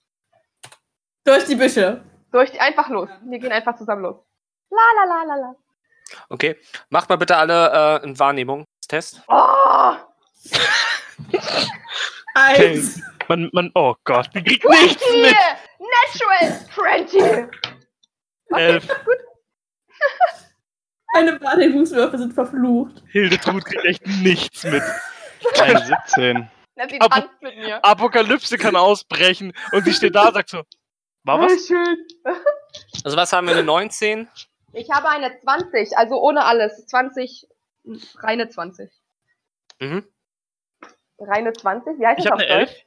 [SPEAKER 3] Durch die Büsche.
[SPEAKER 2] Durch die, einfach los. Wir gehen einfach zusammen los. La la la la la.
[SPEAKER 5] Okay. Macht mal bitte alle äh, einen Wahrnehmungstest.
[SPEAKER 2] Oh,
[SPEAKER 3] Eins.
[SPEAKER 4] Man, man, oh Gott, die kriegt nichts
[SPEAKER 2] die
[SPEAKER 4] mit.
[SPEAKER 2] Natural 20!
[SPEAKER 4] Elf.
[SPEAKER 3] Meine Wahrnehmungswürfe sind verflucht.
[SPEAKER 4] Hildetrud kriegt echt nichts mit.
[SPEAKER 1] Ein 17.
[SPEAKER 2] Na, sie
[SPEAKER 4] Aber-
[SPEAKER 2] tanzt mit mir.
[SPEAKER 4] Apokalypse kann ausbrechen und sie steht da und sagt so, war was?
[SPEAKER 2] Voll schön.
[SPEAKER 5] Also was haben wir? Eine 19?
[SPEAKER 2] Ich habe eine 20, also ohne alles. 20, reine 20.
[SPEAKER 5] Mhm.
[SPEAKER 2] Reine 20? Wie heißt
[SPEAKER 4] Ich
[SPEAKER 2] das
[SPEAKER 4] habe
[SPEAKER 2] auf
[SPEAKER 4] eine
[SPEAKER 2] Deutsch?
[SPEAKER 4] Elf.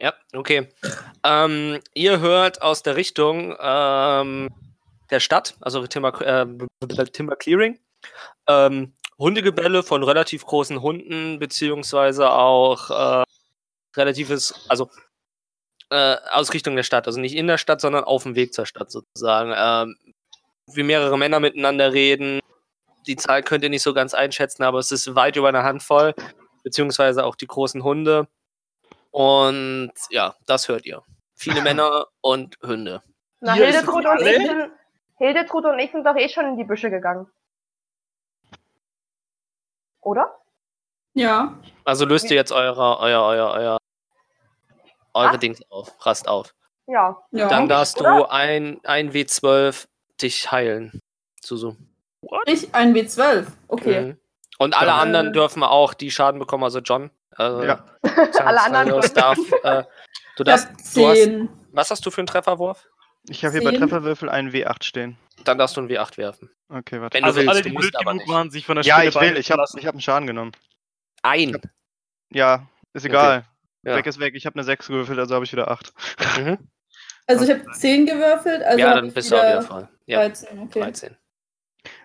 [SPEAKER 5] Ja, okay. Ähm, ihr hört aus der Richtung ähm, der Stadt, also Timber, äh, Timber Clearing, ähm, Hundegebelle von relativ großen Hunden, beziehungsweise auch äh, relatives, also äh, aus Richtung der Stadt, also nicht in der Stadt, sondern auf dem Weg zur Stadt sozusagen. Ähm, wie mehrere Männer miteinander reden. Die Zahl könnt ihr nicht so ganz einschätzen, aber es ist weit über eine Handvoll, beziehungsweise auch die großen Hunde. Und ja, das hört ihr. Viele Männer und Hunde.
[SPEAKER 2] Na,
[SPEAKER 4] Hier ist
[SPEAKER 2] Hildetrud
[SPEAKER 4] es
[SPEAKER 2] und, ich
[SPEAKER 4] alle.
[SPEAKER 2] sind, Hildetrud und ich sind doch eh schon in die Büsche gegangen. Oder?
[SPEAKER 3] Ja.
[SPEAKER 5] Also löst ihr jetzt eure, euer, euer, euer, eure Dings auf, rast auf.
[SPEAKER 2] Ja.
[SPEAKER 3] ja.
[SPEAKER 5] Dann darfst du
[SPEAKER 2] Oder?
[SPEAKER 5] ein, ein W12 dich heilen. Susu.
[SPEAKER 3] ich ein W12. Okay.
[SPEAKER 5] Mhm. Und alle
[SPEAKER 1] Dann-
[SPEAKER 5] anderen dürfen auch die Schaden bekommen, also John. Äh,
[SPEAKER 1] Ja.
[SPEAKER 5] Alle
[SPEAKER 2] anderen
[SPEAKER 5] anderen darf, äh, du
[SPEAKER 3] Ich
[SPEAKER 5] darfst,
[SPEAKER 3] hab
[SPEAKER 5] du hast-
[SPEAKER 3] 10.
[SPEAKER 5] was hast du für einen Trefferwurf?
[SPEAKER 1] Ich habe hier bei
[SPEAKER 3] Zehn.
[SPEAKER 1] Trefferwürfel einen W8 stehen.
[SPEAKER 5] Dann darfst du einen W8 werfen.
[SPEAKER 1] Okay, warte. Ah,
[SPEAKER 5] Wenn du
[SPEAKER 4] Also
[SPEAKER 5] willst,
[SPEAKER 4] alle,
[SPEAKER 5] du
[SPEAKER 4] die
[SPEAKER 5] musst
[SPEAKER 4] blöd
[SPEAKER 5] aber
[SPEAKER 4] genug
[SPEAKER 5] nicht.
[SPEAKER 4] waren, sich von der
[SPEAKER 1] Ja,
[SPEAKER 4] Spiele
[SPEAKER 1] ich will. Ich habe
[SPEAKER 4] beeinflussen
[SPEAKER 1] ich hab einen Schaden genommen.
[SPEAKER 5] Ein.
[SPEAKER 1] Ja, ist
[SPEAKER 5] Okay.
[SPEAKER 1] egal.
[SPEAKER 5] Ja.
[SPEAKER 1] Weg ist weg. Ich habe eine 6 gewürfelt, also habe ich wieder 8.
[SPEAKER 5] Mhm.
[SPEAKER 3] Also ich habe 10 gewürfelt. Also
[SPEAKER 5] ja,
[SPEAKER 3] hab
[SPEAKER 5] dann
[SPEAKER 3] ich
[SPEAKER 5] bist du auch wieder voll. Ja,
[SPEAKER 3] 13. Okay.
[SPEAKER 5] 13.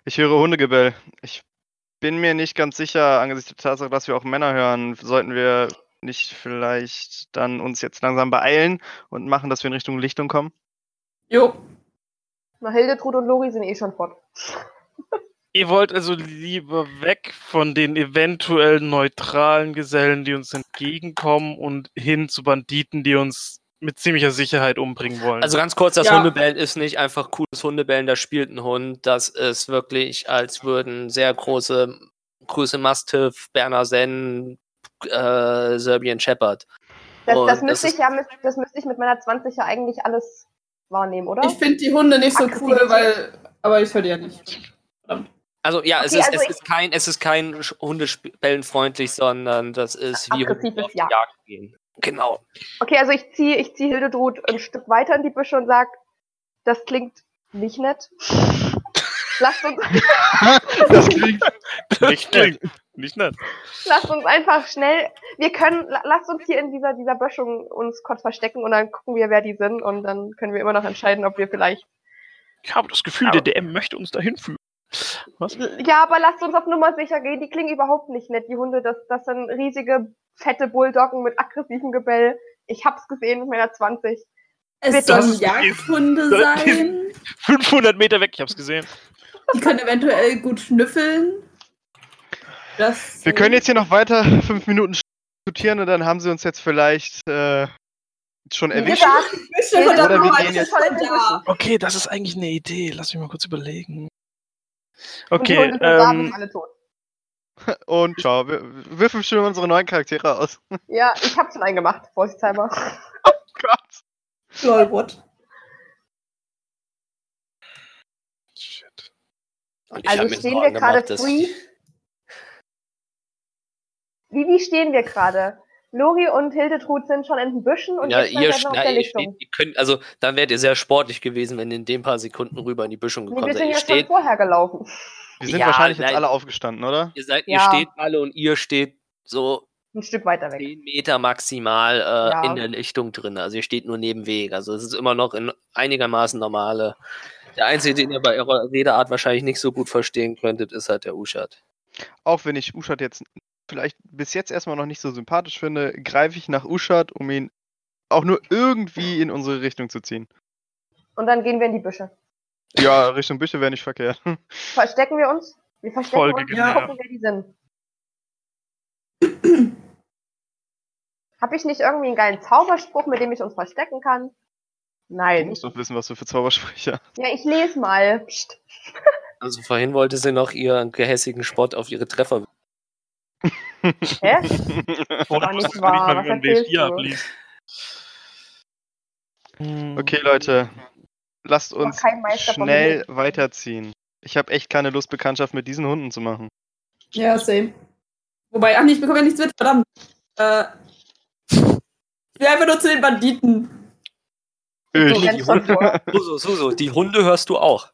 [SPEAKER 1] Ich höre Hundegebell. Ich bin mir nicht ganz sicher, angesichts der Tatsache, dass wir auch Männer hören, sollten wir nicht vielleicht dann uns jetzt langsam beeilen und machen, dass wir in Richtung Lichtung kommen?
[SPEAKER 3] Jo.
[SPEAKER 2] Na, Hildetrud und Lori sind eh schon fort.
[SPEAKER 4] Ihr wollt also lieber weg von den eventuell neutralen Gesellen, die uns entgegenkommen, und hin zu Banditen, die uns mit ziemlicher Sicherheit umbringen wollen.
[SPEAKER 5] Also ganz kurz, das
[SPEAKER 3] Ja.
[SPEAKER 5] Hundebellen ist nicht einfach cooles Hundebellen, da spielt ein Hund. Das ist wirklich, als würden sehr große, große Mastiff, Berner Sen, äh, Serbian Shepherd.
[SPEAKER 2] Das,
[SPEAKER 5] Und
[SPEAKER 2] das,
[SPEAKER 5] das
[SPEAKER 2] müsste
[SPEAKER 5] ist-
[SPEAKER 2] ich ja, mit- das müsste ich mit meiner 20 ja eigentlich alles wahrnehmen, oder?
[SPEAKER 3] Ich finde die Hunde nicht so cool,
[SPEAKER 2] Aggressivität.
[SPEAKER 3] weil. Aber ich höre die ja nicht.
[SPEAKER 5] Also ja, es,
[SPEAKER 2] Okay,
[SPEAKER 5] ist,
[SPEAKER 2] also
[SPEAKER 5] es,
[SPEAKER 2] ich-
[SPEAKER 5] ist kein, es ist kein sch- hundebellenfreundlich, sondern das ist wie
[SPEAKER 2] Aggressives
[SPEAKER 5] Hunde auf die
[SPEAKER 2] Ja.
[SPEAKER 5] Jagd gehen. Genau.
[SPEAKER 2] Okay, also ich ziehe ich zieh Hildetrud ein Stück weiter in die Büsche und sag, das klingt nicht nett. Lasst uns,
[SPEAKER 1] Das klingt
[SPEAKER 4] nicht nett. Nicht nett.
[SPEAKER 2] lasst uns einfach schnell, wir können, la- lasst uns hier in dieser, dieser Böschung uns kurz verstecken und dann gucken wir, wer die sind und dann können wir immer noch entscheiden, ob wir vielleicht,
[SPEAKER 4] Ich habe das Gefühl, der DM möchte uns dahin führen. Was?
[SPEAKER 2] ja, aber lasst uns auf Nummer sicher gehen, die klingen überhaupt nicht nett, die Hunde, das, das sind riesige, fette Bulldoggen mit aggressivem Gebell. Ich hab's gesehen mit meiner 20.
[SPEAKER 3] Es
[SPEAKER 2] Bitte.
[SPEAKER 3] sollen Jagdhunde
[SPEAKER 4] Das-
[SPEAKER 3] sein.
[SPEAKER 4] 500 Meter weg, ich habe es gesehen.
[SPEAKER 3] Die können eventuell gut schnüffeln. Das
[SPEAKER 1] Wir
[SPEAKER 5] Äh.
[SPEAKER 1] können jetzt hier noch weiter fünf Minuten diskutieren und dann haben sie uns jetzt vielleicht äh, schon
[SPEAKER 3] Ja,
[SPEAKER 1] erwischt.
[SPEAKER 2] Gesagt,
[SPEAKER 3] Büsche und
[SPEAKER 1] Oder
[SPEAKER 3] dann
[SPEAKER 1] wir
[SPEAKER 3] war
[SPEAKER 1] gehen
[SPEAKER 3] ich
[SPEAKER 1] jetzt-
[SPEAKER 3] voll da.
[SPEAKER 4] Okay, das ist eigentlich eine Idee. Lass mich mal kurz überlegen.
[SPEAKER 2] und die
[SPEAKER 4] Okay,
[SPEAKER 2] Hunde sind da, sind
[SPEAKER 4] ähm,
[SPEAKER 2] alle tot.
[SPEAKER 1] Und ciao. Wir wir würfeln schon unsere neuen Charaktere aus. Oh
[SPEAKER 2] Ja, ich hab's schon eingemacht, vorsichtshalber.
[SPEAKER 1] Gott.
[SPEAKER 3] Lol, what?
[SPEAKER 4] shit.
[SPEAKER 5] Und ich hab
[SPEAKER 2] Also
[SPEAKER 5] mir
[SPEAKER 2] stehen wir
[SPEAKER 5] Sorgen
[SPEAKER 2] gerade
[SPEAKER 5] gemacht, dass-
[SPEAKER 2] free. Wie, wie stehen wir gerade? Lori und Hildetrud sind schon in den Büschen und
[SPEAKER 5] Ja,
[SPEAKER 2] seid
[SPEAKER 5] ihr,
[SPEAKER 2] noch auf
[SPEAKER 5] schna-
[SPEAKER 2] der
[SPEAKER 5] ihr
[SPEAKER 2] Lichtung.
[SPEAKER 5] steht, ihr könnt, also dann wärt ihr sehr sportlich gewesen, wenn ihr in den paar Sekunden rüber in die Büschung
[SPEAKER 2] Nee,
[SPEAKER 5] gekommen
[SPEAKER 2] wir
[SPEAKER 5] seid.
[SPEAKER 2] sind
[SPEAKER 5] Ihr
[SPEAKER 2] ja schon
[SPEAKER 5] steht,
[SPEAKER 2] vorher gelaufen.
[SPEAKER 1] Wir sind
[SPEAKER 5] Ja,
[SPEAKER 1] wahrscheinlich jetzt
[SPEAKER 5] nein.
[SPEAKER 1] alle aufgestanden, oder?
[SPEAKER 5] ihr seid,
[SPEAKER 2] Ja.
[SPEAKER 5] ihr steht alle und ihr steht so
[SPEAKER 2] Ein Stück weiter weg.
[SPEAKER 5] 10 Meter maximal äh,
[SPEAKER 2] Ja.
[SPEAKER 5] in der Lichtung drin. Also ihr steht nur neben Weg. Also es ist immer noch in einigermaßen normale. Der einzige, den ihr bei eurer Redeart wahrscheinlich nicht so gut verstehen könntet, ist halt der Uschat.
[SPEAKER 1] Auch wenn ich Uschat jetzt vielleicht bis jetzt erstmal noch nicht so sympathisch finde, greife ich nach Uschat, um ihn auch nur irgendwie in unsere Richtung zu ziehen.
[SPEAKER 2] Und dann gehen wir in die Büsche.
[SPEAKER 1] Ja, Richtung Büsche wäre nicht verkehrt.
[SPEAKER 2] Verstecken wir uns? Wir verstecken
[SPEAKER 4] Folge
[SPEAKER 2] uns
[SPEAKER 4] genau.
[SPEAKER 3] genervt.
[SPEAKER 2] und gucken, wer die sind. Hab ich nicht irgendwie einen geilen Zauberspruch, mit dem ich uns verstecken kann?
[SPEAKER 1] Du
[SPEAKER 2] Nein.
[SPEAKER 1] musst doch wissen, was du für Zaubersprecher.
[SPEAKER 2] Ja, ich lese mal. Psst.
[SPEAKER 5] Also vorhin wollte sie noch ihren gehässigen Spott auf ihre Treffer.
[SPEAKER 2] Hä?
[SPEAKER 4] Oder
[SPEAKER 2] war
[SPEAKER 4] musst
[SPEAKER 2] nicht
[SPEAKER 4] du
[SPEAKER 2] wahr.
[SPEAKER 4] nicht mal
[SPEAKER 2] Was
[SPEAKER 4] wie ein
[SPEAKER 2] erzählst
[SPEAKER 4] W4
[SPEAKER 2] du?
[SPEAKER 4] abliest. Hm.
[SPEAKER 1] Okay, Leute, lasst uns
[SPEAKER 2] Mhm. kein Meister vom
[SPEAKER 1] schnell
[SPEAKER 2] Himmel.
[SPEAKER 1] weiterziehen. Ich habe echt keine Lust, Bekanntschaft mit diesen Hunden zu machen.
[SPEAKER 3] Ja, same. Wobei, ach nee, ich bekomme ja nichts mit, verdammt. Äh, ich will einfach nur zu den Banditen.
[SPEAKER 2] Du
[SPEAKER 1] Ich.
[SPEAKER 2] rennst schon vor.
[SPEAKER 5] Suso, Suso, die Hunde hörst du auch.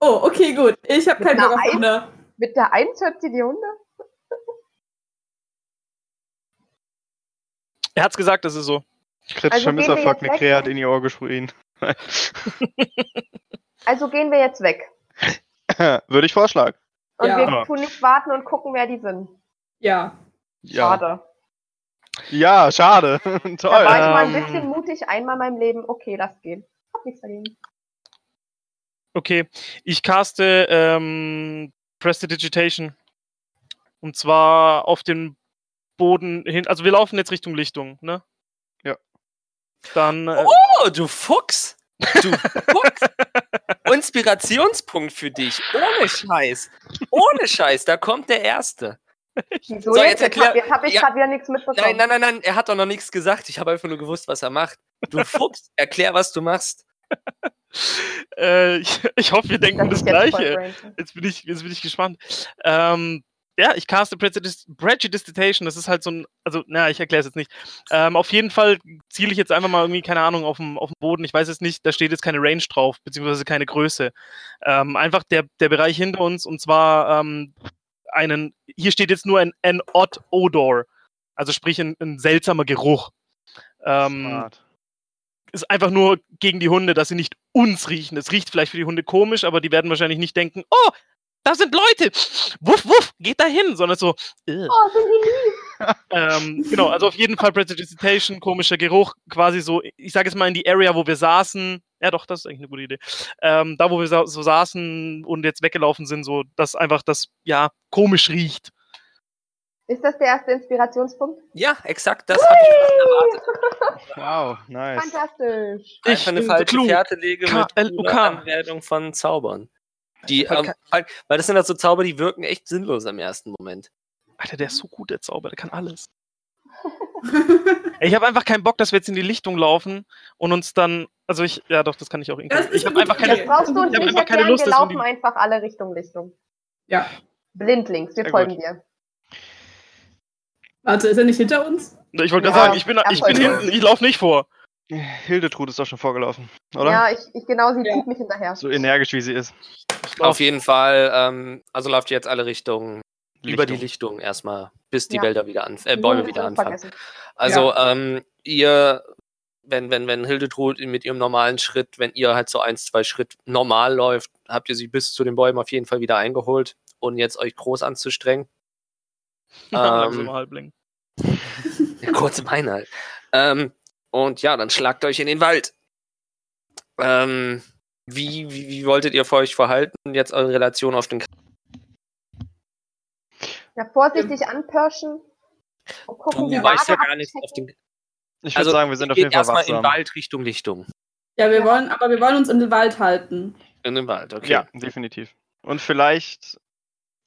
[SPEAKER 3] Oh, okay, gut. Ich habe keinen
[SPEAKER 2] Mit
[SPEAKER 3] Bock
[SPEAKER 2] einer
[SPEAKER 3] auf Hunde.
[SPEAKER 2] Mit der Eins hört sie die Hunde?
[SPEAKER 4] Er hat's gesagt, das ist so.
[SPEAKER 1] Kritischer
[SPEAKER 2] Also gehen wir
[SPEAKER 1] Misserfolg,
[SPEAKER 2] jetzt
[SPEAKER 1] eine
[SPEAKER 2] weg?
[SPEAKER 1] Krähe hat in ihr Ohr geschrien.
[SPEAKER 2] Also gehen wir jetzt weg.
[SPEAKER 1] Würde ich vorschlagen.
[SPEAKER 2] Und
[SPEAKER 3] Ja.
[SPEAKER 1] Ja.
[SPEAKER 2] wir tun nicht warten und gucken, wer die sind.
[SPEAKER 3] Ja.
[SPEAKER 1] Ja, Oh,
[SPEAKER 2] Schade.
[SPEAKER 1] ja schade.
[SPEAKER 2] Da war
[SPEAKER 1] Toll.
[SPEAKER 2] ich mal ein
[SPEAKER 4] ähm,
[SPEAKER 2] bisschen mutig, einmal in meinem Leben. Okay, lass gehen. Hab nichts dagegen.
[SPEAKER 4] Okay, ich caste ähm, Prestidigitation. Und zwar auf den Boden hin. Also wir laufen jetzt Richtung Lichtung, ne?
[SPEAKER 1] Ja.
[SPEAKER 4] Dann. Äh,
[SPEAKER 5] Oh, du Fuchs! Du Fuchs! Inspirationspunkt für dich. Ohne Scheiß. Ohne Scheiß, da kommt der Erste.
[SPEAKER 2] Wieso
[SPEAKER 5] So,
[SPEAKER 2] jetzt?
[SPEAKER 5] jetzt
[SPEAKER 2] Jetzt hab,
[SPEAKER 5] erklär-
[SPEAKER 2] jetzt hab ich
[SPEAKER 5] ja.
[SPEAKER 2] grad wieder nichts mitbekommen.
[SPEAKER 5] Nein, nein, nein, nein, er hat doch noch nichts gesagt. Ich habe einfach nur gewusst, was er macht. Du Fuchs, erklär, was du machst.
[SPEAKER 4] Äh, ich, ich hoffe, wir denken das
[SPEAKER 2] ist jetzt voll
[SPEAKER 4] Gleiche.
[SPEAKER 2] cringe.
[SPEAKER 4] Jetzt bin ich, jetzt bin ich gespannt. Ähm, ja, ich caste Prejudice, Prejudicitation. Das ist halt so ein, also, na, ich erkläre es jetzt nicht. Ähm, auf jeden Fall ziele ich jetzt einfach mal irgendwie, keine Ahnung, auf dem, auf dem Boden. Ich weiß es nicht, da steht jetzt keine Range drauf, beziehungsweise keine Größe. Ähm, einfach der, der Bereich hinter uns und zwar ähm, einen, hier steht jetzt nur ein, an odd odor. Also sprich ein, ein seltsamer Geruch. Ähm,
[SPEAKER 1] Smart.
[SPEAKER 4] ist einfach nur gegen die Hunde, dass sie nicht uns riechen. Es riecht vielleicht für die Hunde komisch, aber die werden wahrscheinlich nicht denken, oh, da sind Leute, wuff, wuff, geht da hin, sondern so, "Ugh."
[SPEAKER 2] Oh, sind die lieb.
[SPEAKER 4] ähm, genau, also auf jeden Fall Prestidigitation, komischer Geruch, quasi so, ich sage jetzt mal in die Area, wo wir saßen, ja doch, das ist eigentlich eine gute Idee, ähm, da, wo wir sa so saßen und jetzt weggelaufen sind, so, dass einfach das, ja, komisch riecht.
[SPEAKER 2] Ist das der erste Inspirationspunkt?
[SPEAKER 5] Ja, exakt das habe ich fast erwartet.
[SPEAKER 1] Wow, nice.
[SPEAKER 2] Fantastisch.
[SPEAKER 4] Ich
[SPEAKER 5] Einfach eine
[SPEAKER 4] bin
[SPEAKER 5] falsche
[SPEAKER 4] klug.
[SPEAKER 5] Fährte lege mit
[SPEAKER 4] KLUK.
[SPEAKER 5] einer Anwendung von Zaubern. Die,
[SPEAKER 4] Aber
[SPEAKER 5] ähm, weil weil das sind halt so Zauber, die wirken echt sinnlos am ersten Moment.
[SPEAKER 4] Alter, der ist so gut, der Zauber, der kann alles. Ich habe einfach keinen Bock, dass wir jetzt in die Lichtung laufen und uns dann. Also ich, ja doch, das kann ich auch
[SPEAKER 3] Das
[SPEAKER 4] inkludieren.
[SPEAKER 3] ist
[SPEAKER 4] Ich
[SPEAKER 3] eine
[SPEAKER 4] habe
[SPEAKER 3] gute
[SPEAKER 4] einfach
[SPEAKER 2] Das
[SPEAKER 4] keine.
[SPEAKER 3] Idee.
[SPEAKER 2] brauchst du
[SPEAKER 3] ich
[SPEAKER 2] uns
[SPEAKER 4] hab
[SPEAKER 2] nicht
[SPEAKER 4] einfach keine
[SPEAKER 2] erklären,
[SPEAKER 4] Lust,
[SPEAKER 2] wir
[SPEAKER 4] dass du die-
[SPEAKER 2] laufen einfach alle Richtung Lichtung.
[SPEAKER 3] ja.
[SPEAKER 2] Blindlings, wir
[SPEAKER 1] Sehr
[SPEAKER 2] folgen
[SPEAKER 1] gut.
[SPEAKER 2] dir.
[SPEAKER 3] Warte, ist er nicht hinter uns?
[SPEAKER 4] Ich wollte gerade
[SPEAKER 2] Ja,
[SPEAKER 4] sagen, ich bin, ich bin
[SPEAKER 2] Erfolg.
[SPEAKER 4] hinten, ich laufe nicht vor.
[SPEAKER 1] Hildetrud ist doch schon vorgelaufen, oder?
[SPEAKER 2] Ja, ich, ich genau, sie
[SPEAKER 3] Ja.
[SPEAKER 2] zieht mich hinterher.
[SPEAKER 1] So energisch wie sie ist.
[SPEAKER 5] Auf jeden Fall, ähm, also lauft ihr jetzt alle Richtungen, über die
[SPEAKER 1] Lichtung.
[SPEAKER 5] Lichtung erstmal, bis die
[SPEAKER 2] Ja.
[SPEAKER 5] Wälder wieder anf äh,
[SPEAKER 2] Die
[SPEAKER 5] Bäume
[SPEAKER 2] Jugend
[SPEAKER 5] wieder
[SPEAKER 2] hat uns
[SPEAKER 5] anfangen.
[SPEAKER 2] vergessen.
[SPEAKER 5] Also ähm, ihr, wenn, wenn, wenn Hildetrud mit ihrem normalen Schritt, wenn ihr halt so ein, zwei Schritt normal läuft, habt ihr sie bis zu den Bäumen auf jeden Fall wieder eingeholt, ohne jetzt euch groß anzustrengen. Ähm,
[SPEAKER 1] Ähm.
[SPEAKER 4] Langsamer Halbling.
[SPEAKER 5] Kurz im Einhalt. Ähm, und ja, dann schlagt euch in den Wald. Ähm, wie, wie, wie wolltet ihr vor euch verhalten? Jetzt eure Relation auf den
[SPEAKER 2] Ja, vorsichtig anpörschen. Und gucken,
[SPEAKER 5] Du
[SPEAKER 2] die
[SPEAKER 5] weißt ja
[SPEAKER 2] Lage
[SPEAKER 5] gar nichts auf
[SPEAKER 2] abchecken.
[SPEAKER 5] den
[SPEAKER 1] Ich würde
[SPEAKER 5] Also,
[SPEAKER 1] sagen, wir sind auf jeden
[SPEAKER 5] Geht
[SPEAKER 1] Fall
[SPEAKER 5] erstmal in den
[SPEAKER 1] wachsam.
[SPEAKER 5] Wald Richtung Lichtung.
[SPEAKER 3] Ja, wir
[SPEAKER 2] Ja.
[SPEAKER 3] wollen, aber wir wollen uns in den Wald halten.
[SPEAKER 5] In den Wald, okay.
[SPEAKER 1] Ja, definitiv. Und vielleicht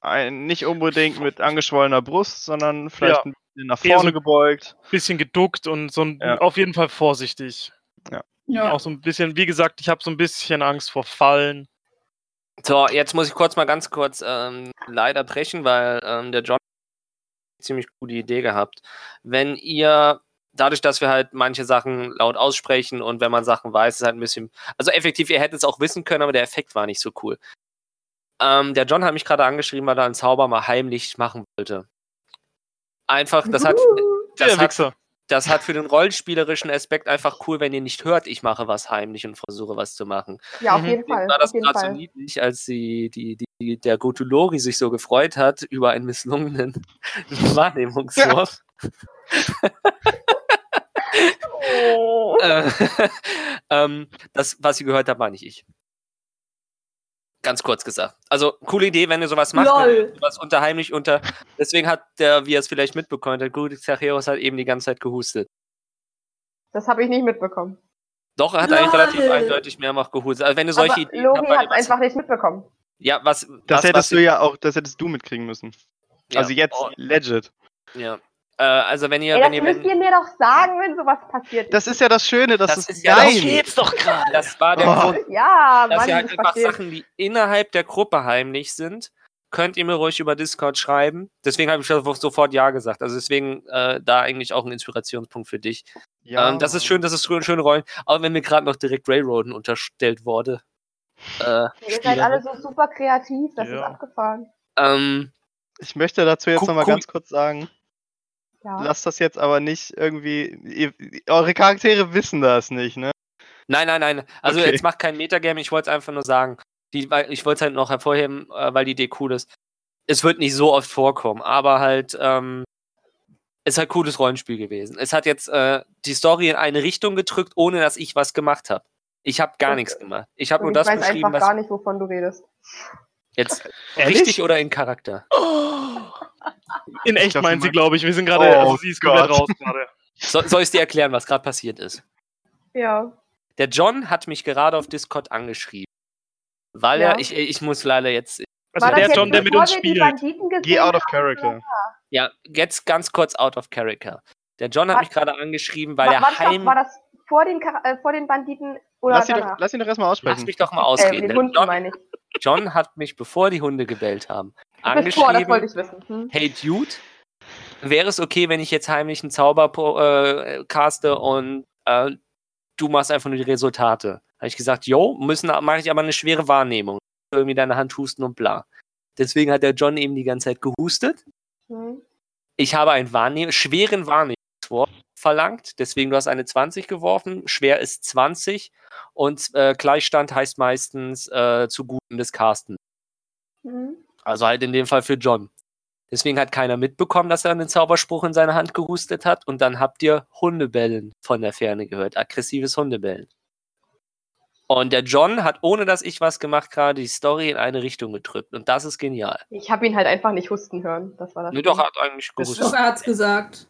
[SPEAKER 1] ein, nicht unbedingt mit angeschwollener Brust, sondern vielleicht ein bisschen nach
[SPEAKER 4] Eher so-
[SPEAKER 1] vorne gebeugt.
[SPEAKER 4] Bisschen geduckt und so ein,
[SPEAKER 1] Ja.
[SPEAKER 4] auf jeden Fall vorsichtig.
[SPEAKER 3] Ja.
[SPEAKER 4] Auch so ein bisschen, wie gesagt, ich habe so ein bisschen Angst vor Fallen.
[SPEAKER 5] So, jetzt muss ich kurz mal ganz kurz ähm, leider brechen, weil ähm, der John hat eine ziemlich gute Idee gehabt. Wenn ihr, dadurch, dass wir halt manche Sachen laut aussprechen und wenn man Sachen weiß, ist halt ein bisschen, also effektiv, ihr hättet es auch wissen können, aber der Effekt war nicht so cool. Ähm, der John hat mich gerade angeschrieben, weil er einen Zauber mal heimlich machen wollte. Einfach, das hat, das
[SPEAKER 4] Der
[SPEAKER 5] hat
[SPEAKER 4] Wichser.
[SPEAKER 5] das hat für den rollenspielerischen Aspekt einfach cool, wenn ihr nicht hört, ich mache was heimlich und versuche was zu machen.
[SPEAKER 2] Ja, auf
[SPEAKER 4] Mhm.
[SPEAKER 2] jeden Fall.
[SPEAKER 5] war
[SPEAKER 2] Auf
[SPEAKER 5] das
[SPEAKER 2] jeden
[SPEAKER 5] gerade so
[SPEAKER 2] Fall.
[SPEAKER 5] niedlich, als die, die, die, die, der gute Lori sich so gefreut hat über einen misslungenen Wahrnehmungswurf.
[SPEAKER 2] Oh.
[SPEAKER 5] Äh, ähm, das, was ihr gehört habt, war nicht ich. Ganz kurz gesagt. Also, coole Idee, wenn ihr sowas macht. ne?
[SPEAKER 3] Lol.
[SPEAKER 5] was unterheimlich unter. Deswegen hat der, wie er es vielleicht mitbekommen hat, gute Zachäus hat eben die ganze Zeit gehustet.
[SPEAKER 2] Das habe ich nicht mitbekommen.
[SPEAKER 5] Doch, er hat eigentlich
[SPEAKER 3] Lol.
[SPEAKER 5] relativ eindeutig mehrfach gehustet. Also wenn du solche
[SPEAKER 2] Aber Lori
[SPEAKER 5] habt, weil
[SPEAKER 2] hat
[SPEAKER 5] was-
[SPEAKER 2] einfach nicht mitbekommen.
[SPEAKER 5] Ja, was.
[SPEAKER 1] Das
[SPEAKER 5] was, was,
[SPEAKER 1] hättest du ja auch, das hättest du mitkriegen müssen.
[SPEAKER 5] ja.
[SPEAKER 1] Also jetzt
[SPEAKER 5] Oh,
[SPEAKER 1] legit.
[SPEAKER 5] ja. Äh, also wenn ihr,
[SPEAKER 2] Ey,
[SPEAKER 5] wenn
[SPEAKER 2] das
[SPEAKER 5] ihr,
[SPEAKER 2] müsst
[SPEAKER 5] wenn,
[SPEAKER 2] ihr mir doch sagen, wenn sowas passiert.
[SPEAKER 1] Das ist ja das Schöne, dass
[SPEAKER 5] das
[SPEAKER 1] es
[SPEAKER 5] ist ja
[SPEAKER 1] nein.
[SPEAKER 5] das geht's doch gerade. Das war der
[SPEAKER 1] Oh.
[SPEAKER 5] Grund,
[SPEAKER 2] ja,
[SPEAKER 5] dass
[SPEAKER 2] Mann,
[SPEAKER 5] ihr halt
[SPEAKER 2] ich
[SPEAKER 5] einfach
[SPEAKER 2] verstehe.
[SPEAKER 5] Sachen, die innerhalb der Gruppe heimlich sind, könnt ihr mir ruhig über Discord schreiben. Deswegen habe ich schon sofort ja gesagt. Also deswegen äh, da eigentlich auch ein Inspirationspunkt für dich.
[SPEAKER 1] Ja,
[SPEAKER 5] ähm, das ist
[SPEAKER 1] Mann.
[SPEAKER 5] schön, das ist schön, schöne Rollen. Auch wenn mir gerade noch direkt Railroaden unterstellt wurde. Äh,
[SPEAKER 2] Ihr seid alle so super kreativ, das ist
[SPEAKER 4] Ja.
[SPEAKER 2] abgefahren.
[SPEAKER 5] ähm,
[SPEAKER 1] Ich möchte dazu jetzt
[SPEAKER 5] Guck-
[SPEAKER 1] nochmal
[SPEAKER 5] guck-
[SPEAKER 1] ganz kurz sagen,
[SPEAKER 2] Ja.
[SPEAKER 1] lasst das jetzt aber nicht irgendwie. Ihr, eure Charaktere wissen das nicht, ne?
[SPEAKER 5] Nein, nein, nein. Also
[SPEAKER 1] Okay.
[SPEAKER 5] jetzt macht kein Metagame, ich wollte es einfach nur sagen. Die, weil, ich wollte es halt noch hervorheben, äh, weil die Idee cool ist. Es wird nicht so oft vorkommen, aber halt, ähm, es ist halt cooles Rollenspiel gewesen. Es hat jetzt äh, die Story in eine Richtung gedrückt, ohne dass ich was gemacht habe. Ich habe gar
[SPEAKER 2] Und-
[SPEAKER 5] nichts gemacht. Ich habe nur
[SPEAKER 2] Und
[SPEAKER 5] das
[SPEAKER 2] ich weiß
[SPEAKER 5] beschrieben,
[SPEAKER 2] einfach gar
[SPEAKER 5] was
[SPEAKER 2] nicht, wovon du redest.
[SPEAKER 5] jetzt
[SPEAKER 4] Ehrlich?
[SPEAKER 5] richtig oder in Charakter.
[SPEAKER 2] Oh.
[SPEAKER 4] In
[SPEAKER 1] Ich
[SPEAKER 4] echt
[SPEAKER 1] glaub,
[SPEAKER 4] meint
[SPEAKER 1] sie
[SPEAKER 4] sie,
[SPEAKER 1] meint-
[SPEAKER 4] glaube ich. Wir sind gerade,
[SPEAKER 1] Oh
[SPEAKER 4] also sie ist komplett
[SPEAKER 1] Gott.
[SPEAKER 4] raus gerade.
[SPEAKER 5] So, soll ich dir erklären, was gerade passiert ist?
[SPEAKER 2] Ja.
[SPEAKER 5] Der John hat mich gerade auf Discord angeschrieben. Weil
[SPEAKER 2] Ja.
[SPEAKER 5] er, ich, ich muss leider jetzt,
[SPEAKER 4] Also
[SPEAKER 2] War das
[SPEAKER 4] der
[SPEAKER 2] jetzt
[SPEAKER 4] John, Also der mit
[SPEAKER 2] bevor
[SPEAKER 4] uns
[SPEAKER 2] wir die
[SPEAKER 4] spielt.
[SPEAKER 2] Banditen gesehen
[SPEAKER 1] Geh out of
[SPEAKER 2] haben?
[SPEAKER 1] character.
[SPEAKER 5] Ja, jetzt ganz kurz out of character. Der John hat
[SPEAKER 2] Wa-
[SPEAKER 5] mich gerade angeschrieben, weil
[SPEAKER 2] War,
[SPEAKER 5] er
[SPEAKER 2] war, das
[SPEAKER 5] heim.
[SPEAKER 2] noch, war das vor den, Char- äh, vor den Banditen oder
[SPEAKER 1] Lass ihn,
[SPEAKER 2] danach?
[SPEAKER 1] doch, lass ihn doch erstmal
[SPEAKER 5] Lass
[SPEAKER 1] aussprechen.
[SPEAKER 5] mich doch mal
[SPEAKER 2] äh,
[SPEAKER 5] ausreden.
[SPEAKER 2] den
[SPEAKER 5] Der
[SPEAKER 2] Hunden
[SPEAKER 5] John,
[SPEAKER 2] meine ich.
[SPEAKER 5] John hat mich, bevor die Hunde gebellt haben,
[SPEAKER 2] Bevor, das wollte
[SPEAKER 5] angeschrieben.
[SPEAKER 2] ich wissen. Hm?
[SPEAKER 5] Hey Dude, wäre es okay, wenn ich jetzt heimlich einen Zauber po- äh, caste und äh, du machst einfach nur die Resultate? Habe ich gesagt, yo, müssen mache ich aber eine schwere Wahrnehmung. Irgendwie deine Hand husten und bla. Deswegen hat der John eben die ganze Zeit gehustet.
[SPEAKER 2] Hm?
[SPEAKER 5] Ich habe einen Wahrnehm schweren Wahrnehmungswurf verlangt, deswegen du hast eine 20 geworfen. Schwer ist 20 und äh, Gleichstand heißt meistens äh, zu Guten des Casten.
[SPEAKER 2] Hm?
[SPEAKER 5] Also halt in dem Fall für John. Deswegen hat keiner mitbekommen, dass er einen Zauberspruch in seine Hand gehustet hat und dann habt ihr Hundebellen von der Ferne gehört. Aggressives Hundebellen. Und der John hat, ohne dass ich was gemacht gerade, die Story in eine Richtung gedrückt. Und das ist genial.
[SPEAKER 2] Ich habe ihn halt einfach nicht husten hören. Das war das.
[SPEAKER 5] Nur
[SPEAKER 2] Ding.
[SPEAKER 5] doch ah, hat eigentlich
[SPEAKER 1] Das ist
[SPEAKER 5] gehustet.
[SPEAKER 3] Doch, er hat's gesagt.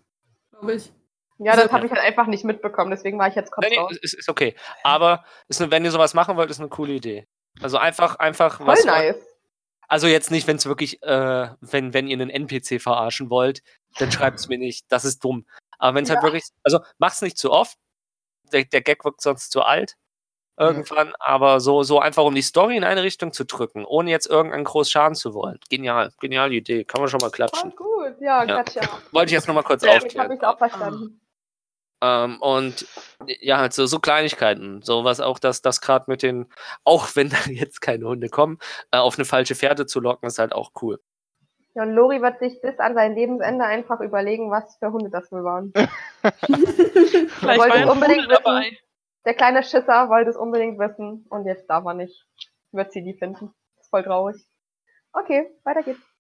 [SPEAKER 3] Glaube ich.
[SPEAKER 2] Ja, das habe ich halt einfach nicht mitbekommen. Deswegen war ich jetzt kurz
[SPEAKER 5] Nee, äh,
[SPEAKER 2] raus.
[SPEAKER 5] nee, ist, ist okay. Aber ist ne, wenn ihr sowas machen wollt, ist eine coole Idee. Also einfach, einfach
[SPEAKER 2] Voll nice.
[SPEAKER 5] Also jetzt nicht, wenn es wirklich, äh, wenn, wenn ihr einen NPC verarschen wollt, dann schreibt es mir nicht. Das ist dumm. Aber wenn es halt wirklich, also mach's nicht zu oft. Der, der Gag wirkt sonst zu alt. Irgendwann, aber so, so einfach, um die Story in eine Richtung zu drücken, ohne jetzt irgendeinen groß schaden zu wollen. Genial, geniale Idee. Kann man schon mal
[SPEAKER 2] Voll
[SPEAKER 5] klatschen.
[SPEAKER 2] gut. Ja,
[SPEAKER 5] Ja.
[SPEAKER 2] Katja.
[SPEAKER 5] Wollte ich jetzt nochmal kurz
[SPEAKER 2] Ich habe
[SPEAKER 5] aufklären.
[SPEAKER 2] mich auch
[SPEAKER 6] Ah.
[SPEAKER 2] verstanden.
[SPEAKER 5] Ähm, und ja, halt so, so Kleinigkeiten, sowas auch, dass das gerade mit den, auch wenn da jetzt keine Hunde kommen, äh, auf eine falsche Fährte zu locken, ist halt auch cool.
[SPEAKER 2] Ja, und Lori wird sich bis an sein Lebensende einfach überlegen, was für Hunde das wohl waren.
[SPEAKER 6] Vielleicht
[SPEAKER 2] wollte
[SPEAKER 6] war
[SPEAKER 2] es
[SPEAKER 6] ja
[SPEAKER 2] unbedingt
[SPEAKER 6] unbedingt dabei.
[SPEAKER 2] Der kleine Schisser wollte es unbedingt wissen und jetzt darf er nicht. Wird sie die finden. Ist voll traurig. Okay, weiter geht's.